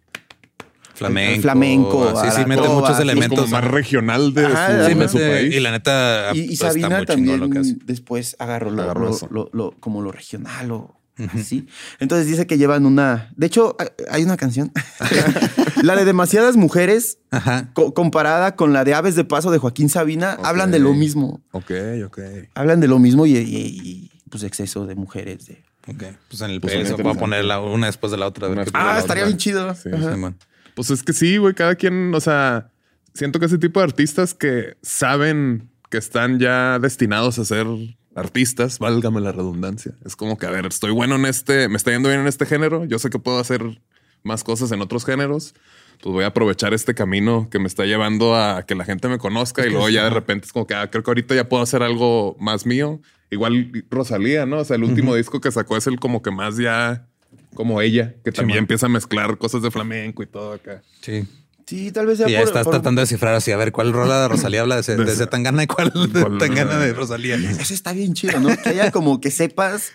Speaker 1: Flamenco. ah,
Speaker 3: flamenco,
Speaker 1: Sí,
Speaker 3: a
Speaker 1: sí,
Speaker 3: la
Speaker 1: mete
Speaker 3: trova,
Speaker 1: muchos
Speaker 3: sí,
Speaker 2: Pues
Speaker 1: elementos.
Speaker 2: como más regional de
Speaker 3: Ajá,
Speaker 2: su,
Speaker 3: sí,
Speaker 1: Sí,
Speaker 2: de
Speaker 3: me
Speaker 2: su
Speaker 1: mete-
Speaker 2: país.
Speaker 1: y la neta
Speaker 3: Y, y
Speaker 1: Ah, está
Speaker 3: Sabina
Speaker 1: muy chingón lo que hace.
Speaker 3: también después agarró, lo,
Speaker 2: Agarró
Speaker 3: lo-
Speaker 2: eso.
Speaker 3: lo- lo- como lo regional o así. Entonces dice que llevan una... De hecho, hay- hay una canción. (laughs) la de demasiadas mujeres
Speaker 1: Ajá.
Speaker 3: co- comparada con la de Aves de Paso de Joaquín Sabina,
Speaker 2: Ok.
Speaker 3: hablan de lo mismo.
Speaker 2: Ok, ok.
Speaker 3: Hablan de lo mismo y, y- y, pues exceso de mujeres, de
Speaker 1: Ok. Pues en el peso voy
Speaker 2: Pues suena
Speaker 1: a
Speaker 2: interesante.
Speaker 1: ponerla una después de la otra. a ver
Speaker 2: Una
Speaker 1: qué
Speaker 2: después
Speaker 1: tal.
Speaker 2: de la
Speaker 3: Ah,
Speaker 2: otra.
Speaker 3: estaría bien chido.
Speaker 2: Sí.
Speaker 3: Ajá.
Speaker 1: Simón.
Speaker 2: Pues es que sí, güey, cada quien, o sea, siento que ese tipo de artistas que saben que están ya destinados a ser artistas, válgame la redundancia. Es como que, a ver, estoy bueno en este, me está yendo bien en este género, yo sé que puedo hacer más cosas en otros géneros, pues voy a aprovechar este camino que me está llevando a que la gente me conozca y luego ya de repente es como que, ah, creo que ahorita ya puedo hacer algo más mío. Igual Rosalía, ¿no? O sea, el último disco que sacó es el como que más ya como ella, que también
Speaker 1: man.
Speaker 2: empieza a mezclar cosas de flamenco y todo acá.
Speaker 1: Sí.
Speaker 3: Sí, tal vez sea
Speaker 1: Y ya
Speaker 3: por-
Speaker 1: estás
Speaker 3: por-
Speaker 1: tratando de cifrar así, a ver cuál rola de Rosalía habla de ese, de ese Tangana y cuál de
Speaker 2: ¿Cuál?
Speaker 1: Tangana de
Speaker 2: (laughs)
Speaker 1: Rosalía.
Speaker 3: (laughs) Eso está bien chido, ¿no? Que haya como que sepas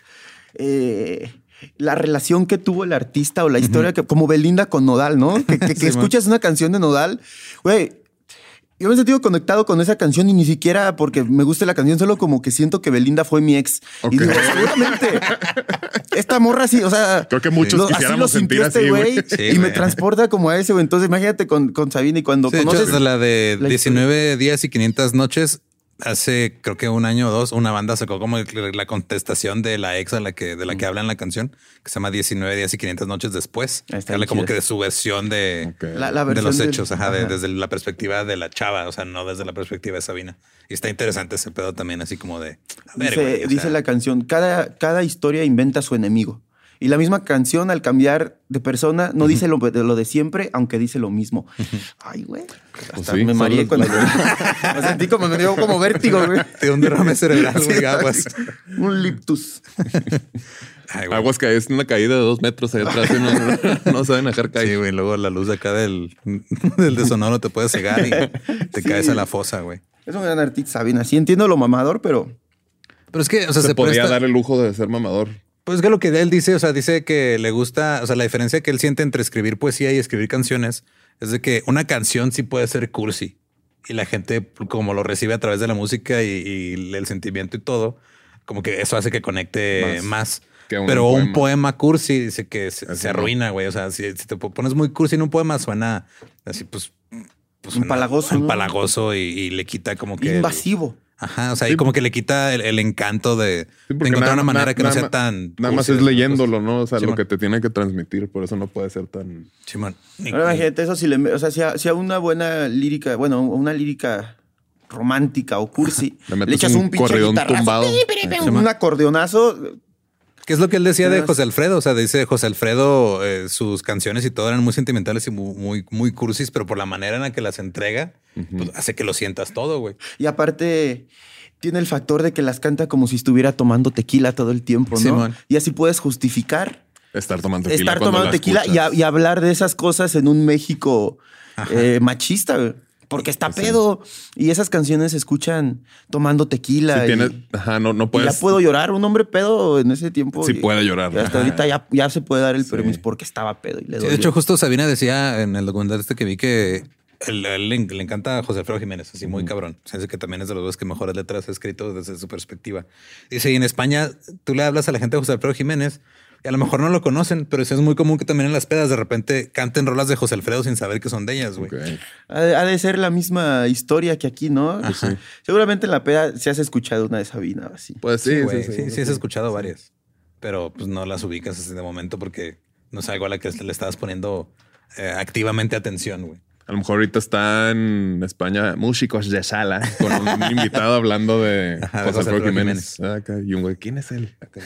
Speaker 3: eh, la relación que tuvo el artista o la historia que, como Belinda con Nodal, ¿no?
Speaker 2: (laughs)
Speaker 3: Que, que- que
Speaker 1: Sí,
Speaker 3: escuchas una canción de Nodal, güey. Yo me he sentido conectado con esa canción y ni siquiera porque me guste la canción, solo como que siento que Belinda fue mi ex. Y
Speaker 2: Ok.
Speaker 3: digo, seguramente esta morra sí, o sea,
Speaker 2: Creo que muchos
Speaker 3: lo- así
Speaker 2: quisiéramos
Speaker 3: lo
Speaker 2: sentir
Speaker 3: sintió este
Speaker 2: así, güey.
Speaker 1: Sí,
Speaker 3: y me
Speaker 1: güey.
Speaker 3: transporta como a ese, güey. Entonces imagínate con, con Sabina y cuando
Speaker 1: Sí, de hecho,
Speaker 3: conoces
Speaker 1: desde la de
Speaker 3: la
Speaker 1: 19 días y 500 noches, hace creo que un año o dos, una banda sacó como el- la contestación de la ex a la que, de la que habla en la canción, que se llama 19 días y 500 noches después.
Speaker 3: Ahí está
Speaker 1: habla
Speaker 3: bien
Speaker 1: como
Speaker 3: chida.
Speaker 1: que de su versión de,
Speaker 2: Ok.
Speaker 3: la, la
Speaker 1: de
Speaker 3: versión
Speaker 1: los
Speaker 3: del-
Speaker 1: hechos, ajá, de-
Speaker 3: ajá.
Speaker 1: desde la perspectiva de la chava, o sea, no desde la perspectiva de Sabina. Y está interesante ese pedo también, así como de... a ver,
Speaker 3: Dice,
Speaker 1: güey, o
Speaker 3: dice
Speaker 1: sea,
Speaker 3: la canción, cada, cada historia inventa su enemigo. Y la misma canción al cambiar de persona no dice lo de, lo de siempre, aunque dice lo mismo. Ay, güey. Hasta
Speaker 2: sí,
Speaker 3: me
Speaker 2: son
Speaker 3: mareé
Speaker 2: los-
Speaker 3: cuando (laughs) me sentí como me dio como vértigo, güey.
Speaker 1: Te dio un derrame (laughs) cerebral,
Speaker 3: (laughs) Sí,
Speaker 1: güey, ah, aguas.
Speaker 3: Un liptus.
Speaker 1: Ay, güey.
Speaker 2: Aguas que es una caída de dos metros ahí atrás y
Speaker 3: (laughs)
Speaker 2: no, no saben dejar caer.
Speaker 1: Sí, güey. Luego la luz de acá del, (laughs) del de Sonoro te puede cegar y
Speaker 2: (laughs)
Speaker 1: te caes a la fosa, güey.
Speaker 3: Es un gran artista, Sabina. Sí entiendo lo mamador, pero
Speaker 1: Pero es que, o sea,
Speaker 2: se,
Speaker 1: se,
Speaker 2: podría
Speaker 1: presta-
Speaker 2: dar el lujo de ser mamador.
Speaker 1: Pues es que lo que él dice, o sea, dice que le gusta, o sea, la diferencia que él siente entre escribir poesía y escribir canciones es de que una canción sí puede ser cursi y la gente como lo recibe a través de la música y, y el sentimiento y todo, como que eso hace que conecte
Speaker 2: Más
Speaker 1: más.
Speaker 2: que un
Speaker 1: Pero un
Speaker 2: poema.
Speaker 1: poema cursi dice que se,
Speaker 2: Así
Speaker 1: se
Speaker 2: no.
Speaker 1: arruina, güey. O sea, si, si te pones muy cursi en un poema suena así, pues... pues suena
Speaker 3: Empalagoso, ¿no?
Speaker 1: Empalagoso y, y le quita como que... el-
Speaker 3: invasivo.
Speaker 1: Ajá, o sea,
Speaker 2: Sí.
Speaker 1: y como que le quita el, el encanto de, de
Speaker 2: Sí, porque
Speaker 1: encontrar
Speaker 2: nada-
Speaker 1: una manera
Speaker 2: na-
Speaker 1: que no
Speaker 2: nada
Speaker 1: sea
Speaker 2: ma-
Speaker 1: tan.
Speaker 2: Nada más
Speaker 1: cursi,
Speaker 2: es
Speaker 1: ¿no? Pues,
Speaker 2: leyéndolo, ¿no? O sea,
Speaker 1: Sí,
Speaker 2: lo
Speaker 1: man.
Speaker 2: que te tiene que transmitir, por eso no puede ser tan.
Speaker 1: Pues, Simón. Ni-
Speaker 3: Ahora imagínate eso si le, o sea, si a, si a una buena lírica, bueno, una lírica romántica o cursi,
Speaker 2: Le
Speaker 3: le,
Speaker 2: metes
Speaker 3: echas
Speaker 2: un
Speaker 3: un, pinche
Speaker 2: corridón
Speaker 3: guitarrazo,
Speaker 2: tumbado.
Speaker 3: pi, pi, pi, un acordeonazo,
Speaker 1: ¿Qué es lo que él decía de
Speaker 3: Además-
Speaker 1: José Alfredo? O sea, dice José Alfredo, eh, sus canciones y todo eran muy sentimentales y muy, muy, muy cursis, pero por la manera en la que las entrega, pues, hace que lo sientas todo, güey.
Speaker 3: Y aparte tiene el factor de que las canta como si estuviera tomando tequila todo el tiempo, ¿no?
Speaker 1: Simón.
Speaker 3: Y así puedes justificar
Speaker 2: Estar tomando tequila.
Speaker 3: estar
Speaker 2: cuando
Speaker 3: tomando
Speaker 2: la
Speaker 3: tequila y,
Speaker 2: escuchas.
Speaker 3: a- y hablar de esas cosas en un México eh, machista, güey. porque está pedo. Y esas canciones se escuchan tomando tequila.
Speaker 2: Si
Speaker 3: y,
Speaker 2: tienes- ajá, no, no
Speaker 3: y ya
Speaker 2: puedes.
Speaker 3: puedo llorar, un hombre pedo en ese tiempo.
Speaker 2: Sí
Speaker 3: y-
Speaker 2: puede llorar,
Speaker 3: y hasta
Speaker 2: ajá.
Speaker 3: ahorita ya, ya se puede dar el
Speaker 2: Sí.
Speaker 3: permiso porque estaba pedo y le
Speaker 1: Sí,
Speaker 3: dolió.
Speaker 1: de hecho, justo Sabina decía en el documental este que vi que él, él le, le encanta a José Alfredo Jiménez, así muy cabrón. Se dice que también es de los dos que mejores letras ha escrito desde su perspectiva. Dice, y en España tú le hablas a la gente de José Alfredo Jiménez y a lo mejor no lo conocen, pero sí es muy común que también en las pedas de repente canten rolas de José Alfredo sin saber que son de ellas, güey.
Speaker 2: Ok.
Speaker 3: Ha de, ha de ser la misma historia que aquí, ¿no?
Speaker 1: Ajá.
Speaker 3: Seguramente en la peda se has escuchado una de Sabina o así.
Speaker 2: Pues sí,
Speaker 1: Sí,
Speaker 2: sí,
Speaker 1: güey,
Speaker 2: sí,
Speaker 1: sí, sí, has escuchado varias, pero pues no las ubicas así de momento porque no es algo a la que le estabas poniendo eh, activamente atención, güey.
Speaker 2: A lo mejor ahorita está en España músicos de sala con
Speaker 3: (laughs)
Speaker 2: un invitado hablando de
Speaker 1: Ajá, de José
Speaker 2: José Alfredo
Speaker 1: Alfredo
Speaker 2: Jiménez. Ah, acá. Y un güey, ¿quién es él? Acá.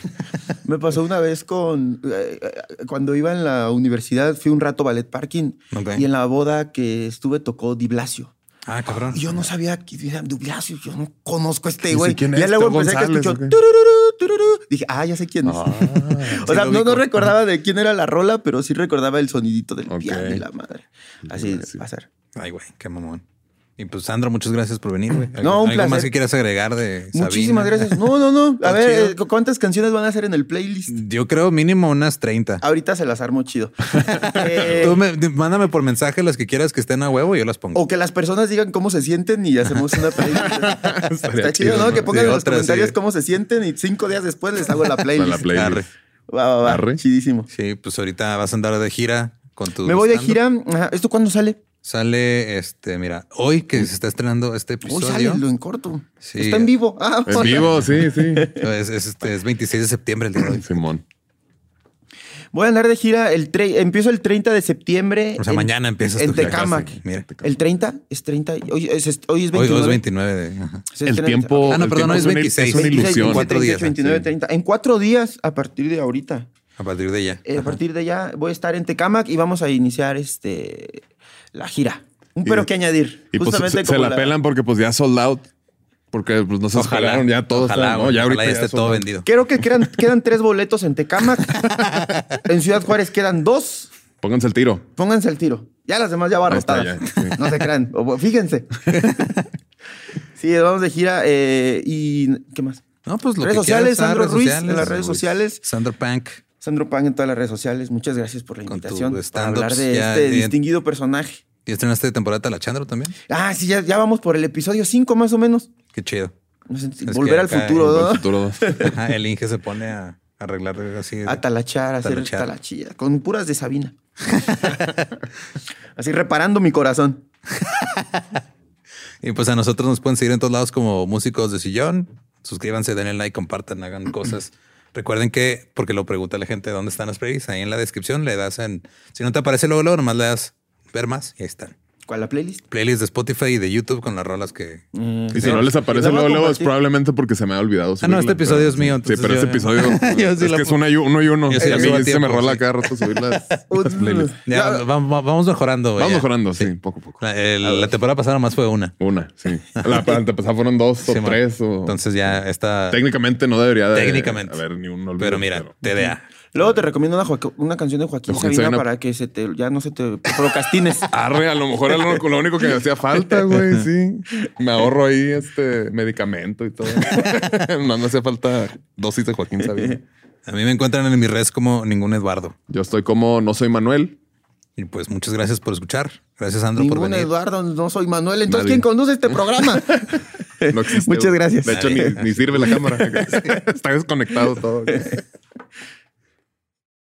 Speaker 3: Me pasó una vez con eh, eh, cuando iba en la universidad, fui un rato a ballet parking
Speaker 1: Ok.
Speaker 3: y en la boda que estuve tocó Di Blasio.
Speaker 1: Ah, cabrón.
Speaker 3: Y yo no sabía que era Di Blasio, yo no conozco a este
Speaker 2: Sí,
Speaker 3: güey.
Speaker 2: sí, ¿quién
Speaker 3: y ya
Speaker 2: es?
Speaker 3: luego
Speaker 2: ¿Teo
Speaker 3: empecé a
Speaker 2: González
Speaker 3: escuchar
Speaker 2: o qué?
Speaker 3: tururú, tururú. Dije, ah, ya sé quién es. (laughs) o sea,
Speaker 1: lo
Speaker 3: no, no
Speaker 1: ubico.
Speaker 3: recordaba de quién era la rola, pero sí recordaba el sonidito del
Speaker 2: Ok.
Speaker 3: piano y la madre. Así
Speaker 2: Sí.
Speaker 3: va a ser.
Speaker 1: Ay, güey, qué mamón. Y pues, Sandro, muchas gracias por venir,
Speaker 3: (clears throat)
Speaker 1: güey.
Speaker 3: No, un
Speaker 1: ¿Algo más
Speaker 3: placer.
Speaker 1: que quieras agregar de Sabina?
Speaker 3: Muchísimas gracias. No, no, no. A
Speaker 1: Está
Speaker 3: ver,
Speaker 1: chido.
Speaker 3: eh, ¿cuántas canciones van a hacer en el playlist?
Speaker 1: Yo creo mínimo unas 30.
Speaker 3: Ahorita se las armo chido. (laughs) Eh,
Speaker 1: Tú me- de- mándame por mensaje las que quieras que estén a huevo y yo las pongo.
Speaker 3: O que las personas digan cómo se sienten y hacemos
Speaker 1: (laughs)
Speaker 3: una playlist. Está chido, ¿no? Que pongan
Speaker 1: Sí,
Speaker 3: en los
Speaker 1: otra,
Speaker 3: comentarios
Speaker 1: sí.
Speaker 3: cómo se sienten y cinco días después les hago la
Speaker 2: A
Speaker 3: playlist.
Speaker 2: la playlist.
Speaker 1: Arre.
Speaker 3: (laughs) Va, va, va.
Speaker 2: Arre.
Speaker 3: Chidísimo.
Speaker 1: Sí, pues ahorita vas a andar de gira con tu.
Speaker 3: Me voy de
Speaker 1: stand-up.
Speaker 3: gira. Ajá, ¿Esto cuándo sale?
Speaker 1: Sale este, mira, hoy que se está estrenando este
Speaker 3: Hoy
Speaker 1: episodio.
Speaker 3: sale lo en corto.
Speaker 1: Sí.
Speaker 3: Está en vivo. Ah,
Speaker 2: En vivo, sí, sí.
Speaker 3: (laughs)
Speaker 1: es, es, este, es 26 de septiembre el día de hoy.
Speaker 2: Simón.
Speaker 3: Voy a andar de gira. El tre- empiezo el 30 de septiembre.
Speaker 1: O sea,
Speaker 3: en-
Speaker 1: mañana empiezas
Speaker 3: En
Speaker 1: tu gira.
Speaker 3: Tecámac.
Speaker 1: Casi, mira.
Speaker 3: ¿El 30? ¿Es 30? Hoy es, es- hoy es
Speaker 1: Hoy
Speaker 3: 29.
Speaker 1: es 29 de. ajá.
Speaker 3: Es
Speaker 2: El
Speaker 3: 30.
Speaker 2: tiempo.
Speaker 1: Ah, no,
Speaker 2: el
Speaker 1: perdón,
Speaker 2: tiempo
Speaker 1: no, es
Speaker 2: una-
Speaker 1: 26.
Speaker 2: Es una
Speaker 3: 26,
Speaker 2: ilusión.
Speaker 3: 27,
Speaker 1: Cuatro días,
Speaker 3: 28, 29,
Speaker 1: sí.
Speaker 3: 30. En cuatro días a partir de ahorita.
Speaker 1: A partir de ya.
Speaker 3: Eh, a
Speaker 1: Ajá.
Speaker 3: partir de allá voy a estar en Tecámac y vamos a iniciar este la gira. Un pero
Speaker 2: Y-
Speaker 3: que añadir.
Speaker 2: Y pues se, se
Speaker 3: como
Speaker 2: la pelan porque pues ya sold out. Porque pues nos esperaron ya todos.
Speaker 1: Ojalá,
Speaker 2: ¿no?
Speaker 1: güey,
Speaker 2: ya ahorita
Speaker 1: ojalá ya esté
Speaker 2: sold
Speaker 1: todo
Speaker 2: out.
Speaker 1: vendido.
Speaker 3: Creo que quedan, quedan tres boletos
Speaker 2: (laughs)
Speaker 3: en Tecámac. en Ciudad Juárez quedan dos.
Speaker 2: Pónganse el tiro.
Speaker 3: Pónganse el tiro. Ya las demás ya van
Speaker 2: Ahí está,
Speaker 3: rotadas.
Speaker 2: ya, sí.
Speaker 3: No se crean. O-
Speaker 2: (laughs)
Speaker 3: Fíjense. sí, vamos de gira. eh, ¿Y qué más?
Speaker 1: No, pues lo
Speaker 3: Redes
Speaker 1: que quieras,
Speaker 3: sociales,
Speaker 1: ah,
Speaker 3: Sandro
Speaker 1: redes
Speaker 3: Ruiz,
Speaker 1: sociales.
Speaker 3: en las redes sociales.
Speaker 1: Sandro Punk.
Speaker 3: Sandro Pan en todas las redes sociales. Muchas gracias por la
Speaker 1: Con tu
Speaker 3: invitación. Para
Speaker 1: stand-ups,
Speaker 3: hablar de
Speaker 1: ya,
Speaker 3: este
Speaker 1: ya-
Speaker 3: distinguido personaje.
Speaker 1: ¿Y estrenaste temporada de Talachandro también?
Speaker 3: Ah, sí, ya, ya vamos por el episodio 5 más o menos.
Speaker 1: Qué chido.
Speaker 3: No sé,
Speaker 1: que
Speaker 3: volver al
Speaker 1: acá
Speaker 3: futuro,
Speaker 2: Para
Speaker 3: ¿no?
Speaker 2: el futuro
Speaker 3: (laughs)
Speaker 2: dos.
Speaker 1: Ajá, el Inge se pone a arreglar así.
Speaker 3: A talachar, a hacer
Speaker 1: Talachar.
Speaker 3: talachilla, con puras de Sabina. (laughs) Así reparando mi corazón.
Speaker 1: Y pues a nosotros nos pueden seguir en todos lados como músicos de sillón. Suscríbanse, denle like, compartan,
Speaker 3: (clears throat)
Speaker 1: hagan cosas. Recuerden que, porque lo pregunta la gente, ¿dónde están las playlists? Ahí en la descripción le das en... Si no te aparece luego, luego nomás le das ver más y ahí están.
Speaker 3: ¿Cuál la playlist?
Speaker 1: Playlist de Spotify y de YouTube con las rolas que...
Speaker 2: Y si no les aparece
Speaker 3: Y
Speaker 2: luego,
Speaker 3: nada más
Speaker 2: luego es
Speaker 3: compartir.
Speaker 2: probablemente porque se me ha olvidado.
Speaker 1: Ah, no, este
Speaker 2: subirla,
Speaker 1: episodio
Speaker 2: pero-
Speaker 1: es mío,
Speaker 2: Sí,
Speaker 1: entonces
Speaker 2: pero
Speaker 1: yo-
Speaker 2: este
Speaker 1: (laughs)
Speaker 2: episodio
Speaker 1: Yo sí
Speaker 2: es
Speaker 1: la
Speaker 2: que es
Speaker 1: pu-
Speaker 2: uno y uno. y uno.
Speaker 1: Yo sí
Speaker 2: Y
Speaker 1: la
Speaker 2: a
Speaker 1: subo a
Speaker 2: mí se me
Speaker 1: tiempo,
Speaker 2: rola
Speaker 1: sí.
Speaker 2: cada rato subir
Speaker 3: (laughs)
Speaker 2: las, las playlists.
Speaker 1: Ya, va- va- vamos mejorando.
Speaker 2: Vamos
Speaker 1: ya.
Speaker 2: mejorando, sí, poco a poco.
Speaker 1: La, el- la temporada pasada nomás fue una.
Speaker 2: Una,
Speaker 1: (laughs)
Speaker 2: sí. La antepasada fueron dos o
Speaker 1: Sí, ma.
Speaker 2: tres. O...
Speaker 1: Entonces ya está...
Speaker 2: técnicamente no debería de
Speaker 1: Técnicamente.
Speaker 2: haber ni un olvido.
Speaker 1: pero mira, TDA.
Speaker 3: Luego te recomiendo una, Joaqu- una canción de Joaquín,
Speaker 2: Joaquín
Speaker 3: Sabina,
Speaker 2: Sabina.
Speaker 3: para que se te, ya no se te
Speaker 2: (laughs)
Speaker 3: procrastines.
Speaker 2: Arre, a lo mejor era lo, lo único que me hacía falta, güey, sí. Me ahorro ahí este medicamento y todo. (laughs) no me hacía falta dosis de Joaquín Sabina.
Speaker 1: A mí me encuentran en mis redes como ningún Eduardo.
Speaker 2: Yo estoy como no soy Manuel.
Speaker 1: Y pues muchas gracias por escuchar. Gracias, Sandro, por
Speaker 3: Ningún
Speaker 1: venir.
Speaker 3: Eduardo, no soy Manuel. Entonces,
Speaker 2: Nadie.
Speaker 3: ¿quién conduce este programa?
Speaker 2: (laughs) No existe,
Speaker 3: Muchas
Speaker 2: güey.
Speaker 3: gracias.
Speaker 2: De hecho, ni, ni sirve la
Speaker 3: (laughs)
Speaker 2: cámara. Está desconectado todo.